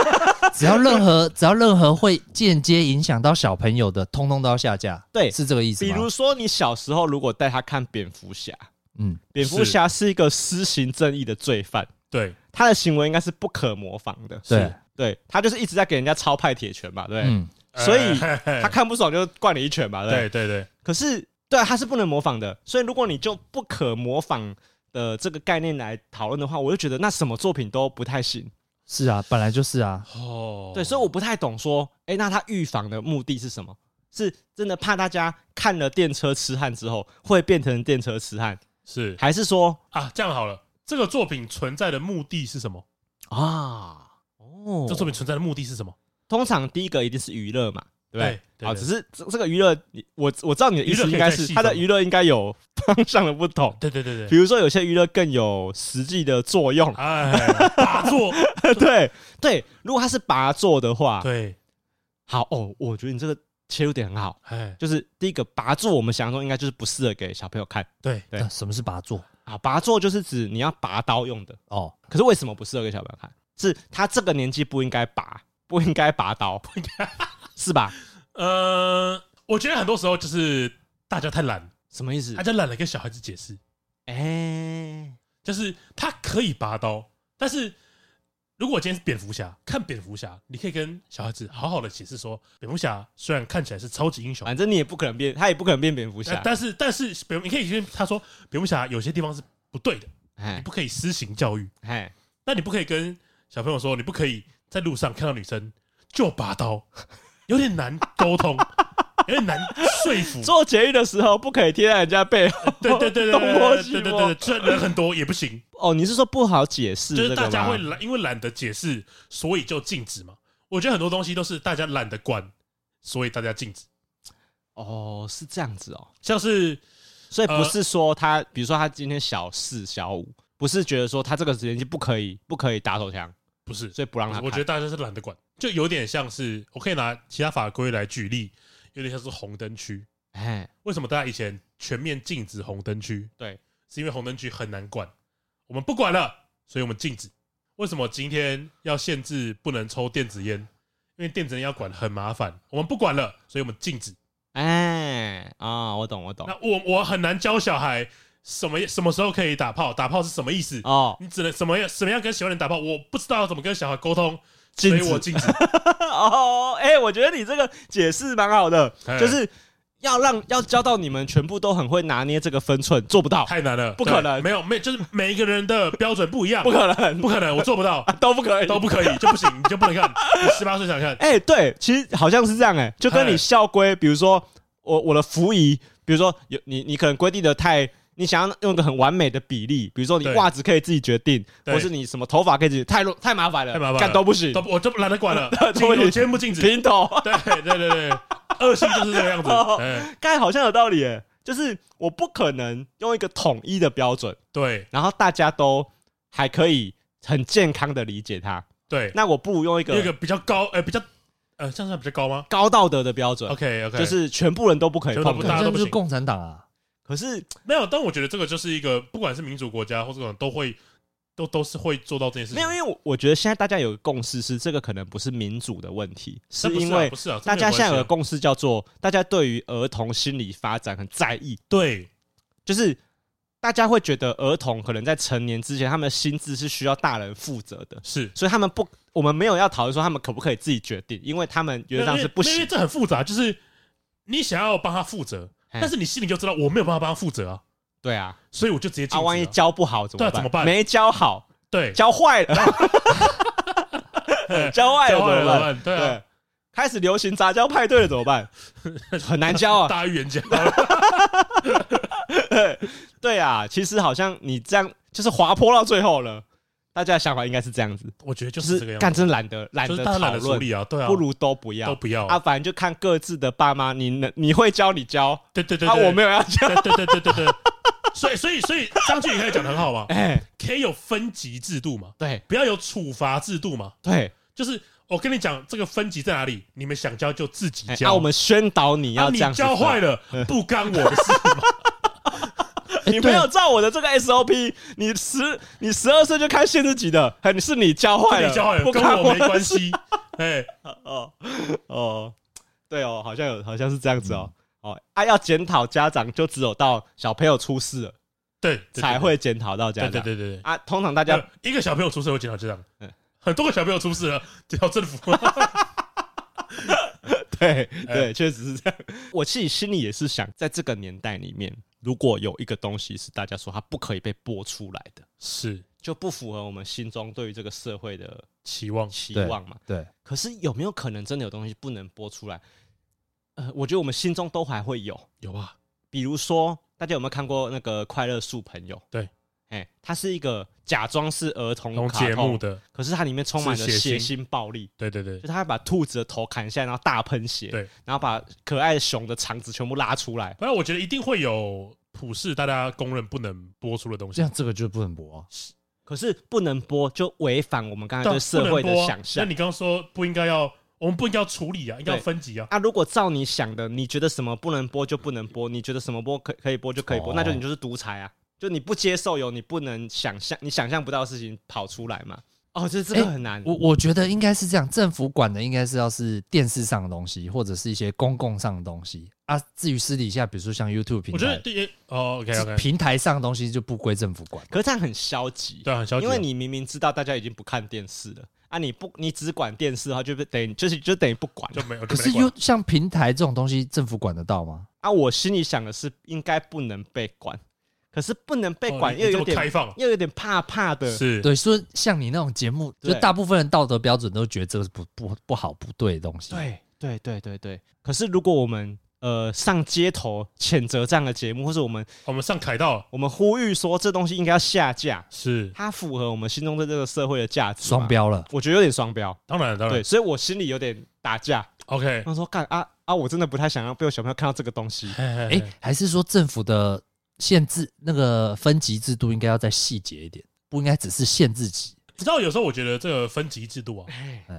[SPEAKER 3] 只要任何 只要任何会间接影响到小朋友的，通通都要下架。
[SPEAKER 2] 对
[SPEAKER 3] 是这个意思
[SPEAKER 2] 比
[SPEAKER 3] 吗？
[SPEAKER 2] 如说你小时候如果带他看蝙蝠侠，
[SPEAKER 3] 嗯，
[SPEAKER 2] 蝙蝠侠是一个施行正义的罪犯，
[SPEAKER 1] 对，
[SPEAKER 2] 他的行为应该是不可模仿的。
[SPEAKER 3] 对，
[SPEAKER 2] 对他就是一直在给人家超派铁拳嘛，对不对，
[SPEAKER 3] 嗯，
[SPEAKER 2] 所以
[SPEAKER 1] 哎嘿嘿
[SPEAKER 2] 他看不爽就灌你一拳嘛，对不对。
[SPEAKER 1] 对对对，
[SPEAKER 2] 可是对啊，他是不能模仿的，所以如果你就不可模仿的这个概念来讨论的话，我就觉得那什么作品都不太行。
[SPEAKER 3] 是啊，本来就是啊。
[SPEAKER 1] 哦
[SPEAKER 2] 对，所以我不太懂说，哎、那他预防的目的是什么？是真的怕大家看了电车痴汉之后会变成电车痴汉，
[SPEAKER 1] 是
[SPEAKER 2] 还是说
[SPEAKER 1] 啊，这样好了，这个作品存在的目的是什么？
[SPEAKER 2] 啊，哦
[SPEAKER 1] 这说明存在的目的是什么？
[SPEAKER 2] 通常第一个一定是娱乐嘛，对不对？
[SPEAKER 1] 对
[SPEAKER 2] 好，
[SPEAKER 1] 对
[SPEAKER 2] 只是这这个娱乐，你我我知道你的
[SPEAKER 1] 娱
[SPEAKER 2] 意
[SPEAKER 1] 乐
[SPEAKER 2] 思
[SPEAKER 1] 可以
[SPEAKER 2] 应该
[SPEAKER 1] 再
[SPEAKER 2] 是
[SPEAKER 1] 细
[SPEAKER 2] 它的
[SPEAKER 1] 分
[SPEAKER 2] 娱乐应该有方向的不同，
[SPEAKER 1] 对对对
[SPEAKER 2] 比
[SPEAKER 1] 对，
[SPEAKER 2] 如说有些娱乐更有实际的作用，
[SPEAKER 1] 哎，打坐，
[SPEAKER 2] 对对。如果它是拔做的 话，
[SPEAKER 1] 对，
[SPEAKER 2] 好哦，我觉得你这个切入点很好，
[SPEAKER 1] 哎，
[SPEAKER 2] 就是第一个拔做，我们想象中应该就是不适合给小朋友看
[SPEAKER 1] 对，
[SPEAKER 2] 对
[SPEAKER 3] 那什么是拔座？
[SPEAKER 2] 啊，拔做就是指你要拔刀用的，
[SPEAKER 3] 哦，
[SPEAKER 2] 可是为什么不适合给小朋友看？是他这个年纪不应该拔， 不应该拔刀，是吧？
[SPEAKER 1] 呃，我觉得很多时候就是大家太懒，
[SPEAKER 2] 什么意思
[SPEAKER 1] 大？家懒得跟小孩子解释，
[SPEAKER 2] 哎、
[SPEAKER 1] 就是他可以拔刀，但是如果今天是蝙蝠侠，看蝙蝠侠，你可以跟小孩子好好的解释说，蝙蝠侠虽然看起来是超级英雄，
[SPEAKER 2] 反正你也不可能变，他也不可能变蝙蝠
[SPEAKER 1] 但
[SPEAKER 2] 侠。
[SPEAKER 1] 但是但是蝙你可以跟他说，蝙蝠侠有些地方是不对的，
[SPEAKER 2] 哎
[SPEAKER 1] 你不可以施行教育，
[SPEAKER 2] 哎，
[SPEAKER 1] 那你不可以跟小朋友说，你不可以在路上看到女生就拔刀，有点难沟 通，有点难说服。
[SPEAKER 2] 做节育的时候不可以贴在人家背后，
[SPEAKER 1] 对对对对
[SPEAKER 2] 东摸
[SPEAKER 1] 对
[SPEAKER 2] 西
[SPEAKER 1] 对对
[SPEAKER 2] 摸
[SPEAKER 1] 对，。虽然人很多也不行，
[SPEAKER 2] 哦，你是说不好解释
[SPEAKER 1] 就
[SPEAKER 2] 这
[SPEAKER 1] 是
[SPEAKER 2] 个吗？
[SPEAKER 1] 大家会懒，因为懒得解释，所以就禁止嘛。我觉得很多东西都是大家懒得管，所以大家禁止。
[SPEAKER 2] 哦，是这样子哦，
[SPEAKER 1] 像是
[SPEAKER 2] 所以不
[SPEAKER 1] 呃
[SPEAKER 2] 是说他，比如说他今天小四、小五，不是觉得说他这个年纪不可以不可以打手枪，
[SPEAKER 1] 不是，
[SPEAKER 2] 所以不让他看。
[SPEAKER 1] 我觉得大家是懒得管，就有点像是我可以拿其他法规来举例，有点像是红灯区。
[SPEAKER 2] 哎，
[SPEAKER 1] 为什么大家以前全面禁止红灯区？
[SPEAKER 2] 对，
[SPEAKER 1] 是因为红灯区很难管，我们不管了，所以我们禁止。为什么今天要限制不能抽电子烟？因为电子烟要管很麻烦，我们不管了，所以我们禁止。
[SPEAKER 2] 哎啊、我懂，我懂
[SPEAKER 1] 那。我我很难教小孩什么什么时候可以打炮，打炮是什么意思？
[SPEAKER 2] 哦
[SPEAKER 1] 你只能什么样什么样跟喜欢人打炮？我不知道怎么跟小孩沟通，所
[SPEAKER 2] 禁止
[SPEAKER 1] 以我禁止。
[SPEAKER 2] 哦，哎、我觉得你这个解释蛮好的，
[SPEAKER 1] 哎
[SPEAKER 2] 就是要让要教到你们全部都很会拿捏这个分寸，做不到，
[SPEAKER 1] 太难了，
[SPEAKER 2] 不可能
[SPEAKER 1] 对没有没有就是每一个人的标准不一样，
[SPEAKER 2] 不可能，啊
[SPEAKER 1] 不可能，我做不 到，
[SPEAKER 2] 都不可以，
[SPEAKER 1] 都不可以，就不行，你就不能看。你十八岁想 看，
[SPEAKER 2] 哎、对，其实好像是这样、哎，就跟你
[SPEAKER 1] 哎
[SPEAKER 2] 校规，比如说我我的服仪，比如说有你你可能规定的太，你想要用一个很完美的比例，比如说你
[SPEAKER 1] 对
[SPEAKER 2] 袜子可以自己决定，
[SPEAKER 1] 对
[SPEAKER 2] 或是你什么头发可以自己，太乱太麻烦了，
[SPEAKER 1] 太麻烦了
[SPEAKER 2] 干都不行
[SPEAKER 1] 都，不我就懒得 管了
[SPEAKER 2] 都，不
[SPEAKER 1] 禁
[SPEAKER 2] 行
[SPEAKER 1] 我全部禁 止。
[SPEAKER 2] 平头，
[SPEAKER 1] 对对对对，恶性就是这个样子
[SPEAKER 2] 哦。
[SPEAKER 1] 哎，
[SPEAKER 2] 干好像有道理、哎，就是我不可能用一个统一的标准，
[SPEAKER 1] 对
[SPEAKER 2] 然后大家都还可以很健康的理解它，
[SPEAKER 1] 对，
[SPEAKER 2] 那我不如用一
[SPEAKER 1] 有一个
[SPEAKER 2] 个
[SPEAKER 1] 比较高，哎，比较呃，这样算比较高吗
[SPEAKER 2] 高道德的标准，
[SPEAKER 1] ？OK OK，
[SPEAKER 2] 呃就是全部人都不可以
[SPEAKER 1] 全部
[SPEAKER 2] 碰
[SPEAKER 1] 都不
[SPEAKER 2] 它
[SPEAKER 1] 搭
[SPEAKER 3] 那
[SPEAKER 1] 都
[SPEAKER 3] 这
[SPEAKER 1] 不
[SPEAKER 3] 不
[SPEAKER 1] 行
[SPEAKER 3] 是共产党啊？
[SPEAKER 2] 可是
[SPEAKER 1] 没有，但我觉得这个就是一个，不管是民主国家或这种，都会都都是会做到这件事情。
[SPEAKER 2] 没有，因为我我觉得现在大家有个共识是，这个可能不是民主的问题，
[SPEAKER 1] 这
[SPEAKER 2] 是
[SPEAKER 1] 不是啊
[SPEAKER 2] 因为
[SPEAKER 1] 不是啊，这
[SPEAKER 2] 大
[SPEAKER 1] 没
[SPEAKER 2] 家现在有
[SPEAKER 1] 关系
[SPEAKER 2] 个
[SPEAKER 1] 啊
[SPEAKER 2] 共识叫做，大家对于儿童心理发展很在意，
[SPEAKER 1] 对
[SPEAKER 2] 就是大家会觉得儿童可能在成年之前，他们的心智是需要大人负责的，
[SPEAKER 1] 是，
[SPEAKER 2] 所以他们不，我们没有要讨论说他们可不可以自己决定，因为他们原则上是不
[SPEAKER 1] 没有因为
[SPEAKER 2] 行。
[SPEAKER 1] 这很复杂，就是你想要帮他负责，
[SPEAKER 2] 嘿
[SPEAKER 1] 但是你心里就知道我没有办法帮他负责啊，
[SPEAKER 2] 对啊，
[SPEAKER 1] 所以我就直接禁
[SPEAKER 2] 啊，
[SPEAKER 1] 止
[SPEAKER 2] 万一
[SPEAKER 1] 了。
[SPEAKER 2] 教不好怎么
[SPEAKER 1] 对啊怎么办
[SPEAKER 2] 办？没教好，
[SPEAKER 1] 对，
[SPEAKER 2] 教坏 了，教
[SPEAKER 1] 交换
[SPEAKER 2] 坏了怎么办？
[SPEAKER 1] 了，对啊，
[SPEAKER 2] 对，开始流行杂交派对了怎么 办？很难教啊，
[SPEAKER 1] 大预 言家，
[SPEAKER 2] 对啊，其实好像你这样就是滑坡到最后了，大家的想法应该是这样子，
[SPEAKER 1] 我觉得就
[SPEAKER 2] 就是
[SPEAKER 1] 这个
[SPEAKER 2] 是
[SPEAKER 1] 样
[SPEAKER 2] 干
[SPEAKER 1] 子，
[SPEAKER 2] 真懒得懒
[SPEAKER 1] 就
[SPEAKER 2] 得
[SPEAKER 1] 是大家懒
[SPEAKER 2] 讨
[SPEAKER 1] 得处
[SPEAKER 2] 论，
[SPEAKER 1] 理啊，对啊，
[SPEAKER 2] 不如都
[SPEAKER 1] 都
[SPEAKER 2] 不要
[SPEAKER 1] 不要
[SPEAKER 2] 啊，，反正就看各自的爸妈，你能你会教你教，
[SPEAKER 1] 对对对，
[SPEAKER 2] 啊，
[SPEAKER 1] 对
[SPEAKER 2] 我没有要 教，
[SPEAKER 1] 对对对对对对，所以所以所以张俊宇刚才讲的很好嘛，
[SPEAKER 2] 哎，
[SPEAKER 1] 可以有分级制度嘛，
[SPEAKER 2] 对
[SPEAKER 1] 不要有处罚制度嘛，
[SPEAKER 2] 对，
[SPEAKER 1] 就是我跟你讲，这个分级在哪里？你们想教就自己
[SPEAKER 2] 哎
[SPEAKER 1] 教。
[SPEAKER 2] 啊，我们宣导你
[SPEAKER 1] 啊
[SPEAKER 2] 要
[SPEAKER 1] 你
[SPEAKER 2] 这样子
[SPEAKER 1] 教坏
[SPEAKER 2] 分，
[SPEAKER 1] 了，不干我的事嘛。
[SPEAKER 3] 哎
[SPEAKER 2] 你
[SPEAKER 3] 对
[SPEAKER 2] 没
[SPEAKER 3] 啊
[SPEAKER 2] 有照我的这个 SOP，你十你十二岁就开限制级的，哎，你是你教坏了，
[SPEAKER 1] 你教坏了，
[SPEAKER 2] 不
[SPEAKER 1] 跟
[SPEAKER 2] 看
[SPEAKER 1] 我没关 系。哎，
[SPEAKER 2] 哦哦，对哦，好像有，好像是这样子
[SPEAKER 1] 嗯
[SPEAKER 2] 哦。哦，啊，要检讨家长，就只有到小朋友出事了
[SPEAKER 1] 对，对
[SPEAKER 2] 才。会检讨到家
[SPEAKER 1] 对
[SPEAKER 2] 长。
[SPEAKER 1] 对对对对
[SPEAKER 2] 啊，通常 大
[SPEAKER 1] 对，
[SPEAKER 2] 家
[SPEAKER 1] 呃一个小朋友出事会检讨家长
[SPEAKER 2] 嗯，
[SPEAKER 1] 很多个小朋友出事了 检讨政 府。
[SPEAKER 2] 对
[SPEAKER 1] 呃
[SPEAKER 2] 对，确实是这样。 我自己心里也是想，在这个年代里面，如果有一个东西是大家说它不可以被播出来的，
[SPEAKER 1] 是
[SPEAKER 2] 就不符合我们心中对于这个社会的
[SPEAKER 1] 期望，
[SPEAKER 2] 期
[SPEAKER 3] 对
[SPEAKER 2] 望嘛。
[SPEAKER 3] 对，
[SPEAKER 2] 可是有没有可能真的有东西不能播出来？呃，我觉得我们心中都还会有，
[SPEAKER 1] 有啊，
[SPEAKER 2] 比如说，大家有没有看过那个《快乐树朋友》？
[SPEAKER 1] 对，
[SPEAKER 2] 哎，它是一个假装是儿童
[SPEAKER 1] 同
[SPEAKER 2] 卡
[SPEAKER 1] 节目
[SPEAKER 2] 通，
[SPEAKER 1] 的，
[SPEAKER 2] 可是它里面充满了
[SPEAKER 1] 是血
[SPEAKER 2] 血
[SPEAKER 1] 腥
[SPEAKER 2] 腥暴力，
[SPEAKER 1] 对对对
[SPEAKER 2] 就他把兔子的头砍下来，然后大喷血，
[SPEAKER 1] 对。
[SPEAKER 2] 然后把可爱的熊的肠子全部拉出来。
[SPEAKER 1] 反正我觉得一定会有普世大家公认不能播出的东西
[SPEAKER 3] 这。样这个就不能播啊、
[SPEAKER 2] 可是不能播，就违反我们刚才对社会的想
[SPEAKER 1] 那
[SPEAKER 2] 象。
[SPEAKER 1] 你刚刚说啊不应该要，我们不应该要处理啊，应该要
[SPEAKER 2] 对
[SPEAKER 1] 分级啊。
[SPEAKER 2] 啊，如果照你想的，你觉得什么不能播就不能播，你觉得什么播可可以播就可以播，
[SPEAKER 3] 哦
[SPEAKER 2] 那就你就是独裁啊！就你不接受有你不能想象、你想象不到的事情跑出来嘛。哦，这这个
[SPEAKER 3] 哎
[SPEAKER 2] 很难。
[SPEAKER 3] 我我觉得应该是这样，政府管的应该是要是电视上的东西，或者是一些公共上的东西啊。至于私底下，比如说像 YouTube 平
[SPEAKER 1] 我觉得
[SPEAKER 3] 台，
[SPEAKER 1] 对，哦，OK OK，
[SPEAKER 3] 平台上的东西就不归政府管。
[SPEAKER 2] 可是这样很消极，
[SPEAKER 1] 对啊，很消极啊。
[SPEAKER 2] 因为你明明知道大家已经不看电视了啊，你不你只管电视的话，就被等于就是就等于不管
[SPEAKER 1] 就没有，
[SPEAKER 3] 可
[SPEAKER 1] 就是没管
[SPEAKER 3] U 像平台这种东西，政府管得到吗？
[SPEAKER 2] 啊。我心里想的是应该不能被管，可是不能被
[SPEAKER 1] 哦
[SPEAKER 2] 管
[SPEAKER 1] 你
[SPEAKER 2] 又
[SPEAKER 1] 你这
[SPEAKER 2] 有
[SPEAKER 1] 么开
[SPEAKER 2] 点
[SPEAKER 1] 放，
[SPEAKER 2] 又有点怕怕的，
[SPEAKER 1] 是
[SPEAKER 3] 对，所以像你那种节目，就
[SPEAKER 2] 对
[SPEAKER 3] 大部分人道德标准都觉得这个是不不不好不对的东西。，
[SPEAKER 2] 对对对对对。可是如果我们呃上街头谴责这样的节目，或是我们
[SPEAKER 1] 我们上凯道
[SPEAKER 2] 我们呼吁说这东西应该要下架，
[SPEAKER 1] 是
[SPEAKER 2] 它符合我们心中对这个社会的价值吗，
[SPEAKER 3] 双标了。
[SPEAKER 2] 我觉得有点双标。
[SPEAKER 1] 当然当
[SPEAKER 2] 对，
[SPEAKER 1] 然
[SPEAKER 2] 所以我心里有点打架。
[SPEAKER 1] ，OK。
[SPEAKER 2] 他说干啊啊，我真的不太想要被我小朋友看到这个东西。
[SPEAKER 1] 哎
[SPEAKER 3] 哎、还是说政府的限制那个分级制度应该要再细节一点，不应该只是限制级。
[SPEAKER 1] 你知道有时候我觉得这个分级制度啊，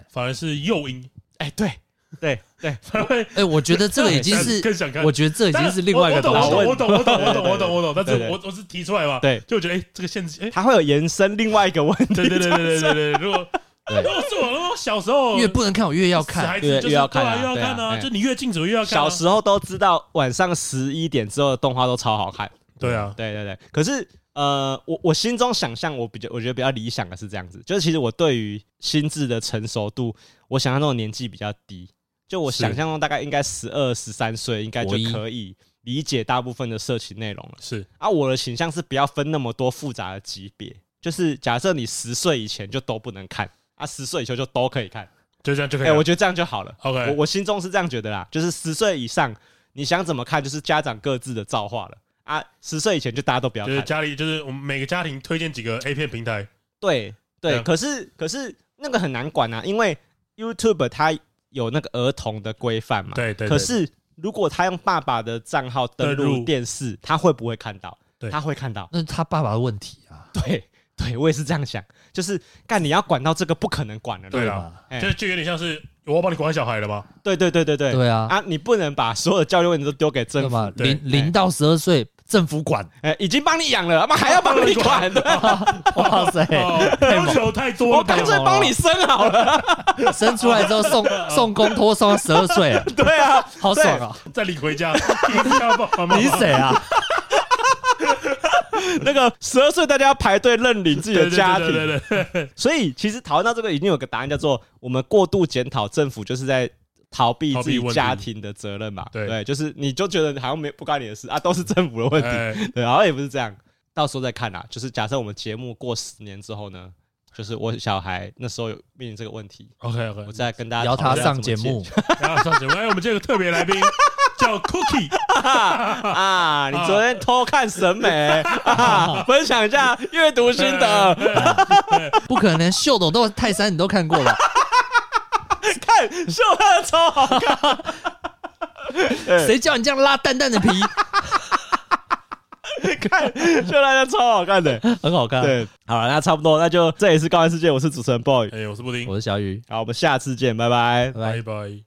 [SPEAKER 1] 反而是诱因，
[SPEAKER 2] 哎，对 对对，
[SPEAKER 1] 反而会
[SPEAKER 3] 哎、我觉得这个已经是，
[SPEAKER 1] 更想看。
[SPEAKER 3] 我觉得这已经是另外一个
[SPEAKER 1] 当
[SPEAKER 3] 东
[SPEAKER 1] 然
[SPEAKER 3] 西。
[SPEAKER 1] 我懂，我懂，我懂，我懂，我懂，我懂。但
[SPEAKER 2] 对
[SPEAKER 1] 是
[SPEAKER 2] 对
[SPEAKER 1] 我我是提出来嘛，
[SPEAKER 2] 对
[SPEAKER 1] 就我觉得哎，这个限制，哎，
[SPEAKER 2] 它会有延伸另外一个问题。
[SPEAKER 1] 对对对对对对对。如果
[SPEAKER 3] 对
[SPEAKER 1] 如果是我，如果我小时候
[SPEAKER 3] 越不能看，我越要
[SPEAKER 1] 死
[SPEAKER 3] 看。
[SPEAKER 1] 孩子
[SPEAKER 2] 越
[SPEAKER 1] 就是
[SPEAKER 2] 越要看
[SPEAKER 1] 对
[SPEAKER 2] 啊
[SPEAKER 1] 啊，越要
[SPEAKER 2] 对啊
[SPEAKER 1] 看啊，
[SPEAKER 2] 哎
[SPEAKER 1] 就你越禁止越要看啊。
[SPEAKER 2] 小时候都知道晚上十一点之后的动画都超好看。
[SPEAKER 1] 对啊，
[SPEAKER 2] 对对对，可是呃，我我心中想象，我比较我觉得比较理想的是这样子，就是其实我对于心智的成熟度，我想象中的年纪比较低，就我
[SPEAKER 1] 是
[SPEAKER 2] 想象中大概应该十二十三岁应该就
[SPEAKER 3] 国一
[SPEAKER 2] 可以理解大部分的色情内容了。
[SPEAKER 1] 是
[SPEAKER 2] 啊，我的倾向是不要分那么多复杂的级别，就是假设你十岁以前就都不能看。啊，十岁以后就都可以看，
[SPEAKER 1] 就这样就可
[SPEAKER 2] 哎、
[SPEAKER 1] 以了。
[SPEAKER 2] 我觉得这样就好了。
[SPEAKER 1] OK
[SPEAKER 2] 我我心中是这样觉得啦，就是十岁以上，你想怎么看，就是家长各自的造化了啊。十岁以前就大家都不要
[SPEAKER 1] 就
[SPEAKER 2] 看
[SPEAKER 1] 是，家里，就是我们每个家庭推荐几个 A 片平台，
[SPEAKER 2] 对
[SPEAKER 1] 对
[SPEAKER 2] 对，
[SPEAKER 1] 啊
[SPEAKER 2] 可是可是那个很难管啊，因为 YouTube 它有那个儿童的规范嘛。
[SPEAKER 1] 对对。对
[SPEAKER 2] 可是如果他用爸爸的账号
[SPEAKER 1] 登
[SPEAKER 2] 登录
[SPEAKER 1] 录
[SPEAKER 2] 电视，他会不会看到？
[SPEAKER 1] 对
[SPEAKER 2] 他会看到。
[SPEAKER 3] 那是他爸爸的问题啊，
[SPEAKER 2] 对对，我也是这样想，就是干你要管到这个不可能管了。
[SPEAKER 1] 对
[SPEAKER 2] 啦
[SPEAKER 1] 啊
[SPEAKER 3] 吧？
[SPEAKER 2] 哎
[SPEAKER 1] 就就有点像是我要帮你管小孩了吧？
[SPEAKER 2] 对对对对对
[SPEAKER 3] 对啊，
[SPEAKER 2] 啊！你不能把所有教育问题都丢给政
[SPEAKER 3] 对
[SPEAKER 2] 府
[SPEAKER 3] 吧？，
[SPEAKER 1] 对
[SPEAKER 3] 零零到十二岁，政府管。
[SPEAKER 2] 哎、已经帮你养了，他妈还要帮 你管？
[SPEAKER 3] 哇塞，
[SPEAKER 1] 哦，要求太多
[SPEAKER 2] 我
[SPEAKER 1] 了哦吧
[SPEAKER 2] 干？脆帮你生好了。
[SPEAKER 3] 生出来之后送送公托送到十二岁，
[SPEAKER 2] 对啊，
[SPEAKER 3] 好爽啊！
[SPEAKER 1] 再领回家， 一定要帮妈妈
[SPEAKER 3] 你是谁啊？
[SPEAKER 2] 那个十二岁大家要排队认领自己
[SPEAKER 1] 对
[SPEAKER 2] 的
[SPEAKER 1] 对
[SPEAKER 2] 家
[SPEAKER 1] 哦对
[SPEAKER 2] 庭，
[SPEAKER 1] 对对对，
[SPEAKER 2] 所以其实讨论到这个，已经有个答案叫做我们过度检讨政府，就是在逃避自己家庭的责任嘛。
[SPEAKER 1] 逃避问题
[SPEAKER 2] 对，就是你就觉得好像没不关你的事啊，都是政府的问题。
[SPEAKER 1] 哎
[SPEAKER 2] 对，好像也不是这样。到时候再看啦、就是假设我们节目过十年之后呢，就是我小孩那时候有面临这个问题，
[SPEAKER 1] ，OK
[SPEAKER 2] 我
[SPEAKER 1] OK，
[SPEAKER 2] 再跟大家
[SPEAKER 3] 邀
[SPEAKER 2] 讨
[SPEAKER 3] 他
[SPEAKER 2] 论
[SPEAKER 3] 上
[SPEAKER 2] 怎么
[SPEAKER 3] 节
[SPEAKER 2] 解
[SPEAKER 3] 目，
[SPEAKER 1] 然后上节目，哎，我们今天有个特别来宾叫 Cookie，
[SPEAKER 2] 啊！你昨天偷看审美啊，分享一下阅读心 得。
[SPEAKER 1] 哎
[SPEAKER 3] 不可能，秀斗都泰山你都看过吧？
[SPEAKER 2] 看秀他的超好看，
[SPEAKER 3] 谁叫你这样拉淡淡的皮？
[SPEAKER 2] 看秀他的超好看的。
[SPEAKER 3] 很好看。
[SPEAKER 2] 对，好了，那差不多，那就这里是高玩世界，我是主持人 boy，
[SPEAKER 1] 哎，我是布丁，
[SPEAKER 3] 我是小雨，
[SPEAKER 2] 好，我们下次见，拜拜。
[SPEAKER 3] 拜拜
[SPEAKER 1] 拜。拜。